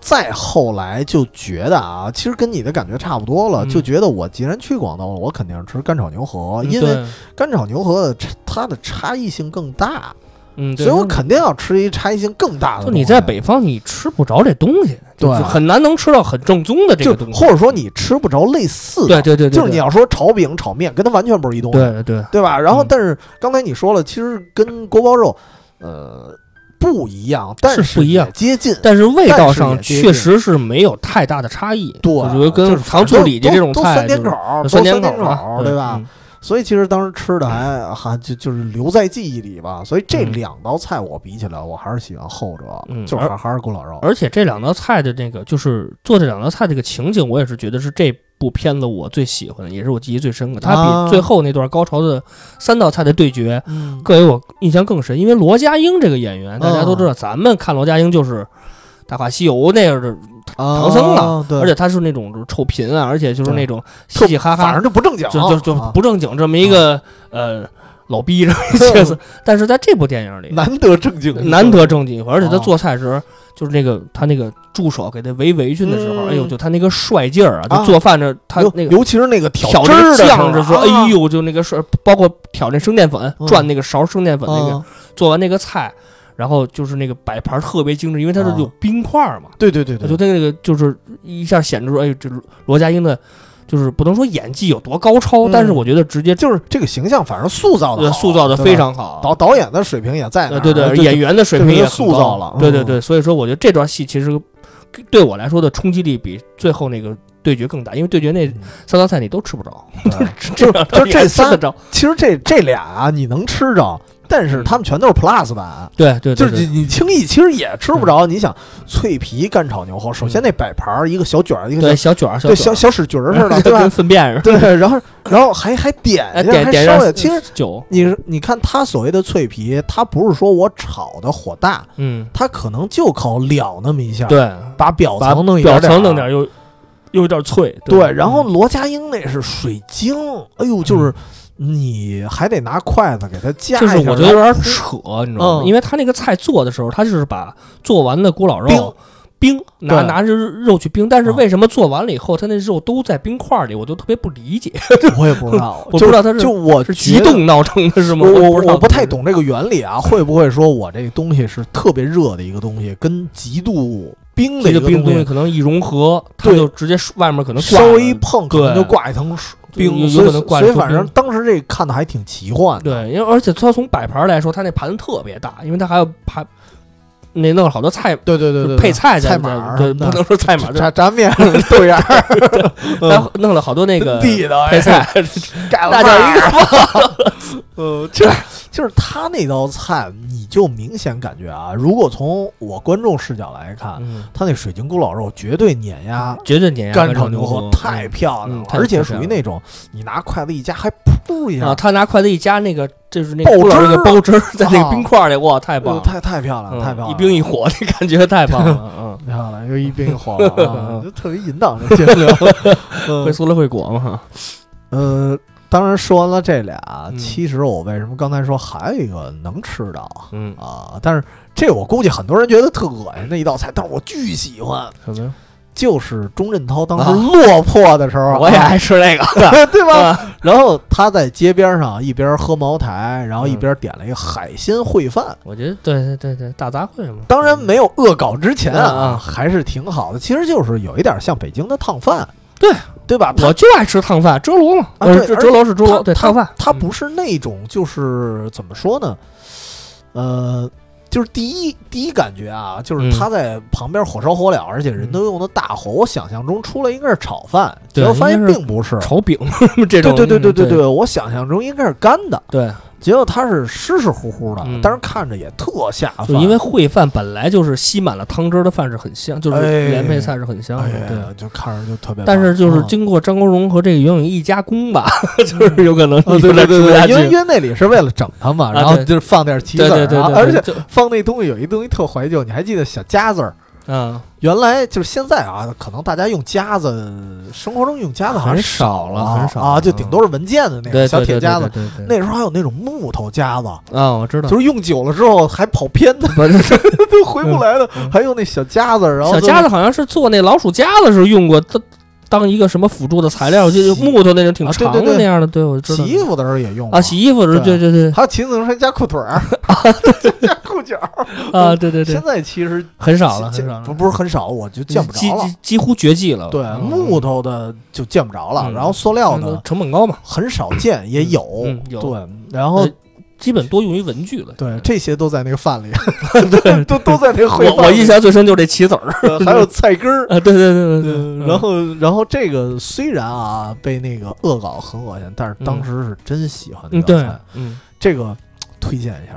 Speaker 1: 再后来就觉得啊，其实跟你的感觉差不多了，
Speaker 2: 嗯
Speaker 1: 就觉得我既然去广东了，我肯定是吃干炒牛河，啊
Speaker 2: 嗯
Speaker 1: 因为
Speaker 2: 对
Speaker 1: 干炒牛河的差它的差异性更大。
Speaker 2: 嗯，对
Speaker 1: 所以我
Speaker 2: 那
Speaker 1: 肯定要吃一差异性更大的
Speaker 2: 就
Speaker 1: 东西。
Speaker 2: 你在北方你吃不着这东西，
Speaker 1: 对啊
Speaker 2: 就是很难能吃到很正宗的这
Speaker 1: 就
Speaker 2: 个东西，
Speaker 1: 或者说你吃不着类似
Speaker 2: 对
Speaker 1: 的，
Speaker 2: 对对对，
Speaker 1: 就是啊你要说炒饼、炒面，跟它完全不是一东西，
Speaker 2: 对对对，
Speaker 1: 对吧？然后
Speaker 2: 嗯
Speaker 1: 但是刚才你说了，其实跟锅包肉，呃，不一样，但
Speaker 2: 是不一样
Speaker 1: 也接近。
Speaker 2: 但是味道上
Speaker 1: 但是也接近
Speaker 2: 确实是没有太大的差异，
Speaker 1: 对，啊
Speaker 2: 我觉得
Speaker 1: 就
Speaker 2: 跟
Speaker 1: 是
Speaker 2: 糖
Speaker 1: 反
Speaker 2: 醋
Speaker 1: 正
Speaker 2: 里脊
Speaker 1: 都
Speaker 2: 这种
Speaker 1: 都酸
Speaker 2: 菜就
Speaker 1: 甜
Speaker 2: 是
Speaker 1: 口儿，
Speaker 2: 呃
Speaker 1: 都
Speaker 2: 酸
Speaker 1: 酸
Speaker 2: 甜
Speaker 1: 口
Speaker 2: 口嗯
Speaker 1: 儿
Speaker 2: 嘛，
Speaker 1: 对吧？？所以其实当时吃的还还就就是留在记忆里吧。所以这
Speaker 2: 嗯
Speaker 1: 两道菜我比起来，我还是喜欢后者，
Speaker 2: 嗯
Speaker 1: 就是还还是锅老肉。
Speaker 2: 而且这两道菜的那个，就是做这两道菜这个情景，我也是觉得是这部片子我最喜欢的，也是我记忆最深刻。它
Speaker 1: 啊
Speaker 2: 比最后那段高潮的三道菜的对决
Speaker 1: 嗯，
Speaker 2: 更有我印象更深，因为罗家英这个演员，大家都知
Speaker 1: 哦
Speaker 2: 道，咱们看罗家英就是《大话西游》那样的，唐
Speaker 1: 唐
Speaker 2: 僧了
Speaker 1: 哦了，对，
Speaker 2: 而且他是那种就是臭贫啊，而且就是
Speaker 1: 对
Speaker 2: 那种嘻嘻哈
Speaker 1: 反
Speaker 2: 哈
Speaker 1: 正，就不正经，
Speaker 2: 就就就
Speaker 1: 啊
Speaker 2: 不正经这么一个呃老逼这么一角
Speaker 1: 嗯
Speaker 2: 色。但是在这部电影里，
Speaker 1: 难得正经，
Speaker 2: 难得正经一回，而且
Speaker 1: 哦
Speaker 2: 他做菜时候，就是那个他那个助手给他围围裙的时候，
Speaker 1: 嗯
Speaker 2: 哎呦，就他那个帅劲儿啊，
Speaker 1: 啊
Speaker 2: 就做饭这他
Speaker 1: 尤
Speaker 2: 那个
Speaker 1: 尤其是那个
Speaker 2: 挑
Speaker 1: 汁
Speaker 2: 那
Speaker 1: 儿
Speaker 2: 个
Speaker 1: 的啊
Speaker 2: 酱着
Speaker 1: 时
Speaker 2: 说，
Speaker 1: 候，
Speaker 2: 哎呦，就那个帅，包括挑那生淀粉，
Speaker 1: 嗯
Speaker 2: 转那个勺生淀粉
Speaker 1: 啊，
Speaker 2: 那个，做完那个菜，然后就是那个摆盘特别精致，因为它是
Speaker 1: 啊
Speaker 2: 有冰块嘛，
Speaker 1: 对对对
Speaker 2: 我觉
Speaker 1: 对，
Speaker 2: 得那个就是一下显出，哎呦，这罗家英的，就是不能说演技有多高超，
Speaker 1: 嗯
Speaker 2: 但是我觉得直接
Speaker 1: 就是这个形象，反正塑造的
Speaker 2: 呃塑造的非常好，
Speaker 1: 导导演的水平也在那
Speaker 2: 呃，
Speaker 1: 儿，啊
Speaker 2: 对对，
Speaker 1: 就
Speaker 2: 演员的水平也
Speaker 1: 这个
Speaker 2: 很
Speaker 1: 就塑
Speaker 2: 高
Speaker 1: 造了
Speaker 2: 对对
Speaker 1: 嗯
Speaker 2: 对，所以说我觉得这段戏其实对我来说的冲击力比最后那个对决更大，因为对决那
Speaker 1: 嗯
Speaker 2: 三道菜你都吃不着，
Speaker 1: 对
Speaker 2: 这两道
Speaker 1: 就
Speaker 2: 你
Speaker 1: 这
Speaker 2: 还吃
Speaker 1: 仨
Speaker 2: 得着，
Speaker 1: 其实这这俩啊你能吃着，但是他们全都是 Plus 版。
Speaker 2: 对嗯对，对
Speaker 1: 就是
Speaker 2: 对嗯
Speaker 1: 你你轻易其实也吃不着，你想脆皮干炒牛河，首先那摆盘儿一个小卷儿，一个
Speaker 2: 对
Speaker 1: 小
Speaker 2: 小卷儿，
Speaker 1: 对
Speaker 2: 卷
Speaker 1: 小
Speaker 2: 儿
Speaker 1: 小屎裙儿似的， 对
Speaker 2: 跟
Speaker 1: 吧？
Speaker 2: 粪便似的，
Speaker 1: 对，然后然后还还点
Speaker 2: 哎
Speaker 1: 一下，
Speaker 2: 点
Speaker 1: 还
Speaker 2: 点
Speaker 1: 烧一下，
Speaker 2: 上
Speaker 1: 其实
Speaker 2: 酒，
Speaker 1: 你你看它所谓的脆皮，它不是说我炒的火大，
Speaker 2: 嗯，
Speaker 1: 它可能就烤了那么一下，，
Speaker 2: 对，
Speaker 1: 把表
Speaker 2: 把
Speaker 1: 层弄一点
Speaker 2: 表
Speaker 1: 儿点儿
Speaker 2: 层弄点儿又又有点脆，
Speaker 1: 对，然后罗家英那是水晶，哎呦，就是你还得拿筷子给它夹
Speaker 2: 就
Speaker 1: 一
Speaker 2: 是
Speaker 1: 下，
Speaker 2: 我觉得有点扯，你知道吗？
Speaker 1: 嗯
Speaker 2: 因为他那个菜做的时候，他就是把做完的咕老
Speaker 1: 冰
Speaker 2: 肉冰拿
Speaker 1: 对
Speaker 2: 拿着肉去冰，但是
Speaker 1: 嗯
Speaker 2: 为什么做完了以后，他那肉都在冰块里，我就特别不理解，
Speaker 1: 然后我也不知道，
Speaker 2: 我
Speaker 1: 就
Speaker 2: 不知道它是
Speaker 1: 就我
Speaker 2: 是
Speaker 1: 觉
Speaker 2: 激
Speaker 1: 得。
Speaker 2: 动闹成的是吗？
Speaker 1: 我
Speaker 2: 我
Speaker 1: 我
Speaker 2: 知道
Speaker 1: 我不太
Speaker 2: 是
Speaker 1: 懂这个原理啊，会不会说我这东西是特别热的一个东西，跟极度冰的
Speaker 2: 这
Speaker 1: 一
Speaker 2: 个
Speaker 1: 个
Speaker 2: 冰东西
Speaker 1: 西，
Speaker 2: 可能一融合，它
Speaker 1: 对
Speaker 2: 就直接外面可能挂
Speaker 1: 稍微一
Speaker 2: 了
Speaker 1: 碰可能
Speaker 2: 对
Speaker 1: 就挂一层
Speaker 2: 有
Speaker 1: 冰，
Speaker 2: 有
Speaker 1: 所
Speaker 2: 可
Speaker 1: 以
Speaker 2: 能挂
Speaker 1: 所以
Speaker 2: 一层
Speaker 1: 反正
Speaker 2: 冰
Speaker 1: 当时这看的还挺奇幻的。
Speaker 2: 对，因为而且它从摆盘来说，它那盘子特别大，因为它还有盘。那弄了好多菜，
Speaker 1: 对对对对，对
Speaker 2: 配菜在
Speaker 1: 菜
Speaker 2: 在
Speaker 1: 码儿嗯
Speaker 2: 对，
Speaker 1: 什么
Speaker 2: 不
Speaker 1: 的
Speaker 2: 能说菜码儿，
Speaker 1: 炸炸面 豆芽儿，
Speaker 2: 它弄了好多那个
Speaker 1: 嗯地道
Speaker 2: 配菜，
Speaker 1: 改
Speaker 2: 大家一个
Speaker 1: 呃，这 就是他那道菜，你就明显感觉啊，如果从我观众视角来看，
Speaker 2: 嗯，
Speaker 1: 他那水晶咕老肉绝对碾压
Speaker 2: 绝啊对碾压
Speaker 1: 干
Speaker 2: 炒
Speaker 1: 炒牛河，太漂亮
Speaker 2: 嗯
Speaker 1: 了，
Speaker 2: 太
Speaker 1: 而且
Speaker 2: 太
Speaker 1: 属
Speaker 2: 漂
Speaker 1: 于
Speaker 2: 亮
Speaker 1: 那种你拿筷子一夹，还噗一
Speaker 2: 啊！
Speaker 1: 下，
Speaker 2: 他拿筷子一夹，那个就是那个
Speaker 1: 爆
Speaker 2: 咕噜
Speaker 1: 汁儿
Speaker 2: 那个爆汁儿在那个
Speaker 1: 啊
Speaker 2: 冰块里，哇，太棒
Speaker 1: 呃
Speaker 2: 了，
Speaker 1: 太太漂亮，
Speaker 2: 嗯
Speaker 1: 了，太漂亮了，嗯
Speaker 2: 一冰一火，那感觉太 棒了，
Speaker 1: 漂亮，又一冰一火 了啊，就特别淫荡这节目。
Speaker 2: 嗯，
Speaker 1: 嗯
Speaker 2: 会酥了会裹嘛，
Speaker 1: 呃，当然说完了这俩，
Speaker 2: 嗯
Speaker 1: 其实我为什么刚才说还有一个能吃到啊？
Speaker 2: 嗯，
Speaker 1: 啊，但是这我估计很多人觉得特恶心的一道菜，但是我巨喜欢，
Speaker 2: 什么呀？
Speaker 1: 就是钟镇涛当时
Speaker 2: 啊
Speaker 1: 落魄的时候啊，
Speaker 2: 嗯我也爱吃嗯那个，
Speaker 1: 对吧？然后他在街边上一边喝茅台，然后一
Speaker 2: 嗯
Speaker 1: 边点了一个海鲜烩饭。
Speaker 2: 我觉得对对对对，大杂烩嘛，
Speaker 1: 当然没有恶搞之前
Speaker 2: 嗯
Speaker 1: 啊，
Speaker 2: 嗯
Speaker 1: 还是挺好的。其实就是有一点像北京的烫饭，
Speaker 2: 对
Speaker 1: 对吧？它
Speaker 2: 我就爱吃烫饭，蒸炉嘛，
Speaker 1: 啊
Speaker 2: 呃
Speaker 1: 对
Speaker 2: 这
Speaker 1: 而
Speaker 2: 蒸楼是蒸楼，对，
Speaker 1: 它
Speaker 2: 烫饭，
Speaker 1: 它
Speaker 2: 嗯
Speaker 1: 不是那种就是怎么说呢？呃，就是第一第一感觉啊，就是
Speaker 2: 嗯
Speaker 1: 他在旁边火烧火燎，而且人都用的大火。我想象中出来应该是炒饭，
Speaker 2: 对
Speaker 1: 结果发现
Speaker 2: 应该是
Speaker 1: 并不是。
Speaker 2: 炒饼这
Speaker 1: 嗯对
Speaker 2: 种，
Speaker 1: 对对对
Speaker 2: 嗯对
Speaker 1: 对对，我想象中应该是干的，
Speaker 2: 对，
Speaker 1: 结果他是湿湿乎乎的
Speaker 2: 嗯，
Speaker 1: 但是看着也特下啊饭，
Speaker 2: 就因为烩饭本来就是吸满了汤汁儿的饭是很香，就是
Speaker 1: 哎
Speaker 2: 连配菜是很香
Speaker 1: 哎
Speaker 2: 的，嗯对。
Speaker 1: 呀，就看着就特别棒。
Speaker 2: 但是就是
Speaker 1: 嗯
Speaker 2: 经过张国荣和这个袁咏仪一加 工吧，就是有可能
Speaker 1: 啊，
Speaker 2: 你
Speaker 1: 对对
Speaker 2: 有点
Speaker 1: 对
Speaker 2: 吃不
Speaker 1: 对，
Speaker 2: 下去
Speaker 1: 因为因为那里是为了整他嘛，
Speaker 2: 啊
Speaker 1: 然后
Speaker 2: 对
Speaker 1: 就是放点棋子
Speaker 2: 对
Speaker 1: 儿，
Speaker 2: 对对
Speaker 1: 然后
Speaker 2: 对，
Speaker 1: 而且
Speaker 2: 且
Speaker 1: 放那东西有一东西特怀旧，你还记得小夹子儿？
Speaker 2: 嗯，
Speaker 1: 原来就是现在啊，可能大家用夹子，生活中用夹子好像
Speaker 2: 很少了
Speaker 1: 啊
Speaker 2: 很少了嗯
Speaker 1: 啊，就顶多是文件的那种
Speaker 2: 对
Speaker 1: 小铁夹子。，
Speaker 2: 对对对
Speaker 1: 那
Speaker 2: 对
Speaker 1: 时候还有那种木头夹子，
Speaker 2: 对啊，我知道，
Speaker 1: 就是用久了之后还跑偏的，
Speaker 2: 不是
Speaker 1: 都回不来的
Speaker 2: 嗯嗯。
Speaker 1: 还有那小夹子，然后
Speaker 2: 小
Speaker 1: 就
Speaker 2: 夹子好像是做那老鼠夹子时候用过，当当一个什么辅助的材料，就是
Speaker 1: 洗
Speaker 2: 木头那种挺
Speaker 1: 啊对
Speaker 2: 长
Speaker 1: 对
Speaker 2: 的
Speaker 1: 对
Speaker 2: 那样的，对我知道
Speaker 1: 洗衣服的时候也用
Speaker 2: 啊，
Speaker 1: 过
Speaker 2: 洗衣服的时啊候，对
Speaker 1: 对
Speaker 2: 对对
Speaker 1: 还有骑自行车加裤腿 儿加裤脚儿。
Speaker 2: 啊，对对对
Speaker 1: 现，在其实
Speaker 2: 很少了，
Speaker 1: 见
Speaker 2: 很少了
Speaker 1: 不，不是很少，我就见不
Speaker 2: 几
Speaker 1: 着了
Speaker 2: 几。几乎绝迹了，
Speaker 1: 对，
Speaker 2: 嗯
Speaker 1: 木头的就见不着了，
Speaker 2: 嗯
Speaker 1: 然后塑料的
Speaker 2: 成本高嘛，
Speaker 1: 很少见，也有。
Speaker 2: 嗯有
Speaker 1: 对，然后
Speaker 2: 呃基本多用于文具了。
Speaker 1: 对， 这些都在那个饭里，对，都都在那个烩饭里。
Speaker 2: 我我印象最深就是这棋子 儿，
Speaker 1: 呃还有菜根儿。
Speaker 2: 啊，对对对对
Speaker 1: 嗯
Speaker 2: 对，
Speaker 1: 然后，然后这个虽然啊被那个恶搞很恶心，但是当时是真喜欢这
Speaker 2: 嗯
Speaker 1: 道
Speaker 2: 对
Speaker 1: 菜。，
Speaker 2: 嗯，
Speaker 1: 这个推荐一下，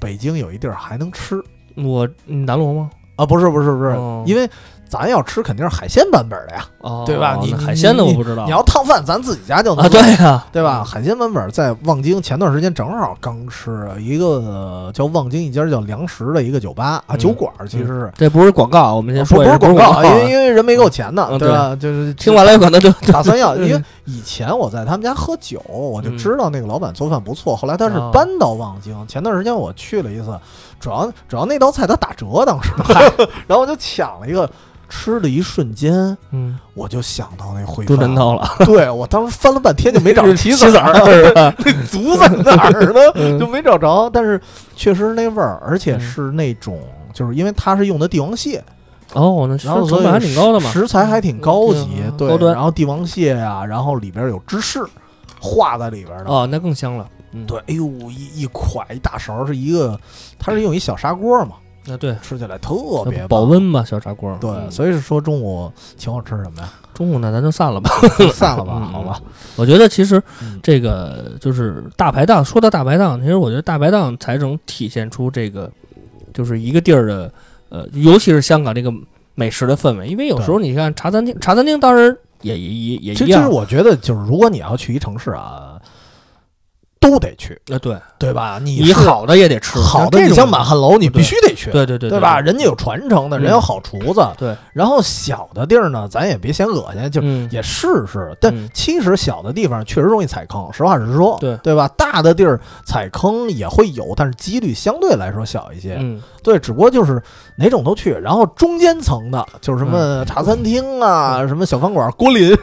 Speaker 1: 北京有一地儿还能吃
Speaker 2: 我你南锣吗？
Speaker 1: 啊，不是不是不是，
Speaker 2: 哦
Speaker 1: 因为咱要吃肯定是海鲜版本的呀。
Speaker 2: 哦，
Speaker 1: 对吧你
Speaker 2: 那海鲜的我
Speaker 1: 你
Speaker 2: 不知道，
Speaker 1: 你要烫饭，咱自己家就能
Speaker 2: 哦啊，
Speaker 1: 做
Speaker 2: 对呀，
Speaker 1: 对吧？海鲜版本在望京，前段时间正好刚吃一个呃叫望京一家叫粮食的一个酒吧啊
Speaker 2: 嗯
Speaker 1: 酒馆，其实是
Speaker 2: 这不是广告啊，我们先
Speaker 1: 不
Speaker 2: 说一
Speaker 1: 不
Speaker 2: 下，
Speaker 1: 是广告，因为
Speaker 2: 啊
Speaker 1: 因为人没给我钱呢
Speaker 2: 嗯，
Speaker 1: 对吧？就是
Speaker 2: 听完了有可能就
Speaker 1: 打算 要，
Speaker 2: 嗯
Speaker 1: 因为以前我在他们家喝酒，我就
Speaker 2: 嗯
Speaker 1: 知道那个老板做饭不错。后来他是
Speaker 2: 哦
Speaker 1: 搬到望京，前段时间我去了一次，主要主要那道菜它打折，当时，然后我就抢了一个，吃的一瞬间
Speaker 2: 嗯，
Speaker 1: 我就想到那烩
Speaker 2: 猪人
Speaker 1: 饭，
Speaker 2: 头了，
Speaker 1: 对我当时翻了半天就没找着
Speaker 2: 棋
Speaker 1: 棋
Speaker 2: 子
Speaker 1: 子儿，
Speaker 2: 儿，
Speaker 1: 那足在哪儿呢？
Speaker 2: 嗯
Speaker 1: 就没找着，但是确实是那味儿，而且
Speaker 2: 嗯
Speaker 1: 是那种，就是因为它是用的帝王蟹，
Speaker 2: 哦，那吃
Speaker 1: 然后
Speaker 2: 成
Speaker 1: 所以
Speaker 2: 本还挺高的嘛，
Speaker 1: 食材还挺高级
Speaker 2: 嗯，
Speaker 1: 对，
Speaker 2: 高端
Speaker 1: 然后帝王蟹啊，然后里边有芝士化在里边的，
Speaker 2: 哦，那更香了，嗯，
Speaker 1: 对，哎呦，一一蒯一大勺是一个，它是用一小砂锅嘛，
Speaker 2: 啊对，
Speaker 1: 吃起来特别棒
Speaker 2: 呃保。温吧，小砂锅，
Speaker 1: 对，
Speaker 2: 嗯
Speaker 1: 所以是说中午请我吃什 么呀？
Speaker 2: 中午呢，咱就散了吧。
Speaker 1: 散了吧，
Speaker 2: 嗯
Speaker 1: 好吧。
Speaker 2: 我觉得其实
Speaker 1: 嗯
Speaker 2: 这个就是大排档。说到大排档，其实我觉得大排档才能体现出这个，就是一个地儿的，呃，尤其是香港这个美食的氛围。因为有时候你看茶餐厅，茶餐厅当然也也也也
Speaker 1: 其实，
Speaker 2: 一
Speaker 1: 其实
Speaker 2: 样，
Speaker 1: 我觉得就是，如果你要去一城市啊，都得去，
Speaker 2: 啊对，
Speaker 1: 对吧？你
Speaker 2: 你
Speaker 1: 是
Speaker 2: 好的也得吃，
Speaker 1: 好的，
Speaker 2: 这
Speaker 1: 你
Speaker 2: 种
Speaker 1: 像满汉楼，你
Speaker 2: 对
Speaker 1: 必须得去，
Speaker 2: 对对对
Speaker 1: 对吧？？人家有传承的，
Speaker 2: 嗯
Speaker 1: 人有好厨子，
Speaker 2: 对。
Speaker 1: 然后小的地儿呢，咱也别嫌恶心，就
Speaker 2: 嗯，
Speaker 1: 也试试。但
Speaker 2: 嗯
Speaker 1: 其实小的地方确实容易踩坑，实话实说，
Speaker 2: 对
Speaker 1: 对吧？大的地儿踩坑也会有，但是几率相对来说小一些。
Speaker 2: 嗯，
Speaker 1: 对，只不过就是哪种都去，然后中间层的，就是什么
Speaker 2: 嗯
Speaker 1: 茶餐厅啊，什么小饭馆、郭 林、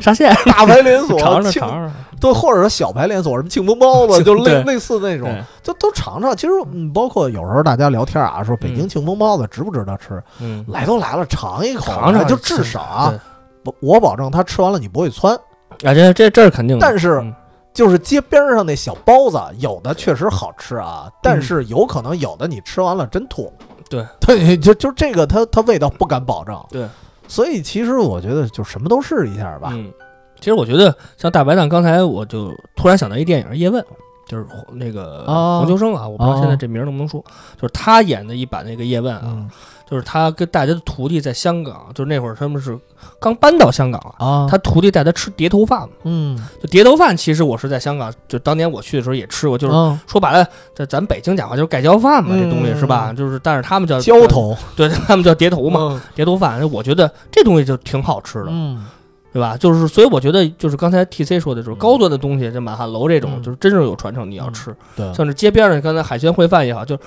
Speaker 2: 沙县
Speaker 1: 大牌连锁、
Speaker 2: 尝尝
Speaker 1: 庆
Speaker 2: 尝尝，
Speaker 1: 都或者是小牌连锁，什么庆丰包子，就类
Speaker 2: 对
Speaker 1: 类似那种。
Speaker 2: 对，
Speaker 1: 就都尝尝。其实，嗯，包括有时候大家聊天啊，说北京
Speaker 2: 嗯
Speaker 1: 庆丰包子值不值得吃？
Speaker 2: 嗯，
Speaker 1: 来都来了，尝一口，
Speaker 2: 尝尝
Speaker 1: 就至少啊
Speaker 2: 对，，
Speaker 1: 我我保证他吃完了你不会窜。
Speaker 2: 啊这这这是肯定的，
Speaker 1: 但是
Speaker 2: 嗯
Speaker 1: 就是街边上那小包子，有的确实好吃啊，但是有可能有的你吃完了真吐。
Speaker 2: 嗯对，
Speaker 1: 对，就就这个它它味道不敢保证。
Speaker 2: 对，
Speaker 1: 所以其实我觉得就什么都试一下吧。
Speaker 2: 嗯，其实我觉得像大白蛋，刚才我就突然想到一电影《叶问》，就是黄那个
Speaker 1: 啊
Speaker 2: 黄秋生啊，我不知道
Speaker 1: 啊
Speaker 2: 现在这名儿能不能说，就是他演的一版那个叶问啊，
Speaker 1: 嗯
Speaker 2: 就是他跟大家的徒弟在香港，就是那会儿他们是刚搬到香港啊。
Speaker 1: 啊，
Speaker 2: 他徒弟带他吃碟头饭嘛，
Speaker 1: 嗯，
Speaker 2: 就碟头饭，其实我是在香港，就当年我去的时候也吃过，就是
Speaker 1: 嗯
Speaker 2: 说白了，在咱北京讲话就是盖浇饭嘛，这东西
Speaker 1: 嗯
Speaker 2: 是吧？就是但是他们叫
Speaker 1: 浇，头嗯
Speaker 2: 对他们叫碟头嘛，
Speaker 1: 嘛，
Speaker 2: 碟头饭，我觉得这东西就挺好吃的，
Speaker 1: 嗯，
Speaker 2: 对吧？就是，所以我觉得，就是刚才 T C 说的，就是
Speaker 1: 嗯
Speaker 2: 高端的东西，这满汉楼这种，
Speaker 1: 嗯
Speaker 2: 就是真正有传承，你要吃。
Speaker 1: 对，
Speaker 2: 像是街边上，刚才海鲜烩饭也好，就是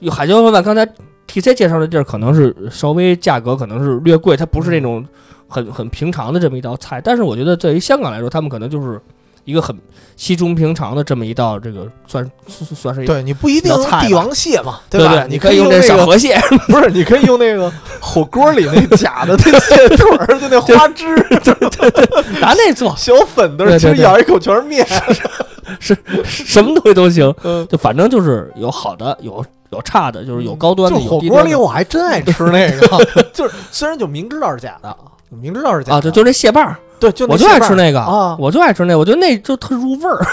Speaker 2: 有海鲜烩饭，刚才 T C 介绍的地儿，可能是稍微价格可能是略贵，它不
Speaker 1: 嗯
Speaker 2: 是那种很很平常的这么一道菜。但是我觉得，对于香港来说，他们可能就是一个很稀中平常的这么一道，这个算算算是一
Speaker 1: 对你不一定
Speaker 2: 比较菜吧
Speaker 1: 帝王蟹嘛，
Speaker 2: 对
Speaker 1: 吧？
Speaker 2: 你
Speaker 1: 可以
Speaker 2: 以用
Speaker 1: 那
Speaker 2: 这
Speaker 1: 个
Speaker 2: 小河蟹，
Speaker 1: 不是，你可以用那个火锅里那假的那 蟹腿儿，就那花枝、
Speaker 2: 拿那 做，
Speaker 1: 小粉的
Speaker 2: 对，对
Speaker 1: 其实
Speaker 2: 对
Speaker 1: 咬一口全是面。
Speaker 2: 什么东西都行。
Speaker 1: 嗯，
Speaker 2: 就反正就是有好的，有有差的，就是有高端
Speaker 1: 就
Speaker 2: 的，
Speaker 1: 火
Speaker 2: 有低
Speaker 1: 锅
Speaker 2: 端
Speaker 1: 里
Speaker 2: 的。
Speaker 1: 我 还真爱吃那个，就是虽然就明知道是假的，明知道是假的
Speaker 2: 啊，对，就这蟹棒儿，
Speaker 1: 对，就
Speaker 2: 我就爱吃那个
Speaker 1: 啊
Speaker 2: 我就爱吃那个，我觉得那就特入味儿。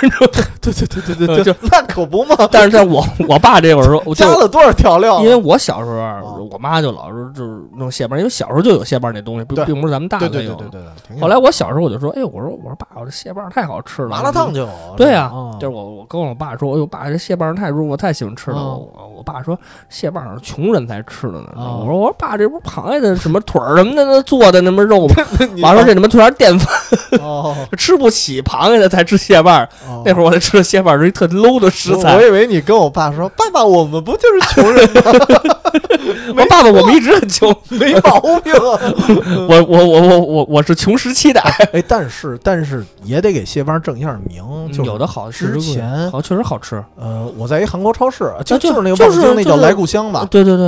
Speaker 1: 对对对 对对
Speaker 2: 呃
Speaker 1: 对，那可不嘛，
Speaker 2: 但是在我我爸这会儿说，我
Speaker 1: 加
Speaker 2: 就
Speaker 1: 了多哦少调料啊？
Speaker 2: 因为我小时候啊，我妈就老是就是弄蟹棒，因为小时候就有蟹棒这东西，并
Speaker 1: 对
Speaker 2: 并不是咱们大
Speaker 1: 对
Speaker 2: 的
Speaker 1: 对
Speaker 2: 有
Speaker 1: 对对。对对，挺有
Speaker 2: 后来我小时候我就说，哎，我说我说爸，我这蟹棒太好吃了，
Speaker 1: 麻辣烫就有啊，
Speaker 2: 对
Speaker 1: 呀
Speaker 2: 啊，就是我我跟我爸说，哎呦爸，这蟹棒太入，我太喜欢吃了。
Speaker 1: 嗯
Speaker 2: 我我爸说蟹棒是穷人才吃的呢。
Speaker 1: 哦
Speaker 2: 我说我说爸，这不是螃蟹的什么腿儿什么的那做的那么肉 吗？
Speaker 1: 是
Speaker 2: 完了这他妈突然淀粉，
Speaker 1: 这 哦，
Speaker 2: 吃不起螃蟹的才吃蟹棒。那
Speaker 1: 儿
Speaker 2: 会儿我才吃的蟹棒是一特 low 的食材
Speaker 1: 哦我。以为你跟我爸说，爸爸，我们不就是穷人吗？
Speaker 2: 我说爸爸，我们一直很穷，
Speaker 1: 没毛病啊！
Speaker 2: 我我我我我我是穷时期的。
Speaker 1: 哎，但是但是也得给蟹棒正一下名，就是
Speaker 2: 有的好吃，
Speaker 1: 嗯之前
Speaker 2: 好确实好吃。
Speaker 1: 呃，我在一韩国超市，就
Speaker 2: 啊就
Speaker 1: 就是那个
Speaker 2: 就
Speaker 1: 望
Speaker 2: 是
Speaker 1: 京那叫
Speaker 2: 就是
Speaker 1: 来故乡吧。
Speaker 2: 对对对，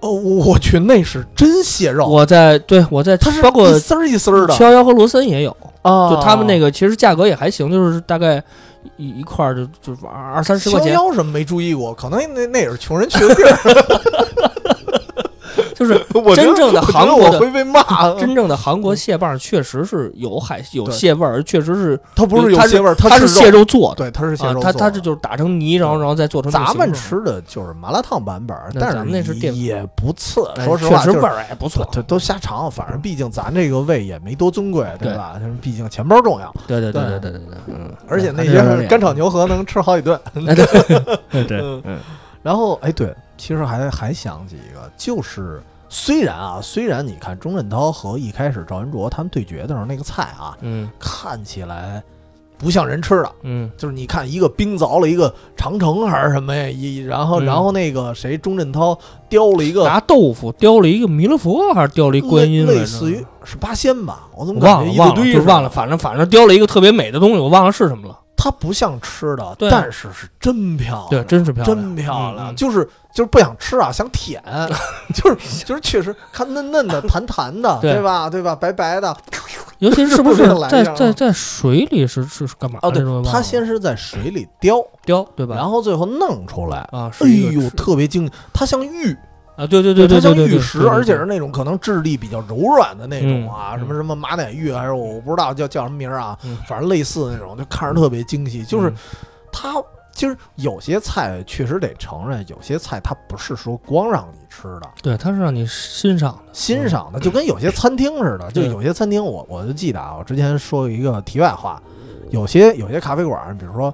Speaker 1: 哦，我我去，那是真蟹肉，
Speaker 2: 我在对我在
Speaker 1: 它是
Speaker 2: 包括
Speaker 1: 一丝儿一丝儿的
Speaker 2: 逍遥和罗森也有。
Speaker 1: 啊。
Speaker 2: 就他们那
Speaker 1: 个
Speaker 2: 个其实价格也还行，就是大概一一块儿就就是二二三十块
Speaker 1: 逍
Speaker 2: 钱，
Speaker 1: 遥什么没注意过，可能那那也是穷人 去的地儿。
Speaker 2: 就是
Speaker 1: 我觉得
Speaker 2: 真正的
Speaker 1: 我觉得
Speaker 2: 韩国的
Speaker 1: 我会被骂，啊
Speaker 2: 真正的韩国蟹棒确实是有海有
Speaker 1: 对
Speaker 2: 蟹味儿，确实是
Speaker 1: 它不是有
Speaker 2: 它
Speaker 1: 蟹味儿，
Speaker 2: 它
Speaker 1: 是
Speaker 2: 是蟹，肉做的
Speaker 1: 对，它是蟹
Speaker 2: 啊
Speaker 1: 肉，
Speaker 2: 它
Speaker 1: 做
Speaker 2: 它
Speaker 1: 的嗯
Speaker 2: 这就是打成泥，然后然后再做成这个
Speaker 1: 咱们
Speaker 2: 形状
Speaker 1: 吃的就是麻辣烫版本儿，
Speaker 2: 那
Speaker 1: 但
Speaker 2: 咱们那是淀粉
Speaker 1: 也不次。
Speaker 2: 哎
Speaker 1: 说实话，
Speaker 2: 确
Speaker 1: 就
Speaker 2: 实
Speaker 1: 是
Speaker 2: 味儿还不错。
Speaker 1: 都都瞎尝，反正毕竟咱这个胃也没多尊贵，对
Speaker 2: 对
Speaker 1: 吧？就是毕竟钱包重要，
Speaker 2: 对对对
Speaker 1: 对
Speaker 2: 对对对对，嗯，
Speaker 1: 而且那
Speaker 2: 还是有点
Speaker 1: 些
Speaker 2: 脸
Speaker 1: 干炒牛河能吃好几顿。
Speaker 2: 哎对对对
Speaker 1: 嗯
Speaker 2: 嗯
Speaker 1: 然后，哎，对，其实还还想起一个，就是虽然啊，虽然你看钟镇涛和一开始赵文卓他们对决的时候那个菜啊，
Speaker 2: 嗯
Speaker 1: 看起来不像人吃的，
Speaker 2: 嗯
Speaker 1: 就是你看一个冰凿了一个长城还是什么呀，一然后
Speaker 2: 嗯
Speaker 1: 然后那个谁钟镇涛雕了一个
Speaker 2: 拿豆腐雕了一个弥勒佛，还是雕了一观音来着，
Speaker 1: 类类似于是八仙吧，我怎
Speaker 2: 我
Speaker 1: 么感
Speaker 2: 忘
Speaker 1: 觉
Speaker 2: 了
Speaker 1: 一
Speaker 2: 忘
Speaker 1: 大
Speaker 2: 了
Speaker 1: 堆
Speaker 2: 就是忘了，，反正反正雕了一个特别美的东西，我忘了是什么了。
Speaker 1: 它不像吃的，
Speaker 2: 对啊
Speaker 1: 但是是真漂亮，
Speaker 2: 对，真是漂亮，
Speaker 1: 真漂亮，
Speaker 2: 嗯嗯
Speaker 1: 就是就是不想吃啊，想舔， 就是就是确实看嫩嫩的、弹弹的，
Speaker 2: 对
Speaker 1: 对吧？对吧？白白的。
Speaker 2: 尤其是
Speaker 1: 是
Speaker 2: 不
Speaker 1: 不
Speaker 2: 是
Speaker 1: 是来
Speaker 2: 在
Speaker 1: 一样啊
Speaker 2: 在在水里是是是干嘛的？
Speaker 1: 哦，对
Speaker 2: 这种，
Speaker 1: 它先是在水里雕，
Speaker 2: 雕对吧？
Speaker 1: 然后最后弄出来。
Speaker 2: 啊，是
Speaker 1: 哎
Speaker 2: 一个
Speaker 1: 呦，
Speaker 2: 吃
Speaker 1: 特别精，它像玉，
Speaker 2: 啊，对对对对
Speaker 1: 它
Speaker 2: 对
Speaker 1: 像
Speaker 2: 对，
Speaker 1: 玉
Speaker 2: 对
Speaker 1: 石，
Speaker 2: 对对
Speaker 1: 而且是那种可能质地比较柔软的那种啊，
Speaker 2: 嗯
Speaker 1: 什么
Speaker 2: 嗯
Speaker 1: 什么马奶玉，还是我不知道叫叫什么名儿啊
Speaker 2: 嗯，
Speaker 1: 反正类似那种，就看着特别精细。就是
Speaker 2: 嗯
Speaker 1: 它其实有些菜确实得承认，有些菜它不是说光让你吃的，
Speaker 2: 对，它是让你欣赏的，
Speaker 1: 欣赏
Speaker 2: 嗯
Speaker 1: 的，就跟有些餐厅似 的，就
Speaker 2: 对
Speaker 1: 有些餐厅我我就记得啊，我之前说一个题外话，
Speaker 2: 嗯
Speaker 1: 有些有些咖啡馆，比如说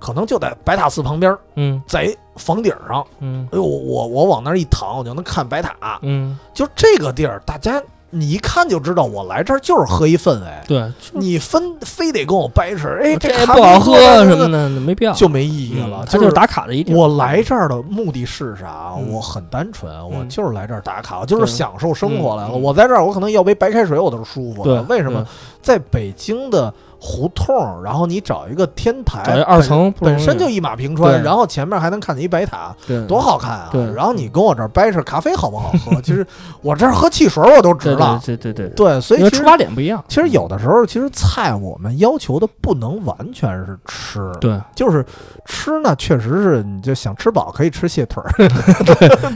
Speaker 1: 可能就在白塔寺旁边，
Speaker 2: 嗯
Speaker 1: 在房顶上，
Speaker 2: 嗯
Speaker 1: 哎呦，我我我往那儿一躺，我就能看白塔，
Speaker 2: 嗯，
Speaker 1: 就这个地儿，大家你一看就知道，我来这儿就是喝一氛围，
Speaker 2: 对，就
Speaker 1: 你分非得跟我掰扯，哎，
Speaker 2: 嗯这
Speaker 1: 咖
Speaker 2: 不
Speaker 1: 啡
Speaker 2: 好喝
Speaker 1: 做得
Speaker 2: 什么的，没必要，
Speaker 1: 就没意义
Speaker 2: 嗯
Speaker 1: 了，
Speaker 2: 它就是打卡的一点。
Speaker 1: 我来这儿的目的是啥？
Speaker 2: 嗯
Speaker 1: 我很单纯，我
Speaker 2: 嗯
Speaker 1: 就是来这儿打卡，我就是享受生活来了。
Speaker 2: 嗯嗯
Speaker 1: 我在这儿，我可能要杯白开水，我都是舒服
Speaker 2: 对
Speaker 1: 的。，为什么在北京的胡同，然后你找一个天台，
Speaker 2: 对找一二层不
Speaker 1: 本
Speaker 2: 容
Speaker 1: 本
Speaker 2: 易
Speaker 1: 身就一马平川，
Speaker 2: 对
Speaker 1: 然后前面还能看见一白塔，
Speaker 2: 对
Speaker 1: 多好看啊
Speaker 2: 对！嗯
Speaker 1: 然后你跟我这儿掰扯咖啡好不好 喝？其实我这儿喝汽水我都值
Speaker 2: 对
Speaker 1: 了。
Speaker 2: 对对对对，
Speaker 1: 对，所
Speaker 2: 因
Speaker 1: 以
Speaker 2: 为
Speaker 1: 其
Speaker 2: 出
Speaker 1: 实
Speaker 2: 发点不一样。
Speaker 1: 其实有的时候，其实菜我们要求的不能完全是吃，
Speaker 2: 对，
Speaker 1: 就是吃呢，确实是你就想吃饱可以吃蟹腿儿，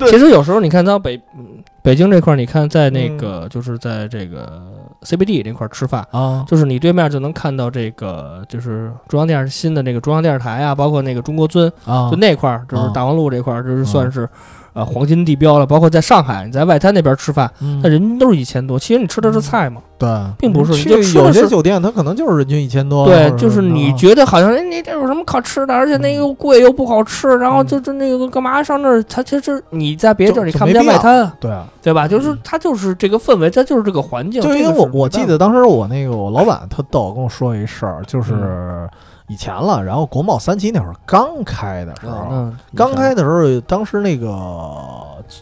Speaker 2: 其实有时候你看到北嗯北京这块儿，你看在
Speaker 1: 嗯
Speaker 2: 那个就是在这个 CBD 这块儿吃饭，
Speaker 1: 啊，
Speaker 2: 就是你对面就能看到这个，就是中央电视新的那个中央电视台啊，包括那个中国尊，
Speaker 1: 啊
Speaker 2: 就那块儿，就是
Speaker 1: 啊
Speaker 2: 大望路这块儿，就是
Speaker 1: 啊
Speaker 2: 算是呃黄金地标了。包括在上海，你在外滩那边吃饭，
Speaker 1: 嗯
Speaker 2: 那人均都是一千多，其实你吃的是菜嘛。
Speaker 1: 对，
Speaker 2: 并不是
Speaker 1: 去
Speaker 2: 你就吃的
Speaker 1: 有些
Speaker 2: 是
Speaker 1: 酒店它可能就是人均一千多，
Speaker 2: 对
Speaker 1: 或，者
Speaker 2: 就是你
Speaker 1: 啊
Speaker 2: 觉得好像哎，那地儿有什么可吃的，而且那
Speaker 1: 嗯
Speaker 2: 个又贵又不好吃，然后就就那个干嘛上那儿？它其实你在别的地儿
Speaker 1: 就
Speaker 2: 你看不
Speaker 1: 就
Speaker 2: 见
Speaker 1: 没必
Speaker 2: 外
Speaker 1: 要
Speaker 2: 滩啊，
Speaker 1: 对啊，
Speaker 2: 对吧？就是它就是这个氛围，它就是这个环境。
Speaker 1: 就因
Speaker 2: 这
Speaker 1: 为我
Speaker 2: 个是
Speaker 1: 我
Speaker 2: 没办
Speaker 1: 记
Speaker 2: 法
Speaker 1: 得当时我那个我老板特逗，跟我说一事儿，
Speaker 2: 嗯
Speaker 1: 就是以前了，然后国贸三期那会儿刚开的时
Speaker 2: 啊
Speaker 1: 候，
Speaker 2: 那
Speaker 1: 刚开的时候，当时那个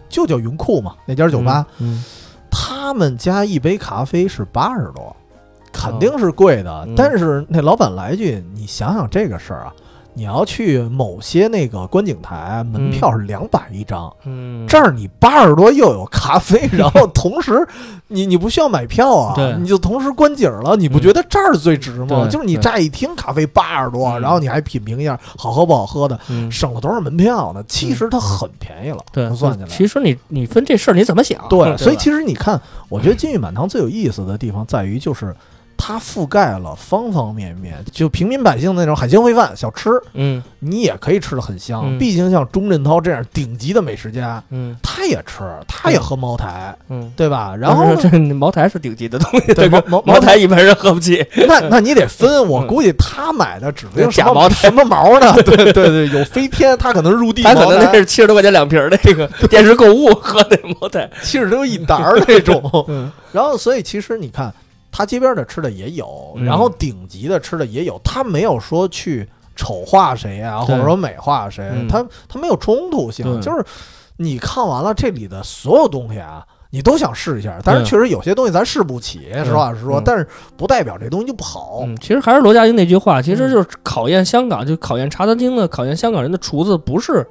Speaker 1: 就叫云库嘛，那家酒吧，，
Speaker 2: 嗯
Speaker 1: 他们家一杯咖啡是八十多，肯定是贵的。
Speaker 2: 嗯
Speaker 1: 但是那老板来一句：“你想想这个事儿啊，你要去某些那个观景台，门票是两百一张，
Speaker 2: 嗯，
Speaker 1: 这儿你八十多又有咖啡，然后同时你你不需要买票啊
Speaker 2: 对，嗯
Speaker 1: 你就同时观景了，你不觉得这儿最值吗？
Speaker 2: 对
Speaker 1: 就是你乍一听咖啡八十多，
Speaker 2: 嗯
Speaker 1: 然后你还品评一下好喝不好喝的，
Speaker 2: 嗯
Speaker 1: 省了多少门票呢？其实它很便宜了，
Speaker 2: 对
Speaker 1: 不算起来。”
Speaker 2: 其实你你分这 事儿你怎么想？啊
Speaker 1: 对，所以
Speaker 2: 吧
Speaker 1: 其实你看，我觉得《金玉满堂》最有意思的地方在于，就是它覆盖了方方面面，就平民百姓那种海鲜烩饭小吃，
Speaker 2: 嗯
Speaker 1: 你也可以吃的很香。
Speaker 2: 嗯
Speaker 1: 毕竟像钟镇涛这样顶级的美食家，
Speaker 2: 嗯
Speaker 1: 他也吃，他也喝茅台，
Speaker 2: 嗯。
Speaker 1: 对吧？然后
Speaker 2: 但
Speaker 1: 呢
Speaker 2: 是 这茅台是顶级的东西，
Speaker 1: 对
Speaker 2: 吧
Speaker 1: 茅茅
Speaker 2: 茅台一般人喝不起。
Speaker 1: 那那你得分，我
Speaker 2: 嗯
Speaker 1: 估计他买的指不定
Speaker 2: 假
Speaker 1: 什么
Speaker 2: 茅台
Speaker 1: 什么毛呢？ 对对对，有飞天，他可能入地
Speaker 2: 他
Speaker 1: 茅台，
Speaker 2: 可能那是七十多块钱两瓶儿的这个电视购物喝的茅台。
Speaker 1: 七十多一打儿那种。
Speaker 2: 嗯
Speaker 1: 然后，所以其实你看，他街边的吃的也有，
Speaker 2: 嗯
Speaker 1: 然后顶级的吃的也有，他没有说去丑化谁啊，或
Speaker 2: 对
Speaker 1: 者说美化谁
Speaker 2: 嗯，
Speaker 1: 他他没有冲突性，
Speaker 2: 对
Speaker 1: 就是你看完了这里的所有东西啊。你都想试一下，但是
Speaker 2: 对
Speaker 1: 确实有些东西咱试不起，实话实说。
Speaker 2: 嗯
Speaker 1: 但是不代表这东西就不好。
Speaker 2: 嗯，其实还是罗家英那句话，其
Speaker 1: 嗯
Speaker 2: 实就是考验香港，就考验茶餐厅的，考验香港人的厨子，不是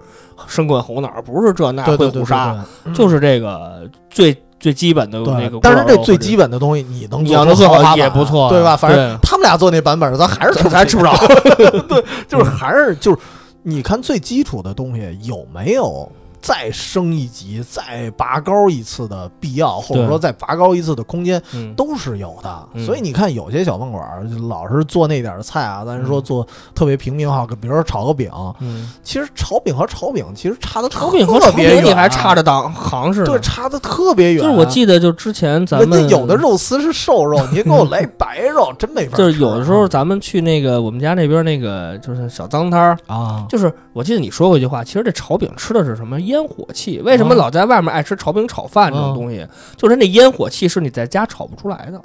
Speaker 2: 生滚红脑儿，不是这那
Speaker 1: 对
Speaker 2: 会
Speaker 1: 对对对
Speaker 2: 虎杀，
Speaker 1: 对，
Speaker 2: 就是是这个最最基本的那个。
Speaker 1: 嗯但是这最基本的东西你能
Speaker 2: 你
Speaker 1: 做
Speaker 2: 要能
Speaker 1: 出
Speaker 2: 做
Speaker 1: 豪华
Speaker 2: 好也
Speaker 1: 版
Speaker 2: 不错，啊
Speaker 1: 对吧？反正
Speaker 2: 正
Speaker 1: 他们俩做那版本，咱还是吃不
Speaker 2: 咱吃不 着。嗯
Speaker 1: 就是还是就是，你看最基础的东西有没有再升一级、再拔高一次的必要，或者
Speaker 2: 对
Speaker 1: 说再拔高一次的空间，
Speaker 2: 嗯
Speaker 1: 都是有的。
Speaker 2: 嗯
Speaker 1: 所以你看，有些小饭馆儿就老是做那点儿菜啊，咱说
Speaker 2: 嗯
Speaker 1: 做特别平民化，比如说炒个饼，
Speaker 2: 嗯，
Speaker 1: 其实炒饼和炒饼其实差的
Speaker 2: 炒饼和炒饼你还差着档行市呢。
Speaker 1: 啊对，差的特别远。啊
Speaker 2: 就是我记得就之前咱
Speaker 1: 人家
Speaker 2: 们
Speaker 1: 有的肉丝是瘦肉，你给我来白肉，真没法吃啊。
Speaker 2: 就是有的时候咱们去那个我们家那边那个就是小脏摊儿，
Speaker 1: 啊，
Speaker 2: 就是我记得你说过一句话，其实这炒饼吃的是什么烟火气？为什么
Speaker 1: 啊
Speaker 2: 老在外面爱吃炒饼炒饭这种东
Speaker 1: 哦
Speaker 2: 西？就是那烟火气是你在家炒不出来的。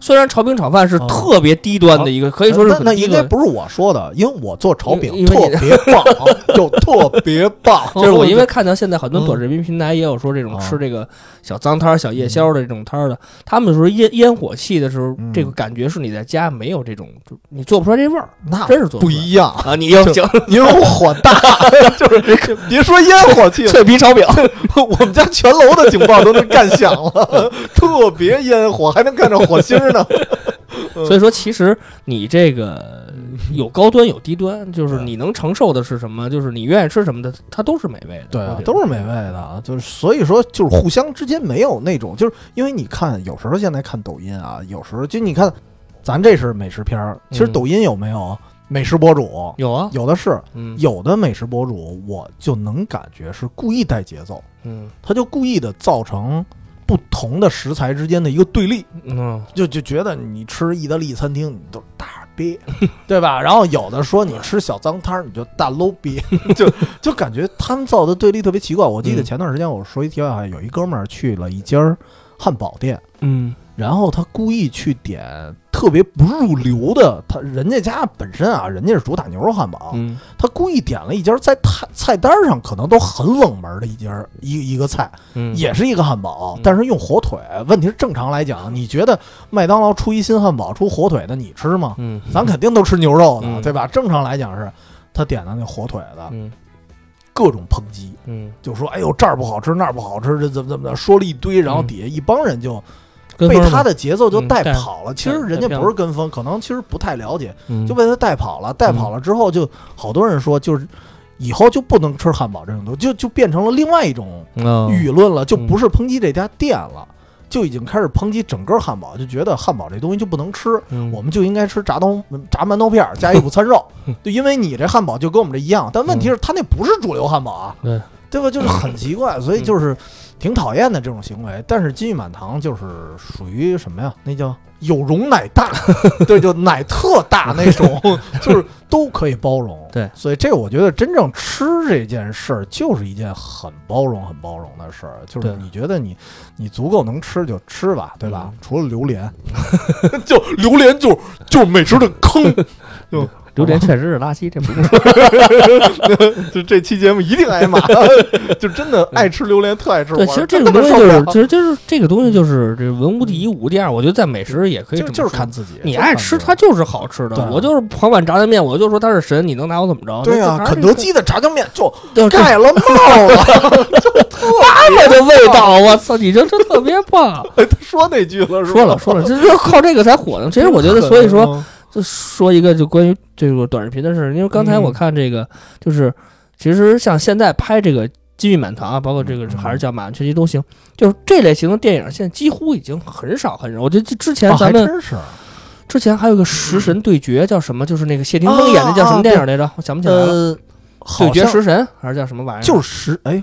Speaker 2: 虽然炒饼炒饭是
Speaker 1: 啊
Speaker 2: 特别低端的一个，可以说是
Speaker 1: 那那
Speaker 2: 很低
Speaker 1: 应该
Speaker 2: 端。
Speaker 1: 不是我说的，因为我做炒饼
Speaker 2: 因为
Speaker 1: 特别 棒，就特别棒。
Speaker 2: 就是我因为看到现在很多
Speaker 1: 嗯
Speaker 2: 短视频平台也有说这种
Speaker 1: 啊
Speaker 2: 吃这个小脏摊儿、小夜宵的这种摊儿的，他们说烟烟火气的时候，
Speaker 1: 嗯
Speaker 2: 这个感觉是你在家没有这种，就你做不出来这味儿，
Speaker 1: 那
Speaker 2: 真是做
Speaker 1: 啊不
Speaker 2: 出来
Speaker 1: 一样，
Speaker 2: 啊！你又
Speaker 1: 就
Speaker 2: 行，
Speaker 1: 因为我火 大，就是别说烟火气了，
Speaker 2: 脆皮炒饼，
Speaker 1: 我们家全楼的警报都能干响了，特别烟火，还能看着火星 呢。嗯
Speaker 2: 所以说，其实你这个有高端有低端，
Speaker 1: 嗯
Speaker 2: 就是你能承受的是什么，就是你愿意吃什么的，它都是美味的。
Speaker 1: 对
Speaker 2: 我
Speaker 1: 啊
Speaker 2: 觉，得
Speaker 1: 都是美味的啊，就是所以说就是互相之间没有那种，就是因为你看有时候现在看抖音啊，有时候就你看，咱这是美食片儿，其实
Speaker 2: 嗯
Speaker 1: 抖音有没有美食博主？
Speaker 2: 有啊，
Speaker 1: 有的是，
Speaker 2: 嗯
Speaker 1: 有的美食博主，我就能感觉是故意带节奏，
Speaker 2: 嗯
Speaker 1: 他就故意的造成不同的食材之间的一个对立，
Speaker 2: 嗯，
Speaker 1: 就就觉得你吃意大利餐厅你都大逼， 对吧？然后有的说你吃小脏摊儿你就大 low 逼，就就感觉他们造的对立特别奇怪。我记得
Speaker 2: 嗯
Speaker 1: 前段时间我说一题外话，有一哥们儿去了一家儿汉堡店，
Speaker 2: 嗯
Speaker 1: 然后他故意去点特别不入流的，他人家家本身啊，人家是主打牛肉汉堡，
Speaker 2: 嗯
Speaker 1: 他故意点了一家在菜菜单上可能都很冷门的一家一一个菜，
Speaker 2: 嗯，
Speaker 1: 也是一个汉堡
Speaker 2: 嗯，
Speaker 1: 但是用火腿。问题是正常来讲，你觉得麦当劳出一新汉堡出火腿的，你吃吗？
Speaker 2: 嗯
Speaker 1: 咱肯定都吃牛肉的，
Speaker 2: 嗯
Speaker 1: 对吧？正常来讲是，他点的那火腿的
Speaker 2: 嗯
Speaker 1: 各种抨击，
Speaker 2: 嗯，
Speaker 1: 就说哎呦这儿不好吃那儿不好吃，这怎么怎么的，说了一堆，然后
Speaker 2: 嗯
Speaker 1: 底下一帮人就
Speaker 2: 跟
Speaker 1: 被
Speaker 2: 风
Speaker 1: 他
Speaker 2: 嘛
Speaker 1: 的节奏就
Speaker 2: 嗯
Speaker 1: 带
Speaker 2: 带
Speaker 1: 跑了。其实人家
Speaker 2: 带偏
Speaker 1: 不是跟风，可能其实不太了解，
Speaker 2: 嗯
Speaker 1: 就被他带跑了。带跑了之后，就好多人说，就是以后就不能吃汉堡这种东西，就就变成了另外一种
Speaker 2: 嗯
Speaker 1: 舆论了，就不是抨击这家店了，就已经开始抨击整个汉堡，就觉得汉堡这东西就不能吃，
Speaker 2: 嗯
Speaker 1: 我们就应该吃炸东炸馒头片儿 加一午餐肉，就因为你这汉堡就跟我们这一样，但问题是他那不是主流汉堡啊，
Speaker 2: 对
Speaker 1: 对吧？就是
Speaker 2: 嗯
Speaker 1: 很奇怪，所以就是挺讨厌的这种行为。但是金玉满堂就是属于什么呀？那叫有容乃大， 对，就奶特大那 种，就是都可以包容。
Speaker 2: 对
Speaker 1: 所以这我觉得真正吃这件事儿就是一件很包容、很包容的事儿，就是
Speaker 2: 对
Speaker 1: 你觉得你你足够能吃就吃吧，对吧？
Speaker 2: 嗯
Speaker 1: 除了榴 莲，就榴莲就就是美食的 坑。
Speaker 2: 榴莲确实是垃圾，这 不是
Speaker 1: 就这期节目一定挨 骂，就真的爱吃榴莲，特爱吃。
Speaker 2: 对。
Speaker 1: 我
Speaker 2: 其实
Speaker 1: 真
Speaker 2: 这个
Speaker 1: 他妈
Speaker 2: 东西
Speaker 1: 受
Speaker 2: 就
Speaker 1: 不了
Speaker 2: 是，其实就是 这个东西就是这文无第一，武无第二。我觉得在美食也可以
Speaker 1: 就
Speaker 2: 这么
Speaker 1: 嗯就是
Speaker 2: 说
Speaker 1: 看自己，
Speaker 2: 你
Speaker 1: 就是看
Speaker 2: 爱吃，
Speaker 1: 自己
Speaker 2: 它就是好吃
Speaker 1: 对啊
Speaker 2: 的。我就是旁碗炸酱面，我就说它是神，你能拿我怎么着？
Speaker 1: 对啊，
Speaker 2: 这
Speaker 1: 肯德基的炸酱面就
Speaker 2: 对啊这
Speaker 1: 盖了帽 了，
Speaker 2: 这的味道，我操！你这这特别棒，啊
Speaker 1: 说那句了，
Speaker 2: 说了说了，这就靠这个才火呢。
Speaker 1: 其
Speaker 2: 其实我觉得，所以 说，就说一个就关于这个短视频的事儿，因为刚才我看这个，就是其实像现在拍这个《金玉满堂》啊，包括这个
Speaker 1: 嗯
Speaker 2: 还是叫《满汉全席》都行，哦就是这类型的电影，现在几乎已经很少很少。我觉得之前嗯
Speaker 1: 啊
Speaker 2: 咱
Speaker 1: 还
Speaker 2: 们
Speaker 1: 真是
Speaker 2: 之前还有个食神对决，叫什么？就是那个谢霆锋演的叫什么电影来着？我想不起来了。
Speaker 1: 呃，
Speaker 2: 对
Speaker 1: 好
Speaker 2: 决
Speaker 1: 像
Speaker 2: 食神还是叫什么玩意儿？
Speaker 1: 就是食哎，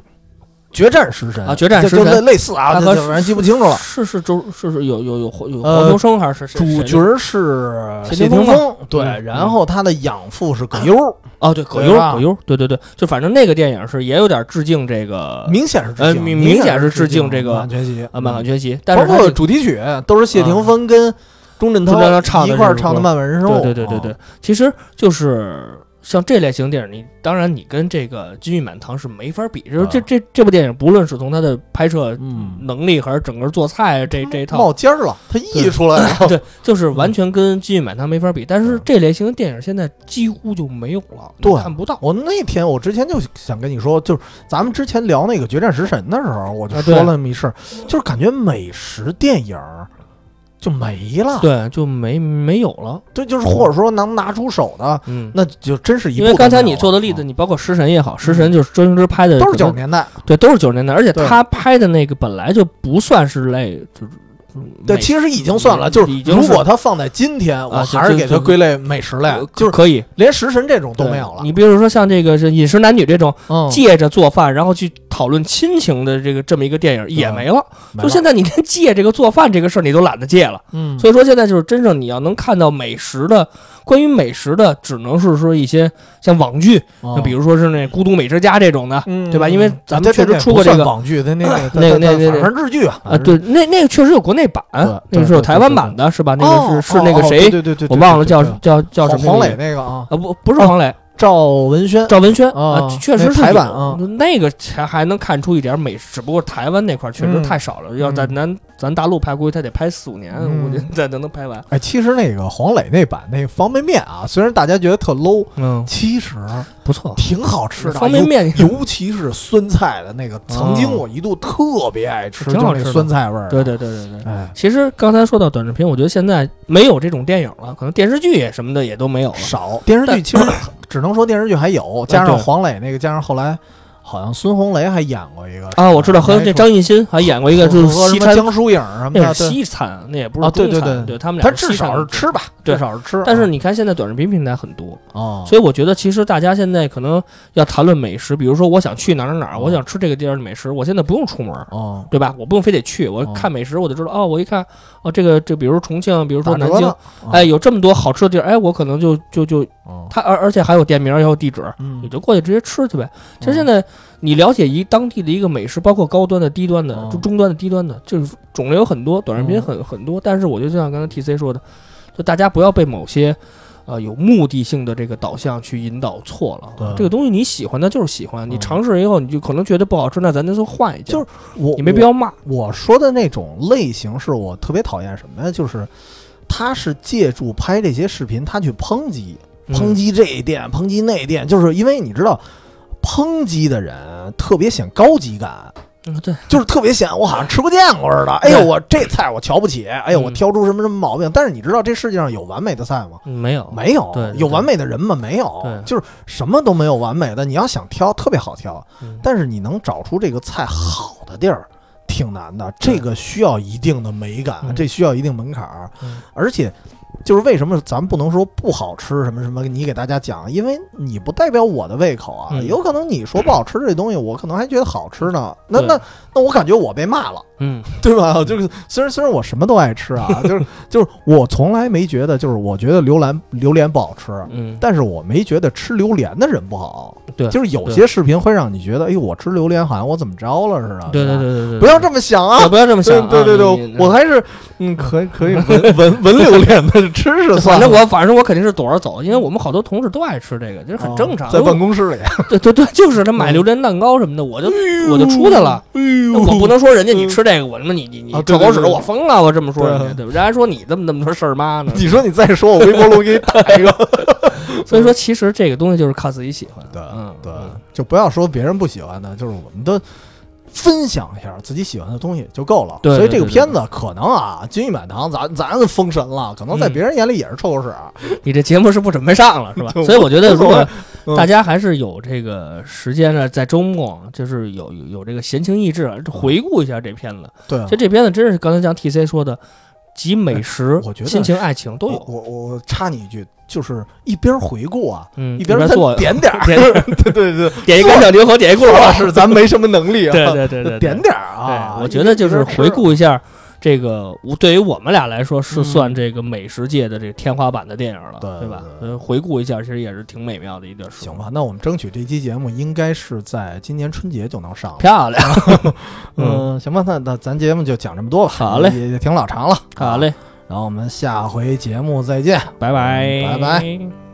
Speaker 1: 决战食神
Speaker 2: 啊决战
Speaker 1: 就
Speaker 2: 食
Speaker 1: 就
Speaker 2: 神
Speaker 1: 类类似啊，
Speaker 2: 他
Speaker 1: 就
Speaker 2: 和
Speaker 1: 就反正记不清楚了。
Speaker 2: 是是周是是有有有黄有
Speaker 1: 呃
Speaker 2: 黄秋生还是谁
Speaker 1: 主
Speaker 2: 谁
Speaker 1: 角儿是
Speaker 2: 谢
Speaker 1: 谢
Speaker 2: 霆
Speaker 1: 霆
Speaker 2: 锋
Speaker 1: 锋，对，
Speaker 2: 嗯
Speaker 1: 然后他的养父是葛优，
Speaker 2: 哦，对，葛
Speaker 1: 对
Speaker 2: 优，
Speaker 1: 吧
Speaker 2: 葛优，对对对，就反正那个电影是也有点致敬这个
Speaker 1: 明显是致
Speaker 2: 呃
Speaker 1: 敬，
Speaker 2: 明明
Speaker 1: 明
Speaker 2: 显是
Speaker 1: 是
Speaker 2: 致敬这个
Speaker 1: 满全席
Speaker 2: 啊《满汉
Speaker 1: 嗯
Speaker 2: 全席》，但
Speaker 1: 包
Speaker 2: 是它
Speaker 1: 括
Speaker 2: 这
Speaker 1: 主题曲都是谢霆锋跟钟镇
Speaker 2: 钟
Speaker 1: 涛
Speaker 2: 镇涛唱的
Speaker 1: 一块儿
Speaker 2: 这首
Speaker 1: 唱的
Speaker 2: 歌
Speaker 1: 《漫漫人生》，
Speaker 2: 对对对
Speaker 1: 哦
Speaker 2: 对对，其实就是像这类型电影，你当然你跟这个《金玉满堂》是没法比，就是这
Speaker 1: 啊
Speaker 2: 这这部电影，不论是从它的拍摄
Speaker 1: 嗯
Speaker 2: 能力，还是整个做菜这这一
Speaker 1: 啊，
Speaker 2: 套
Speaker 1: 冒，尖儿了，他溢出来嗯了。
Speaker 2: 对，就是完全跟《金玉满堂》没法比。但是这类型的电影现在几乎就没有了，你
Speaker 1: 对
Speaker 2: 看不到。
Speaker 1: 我那天我之前就想跟你说，就是咱们之前聊那个《决战食神》的时候，我就
Speaker 2: 啊对
Speaker 1: 说了那么一事儿，就是感觉美食电影儿就没了，
Speaker 2: 对，就没没有了。
Speaker 1: 对，就是或者说能拿出手的，
Speaker 2: 嗯，
Speaker 1: 那就真是一
Speaker 2: 因
Speaker 1: 部
Speaker 2: 为
Speaker 1: 都
Speaker 2: 刚才
Speaker 1: 没
Speaker 2: 你
Speaker 1: 有
Speaker 2: 做的
Speaker 1: 了
Speaker 2: 例子，
Speaker 1: 啊嗯
Speaker 2: 你包括《食神》也好，《食神》就是周星驰拍的，
Speaker 1: 都是九
Speaker 2: 可
Speaker 1: 十
Speaker 2: 能
Speaker 1: 年代，
Speaker 2: 对，都是九十年代，而且
Speaker 1: 对
Speaker 2: 他拍的那个本来就不算是类，就是嗯
Speaker 1: 对，
Speaker 2: 美
Speaker 1: 其实已经算了，
Speaker 2: 嗯
Speaker 1: 就是
Speaker 2: 已经
Speaker 1: 如
Speaker 2: 是
Speaker 1: 果它放在今天，
Speaker 2: 啊
Speaker 1: 我
Speaker 2: 就
Speaker 1: 还是
Speaker 2: 就
Speaker 1: 给它
Speaker 2: 就
Speaker 1: 归类美食类
Speaker 2: 呃，
Speaker 1: 就是
Speaker 2: 可以
Speaker 1: 连食神这种都
Speaker 2: 对
Speaker 1: 没有了。
Speaker 2: 你比如说像这个是饮食男女这种，
Speaker 1: 嗯，
Speaker 2: 借着做饭然后去讨论亲情的这个这么一个电影也没了。
Speaker 1: 没
Speaker 2: 就
Speaker 1: 了
Speaker 2: 现在你连借这个做饭这个事儿你都懒得借了。
Speaker 1: 嗯，
Speaker 2: 所以说现在就是真正你要能看到美食的，关于美食的，只能是说一些像网剧，
Speaker 1: 以
Speaker 2: 像比如说是那《孤独美食家》这种的。
Speaker 1: 嗯，
Speaker 2: 对吧因为咱们
Speaker 1: 这
Speaker 2: 确实
Speaker 1: 这
Speaker 2: 出
Speaker 1: 不
Speaker 2: 过这
Speaker 1: 算
Speaker 2: 个
Speaker 1: 网剧，它那 个它
Speaker 2: 那个
Speaker 1: 它
Speaker 2: 那
Speaker 1: 它
Speaker 2: 那
Speaker 1: 反正日剧啊
Speaker 2: 啊，对，，那那个确实有国内版，那
Speaker 1: 对
Speaker 2: 个是有
Speaker 1: 对
Speaker 2: 台
Speaker 1: 对
Speaker 2: 湾
Speaker 1: 对
Speaker 2: 版的，是吧？那
Speaker 1: 哦
Speaker 2: 个是是
Speaker 1: 哦
Speaker 2: 那个
Speaker 1: 哦
Speaker 2: 谁，
Speaker 1: 对对对对，
Speaker 2: 我
Speaker 1: 对
Speaker 2: 忘了
Speaker 1: 对
Speaker 2: 叫
Speaker 1: 对
Speaker 2: 叫叫什
Speaker 1: 黄
Speaker 2: 么
Speaker 1: 黄磊
Speaker 2: 名字
Speaker 1: 那个啊，
Speaker 2: 啊，不不是黄磊，
Speaker 1: 赵文轩
Speaker 2: 赵文轩
Speaker 1: 啊
Speaker 2: 啊，确实
Speaker 1: 那
Speaker 2: 是
Speaker 1: 台
Speaker 2: 有
Speaker 1: 版啊
Speaker 2: 那个才还能看出一点美，只不过台湾那块儿确实
Speaker 1: 嗯
Speaker 2: 太少了，要在
Speaker 1: 嗯
Speaker 2: 咱咱大陆拍，估计他得拍四五年，
Speaker 1: 嗯
Speaker 2: 我觉得才能能拍完。
Speaker 1: 哎，其实那个黄磊那版那方便面啊，虽然大家觉得特 low，
Speaker 2: 嗯，
Speaker 1: 其实
Speaker 2: 不错，
Speaker 1: 挺好吃的，啊
Speaker 2: 方便面哦
Speaker 1: 尤，尤其是酸菜的那个，曾经我一度特别爱吃，
Speaker 2: 挺好
Speaker 1: 就
Speaker 2: 吃
Speaker 1: 是
Speaker 2: 的
Speaker 1: 那酸菜味儿。
Speaker 2: 对，对对对对。
Speaker 1: 哎，
Speaker 2: 其实刚才说到短视频，我觉得现在没有这种电影了，可能电视剧也什么的啊也都没有了。
Speaker 1: 少电视剧其实只能说电视剧还有，加上黄磊那个，加上后来好像孙红雷还演过一个
Speaker 2: 啊，我知道和那张艺兴还演过一个，哎就是
Speaker 1: 和什
Speaker 2: 西
Speaker 1: 么
Speaker 2: 餐，
Speaker 1: 江疏影什么
Speaker 2: 那
Speaker 1: 的，
Speaker 2: 是
Speaker 1: 对
Speaker 2: 西餐，那也不是
Speaker 1: 啊对
Speaker 2: 中
Speaker 1: 对
Speaker 2: 餐，
Speaker 1: 对
Speaker 2: 对他们俩
Speaker 1: 他
Speaker 2: 是
Speaker 1: 至
Speaker 2: 西餐
Speaker 1: 少是
Speaker 2: 对
Speaker 1: 吃吧，啊
Speaker 2: 对
Speaker 1: 至少是吃。
Speaker 2: 但是你看现在短视频平台很多，
Speaker 1: 哦，
Speaker 2: 所以我觉得，其实大家现在可能要谈论美食，比如说我想去哪儿哪儿哪儿，
Speaker 1: 哦
Speaker 2: 我想吃这个地儿的美食，我现在不用出门，
Speaker 1: 哦，
Speaker 2: 对吧？我不用非得去，我
Speaker 1: 哦
Speaker 2: 看美食我就知道，哦，我一看，哦，这个这，比如说重庆，比如说
Speaker 1: 打
Speaker 2: 南
Speaker 1: 折
Speaker 2: 京
Speaker 1: 呢，，哦
Speaker 2: 哎，，有这么多好吃的地儿，哎，我可能就就就
Speaker 1: 哦
Speaker 2: 它，而而且还有店名，还有地址，
Speaker 1: 嗯
Speaker 2: 你就过去直接吃去呗。其实现在你了解一当地的一个美食，包括高端的、低端的、
Speaker 1: 哦
Speaker 2: 就中端的、低端的，就是种类有很多，短视
Speaker 1: 嗯
Speaker 2: 频很、很多。但是我觉得就像刚才 T C 说的，就大家不要被某些呃有目的性的这个导向去引导错了。啊
Speaker 1: 对
Speaker 2: 这个东西你喜欢的就是喜欢，你
Speaker 1: 嗯
Speaker 2: 尝试以后你就可能觉得不好吃，那咱就说换一家，
Speaker 1: 就是我
Speaker 2: 你没必要骂。
Speaker 1: 我说的那种类型是我特别讨厌什么呀？就是他是借助拍这些视频，他去抨击、
Speaker 2: 嗯
Speaker 1: 抨击这一店、抨击那一店，就是因为你知道，抨击的人特别显高级感，
Speaker 2: 嗯，对，
Speaker 1: 就是特别显我好像吃不见过似的。哎呦，
Speaker 2: 对
Speaker 1: 我这菜我瞧不起，哎呦，
Speaker 2: 嗯
Speaker 1: 我挑出什么什么毛病？但是你知道这世界上有完美的菜吗？
Speaker 2: 嗯没有，
Speaker 1: 没有
Speaker 2: 对，对
Speaker 1: 有完美的人吗？没
Speaker 2: 对
Speaker 1: 有，就是什么都没有完美的。你要想挑，特别好挑，
Speaker 2: 嗯
Speaker 1: 但是你能找出这个菜好的地儿，挺难的。这个需要一定的美
Speaker 2: 嗯
Speaker 1: 感，这需要一定门槛儿
Speaker 2: 嗯，
Speaker 1: 而且。就是为什么咱不能说不好吃什么什么，你给大家讲，因为你不代表我的胃口啊，
Speaker 2: 嗯
Speaker 1: 有可能你说不好吃这东西，我可能还觉得好吃呢。那
Speaker 2: 对
Speaker 1: 那那我感觉我被骂了，
Speaker 2: 嗯
Speaker 1: 对吧？就是虽然虽然我什么都爱吃啊，就是就是我从来没觉得，就是我觉得榴莲榴莲不好吃，
Speaker 2: 嗯，
Speaker 1: 但是我没觉得吃榴莲的人不好，
Speaker 2: 对
Speaker 1: 就是有些视频会让你觉得，哎呦，我吃榴莲好像我怎么着了似的，
Speaker 2: 对对
Speaker 1: 是吧，
Speaker 2: 对对对，
Speaker 1: 不要这么想
Speaker 2: 对
Speaker 1: 啊，
Speaker 2: 不要这么
Speaker 1: 对
Speaker 2: 想啊，
Speaker 1: 对对
Speaker 2: 你你
Speaker 1: 对，我还是嗯，可以可以闻闻闻榴莲的吃是
Speaker 2: 反
Speaker 1: 算
Speaker 2: 正
Speaker 1: 了，
Speaker 2: 我反正我肯定是躲着走，因为我们好多同事都爱吃这个，这是很正常。
Speaker 1: 啊哦
Speaker 2: 哎
Speaker 1: 在办公室里，
Speaker 2: 对对对，就是他买榴莲蛋糕什么的，我就我就出去了。
Speaker 1: 哎
Speaker 2: 那
Speaker 1: 呦嗯
Speaker 2: 我不能说人家你吃这个，我他妈你你你
Speaker 1: 啊
Speaker 2: 臭
Speaker 1: 对
Speaker 2: 狗
Speaker 1: 对
Speaker 2: 屎，
Speaker 1: 对
Speaker 2: 我疯了，我这么说人家，
Speaker 1: 对啊
Speaker 2: 对吧？人家还说你这么那么多事儿妈呢。
Speaker 1: 你说你再说，我微波炉给你打一 个。
Speaker 2: 所以说，其实这个东西就是靠自己喜欢。
Speaker 1: 对
Speaker 2: 嗯，
Speaker 1: 对
Speaker 2: 嗯，
Speaker 1: 就不要说别人不喜欢的，就是我们都分享一下自己喜欢的东西就够了。
Speaker 2: 对
Speaker 1: 所以这
Speaker 2: 对
Speaker 1: 个
Speaker 2: 对
Speaker 1: 片子可能啊，《金玉满堂》咱咱封神了，可能在
Speaker 2: 嗯
Speaker 1: 别人眼里也是臭狗屎啊。
Speaker 2: 你这节目是不准备上了 是吧？
Speaker 1: 对
Speaker 2: 所以我觉得，
Speaker 1: 无
Speaker 2: 如
Speaker 1: 所谓
Speaker 2: 果
Speaker 1: 嗯
Speaker 2: 大家还是有这个时间呢，在周末就是有有有这个闲情逸致，回顾一下这片子。
Speaker 1: 对啊哎
Speaker 2: 其实，这片子真是刚才像 T C 说的，集美食、
Speaker 1: 我觉得
Speaker 2: 亲情、爱情都有。
Speaker 1: 我我我插你一句，就是一边回顾啊，
Speaker 2: 嗯，
Speaker 1: 一边
Speaker 2: 一边
Speaker 1: 再
Speaker 2: 做
Speaker 1: 点点儿，
Speaker 2: 点
Speaker 1: 对对对，
Speaker 2: 点一干酱牛河，点一
Speaker 1: 顾
Speaker 2: 咕噜
Speaker 1: 老
Speaker 2: 肉。
Speaker 1: 师，咱没什么能力啊，
Speaker 2: 对对对对，
Speaker 1: 点点儿
Speaker 2: 对
Speaker 1: 啊，
Speaker 2: 我觉得就是
Speaker 1: 一边吃
Speaker 2: 回，顾一下这个，我对于我们俩来说是
Speaker 1: 嗯
Speaker 2: 算这个美食界的这个天花板的电影了，
Speaker 1: 对对
Speaker 2: 对吧？
Speaker 1: 对
Speaker 2: 呃回顾一下，其实也是挺美妙的一段时
Speaker 1: 行
Speaker 2: 光。
Speaker 1: 吧，那我们争取这期节目应该是在今年春节就能上了。
Speaker 2: 漂 亮，嗯，
Speaker 1: 嗯，行吧，那那咱节目就讲这么多吧，
Speaker 2: 好嘞
Speaker 1: 也也挺老长了，啊
Speaker 2: 好。嘞，
Speaker 1: 然后我们下回节目再见。
Speaker 2: 拜拜，
Speaker 1: 嗯拜拜。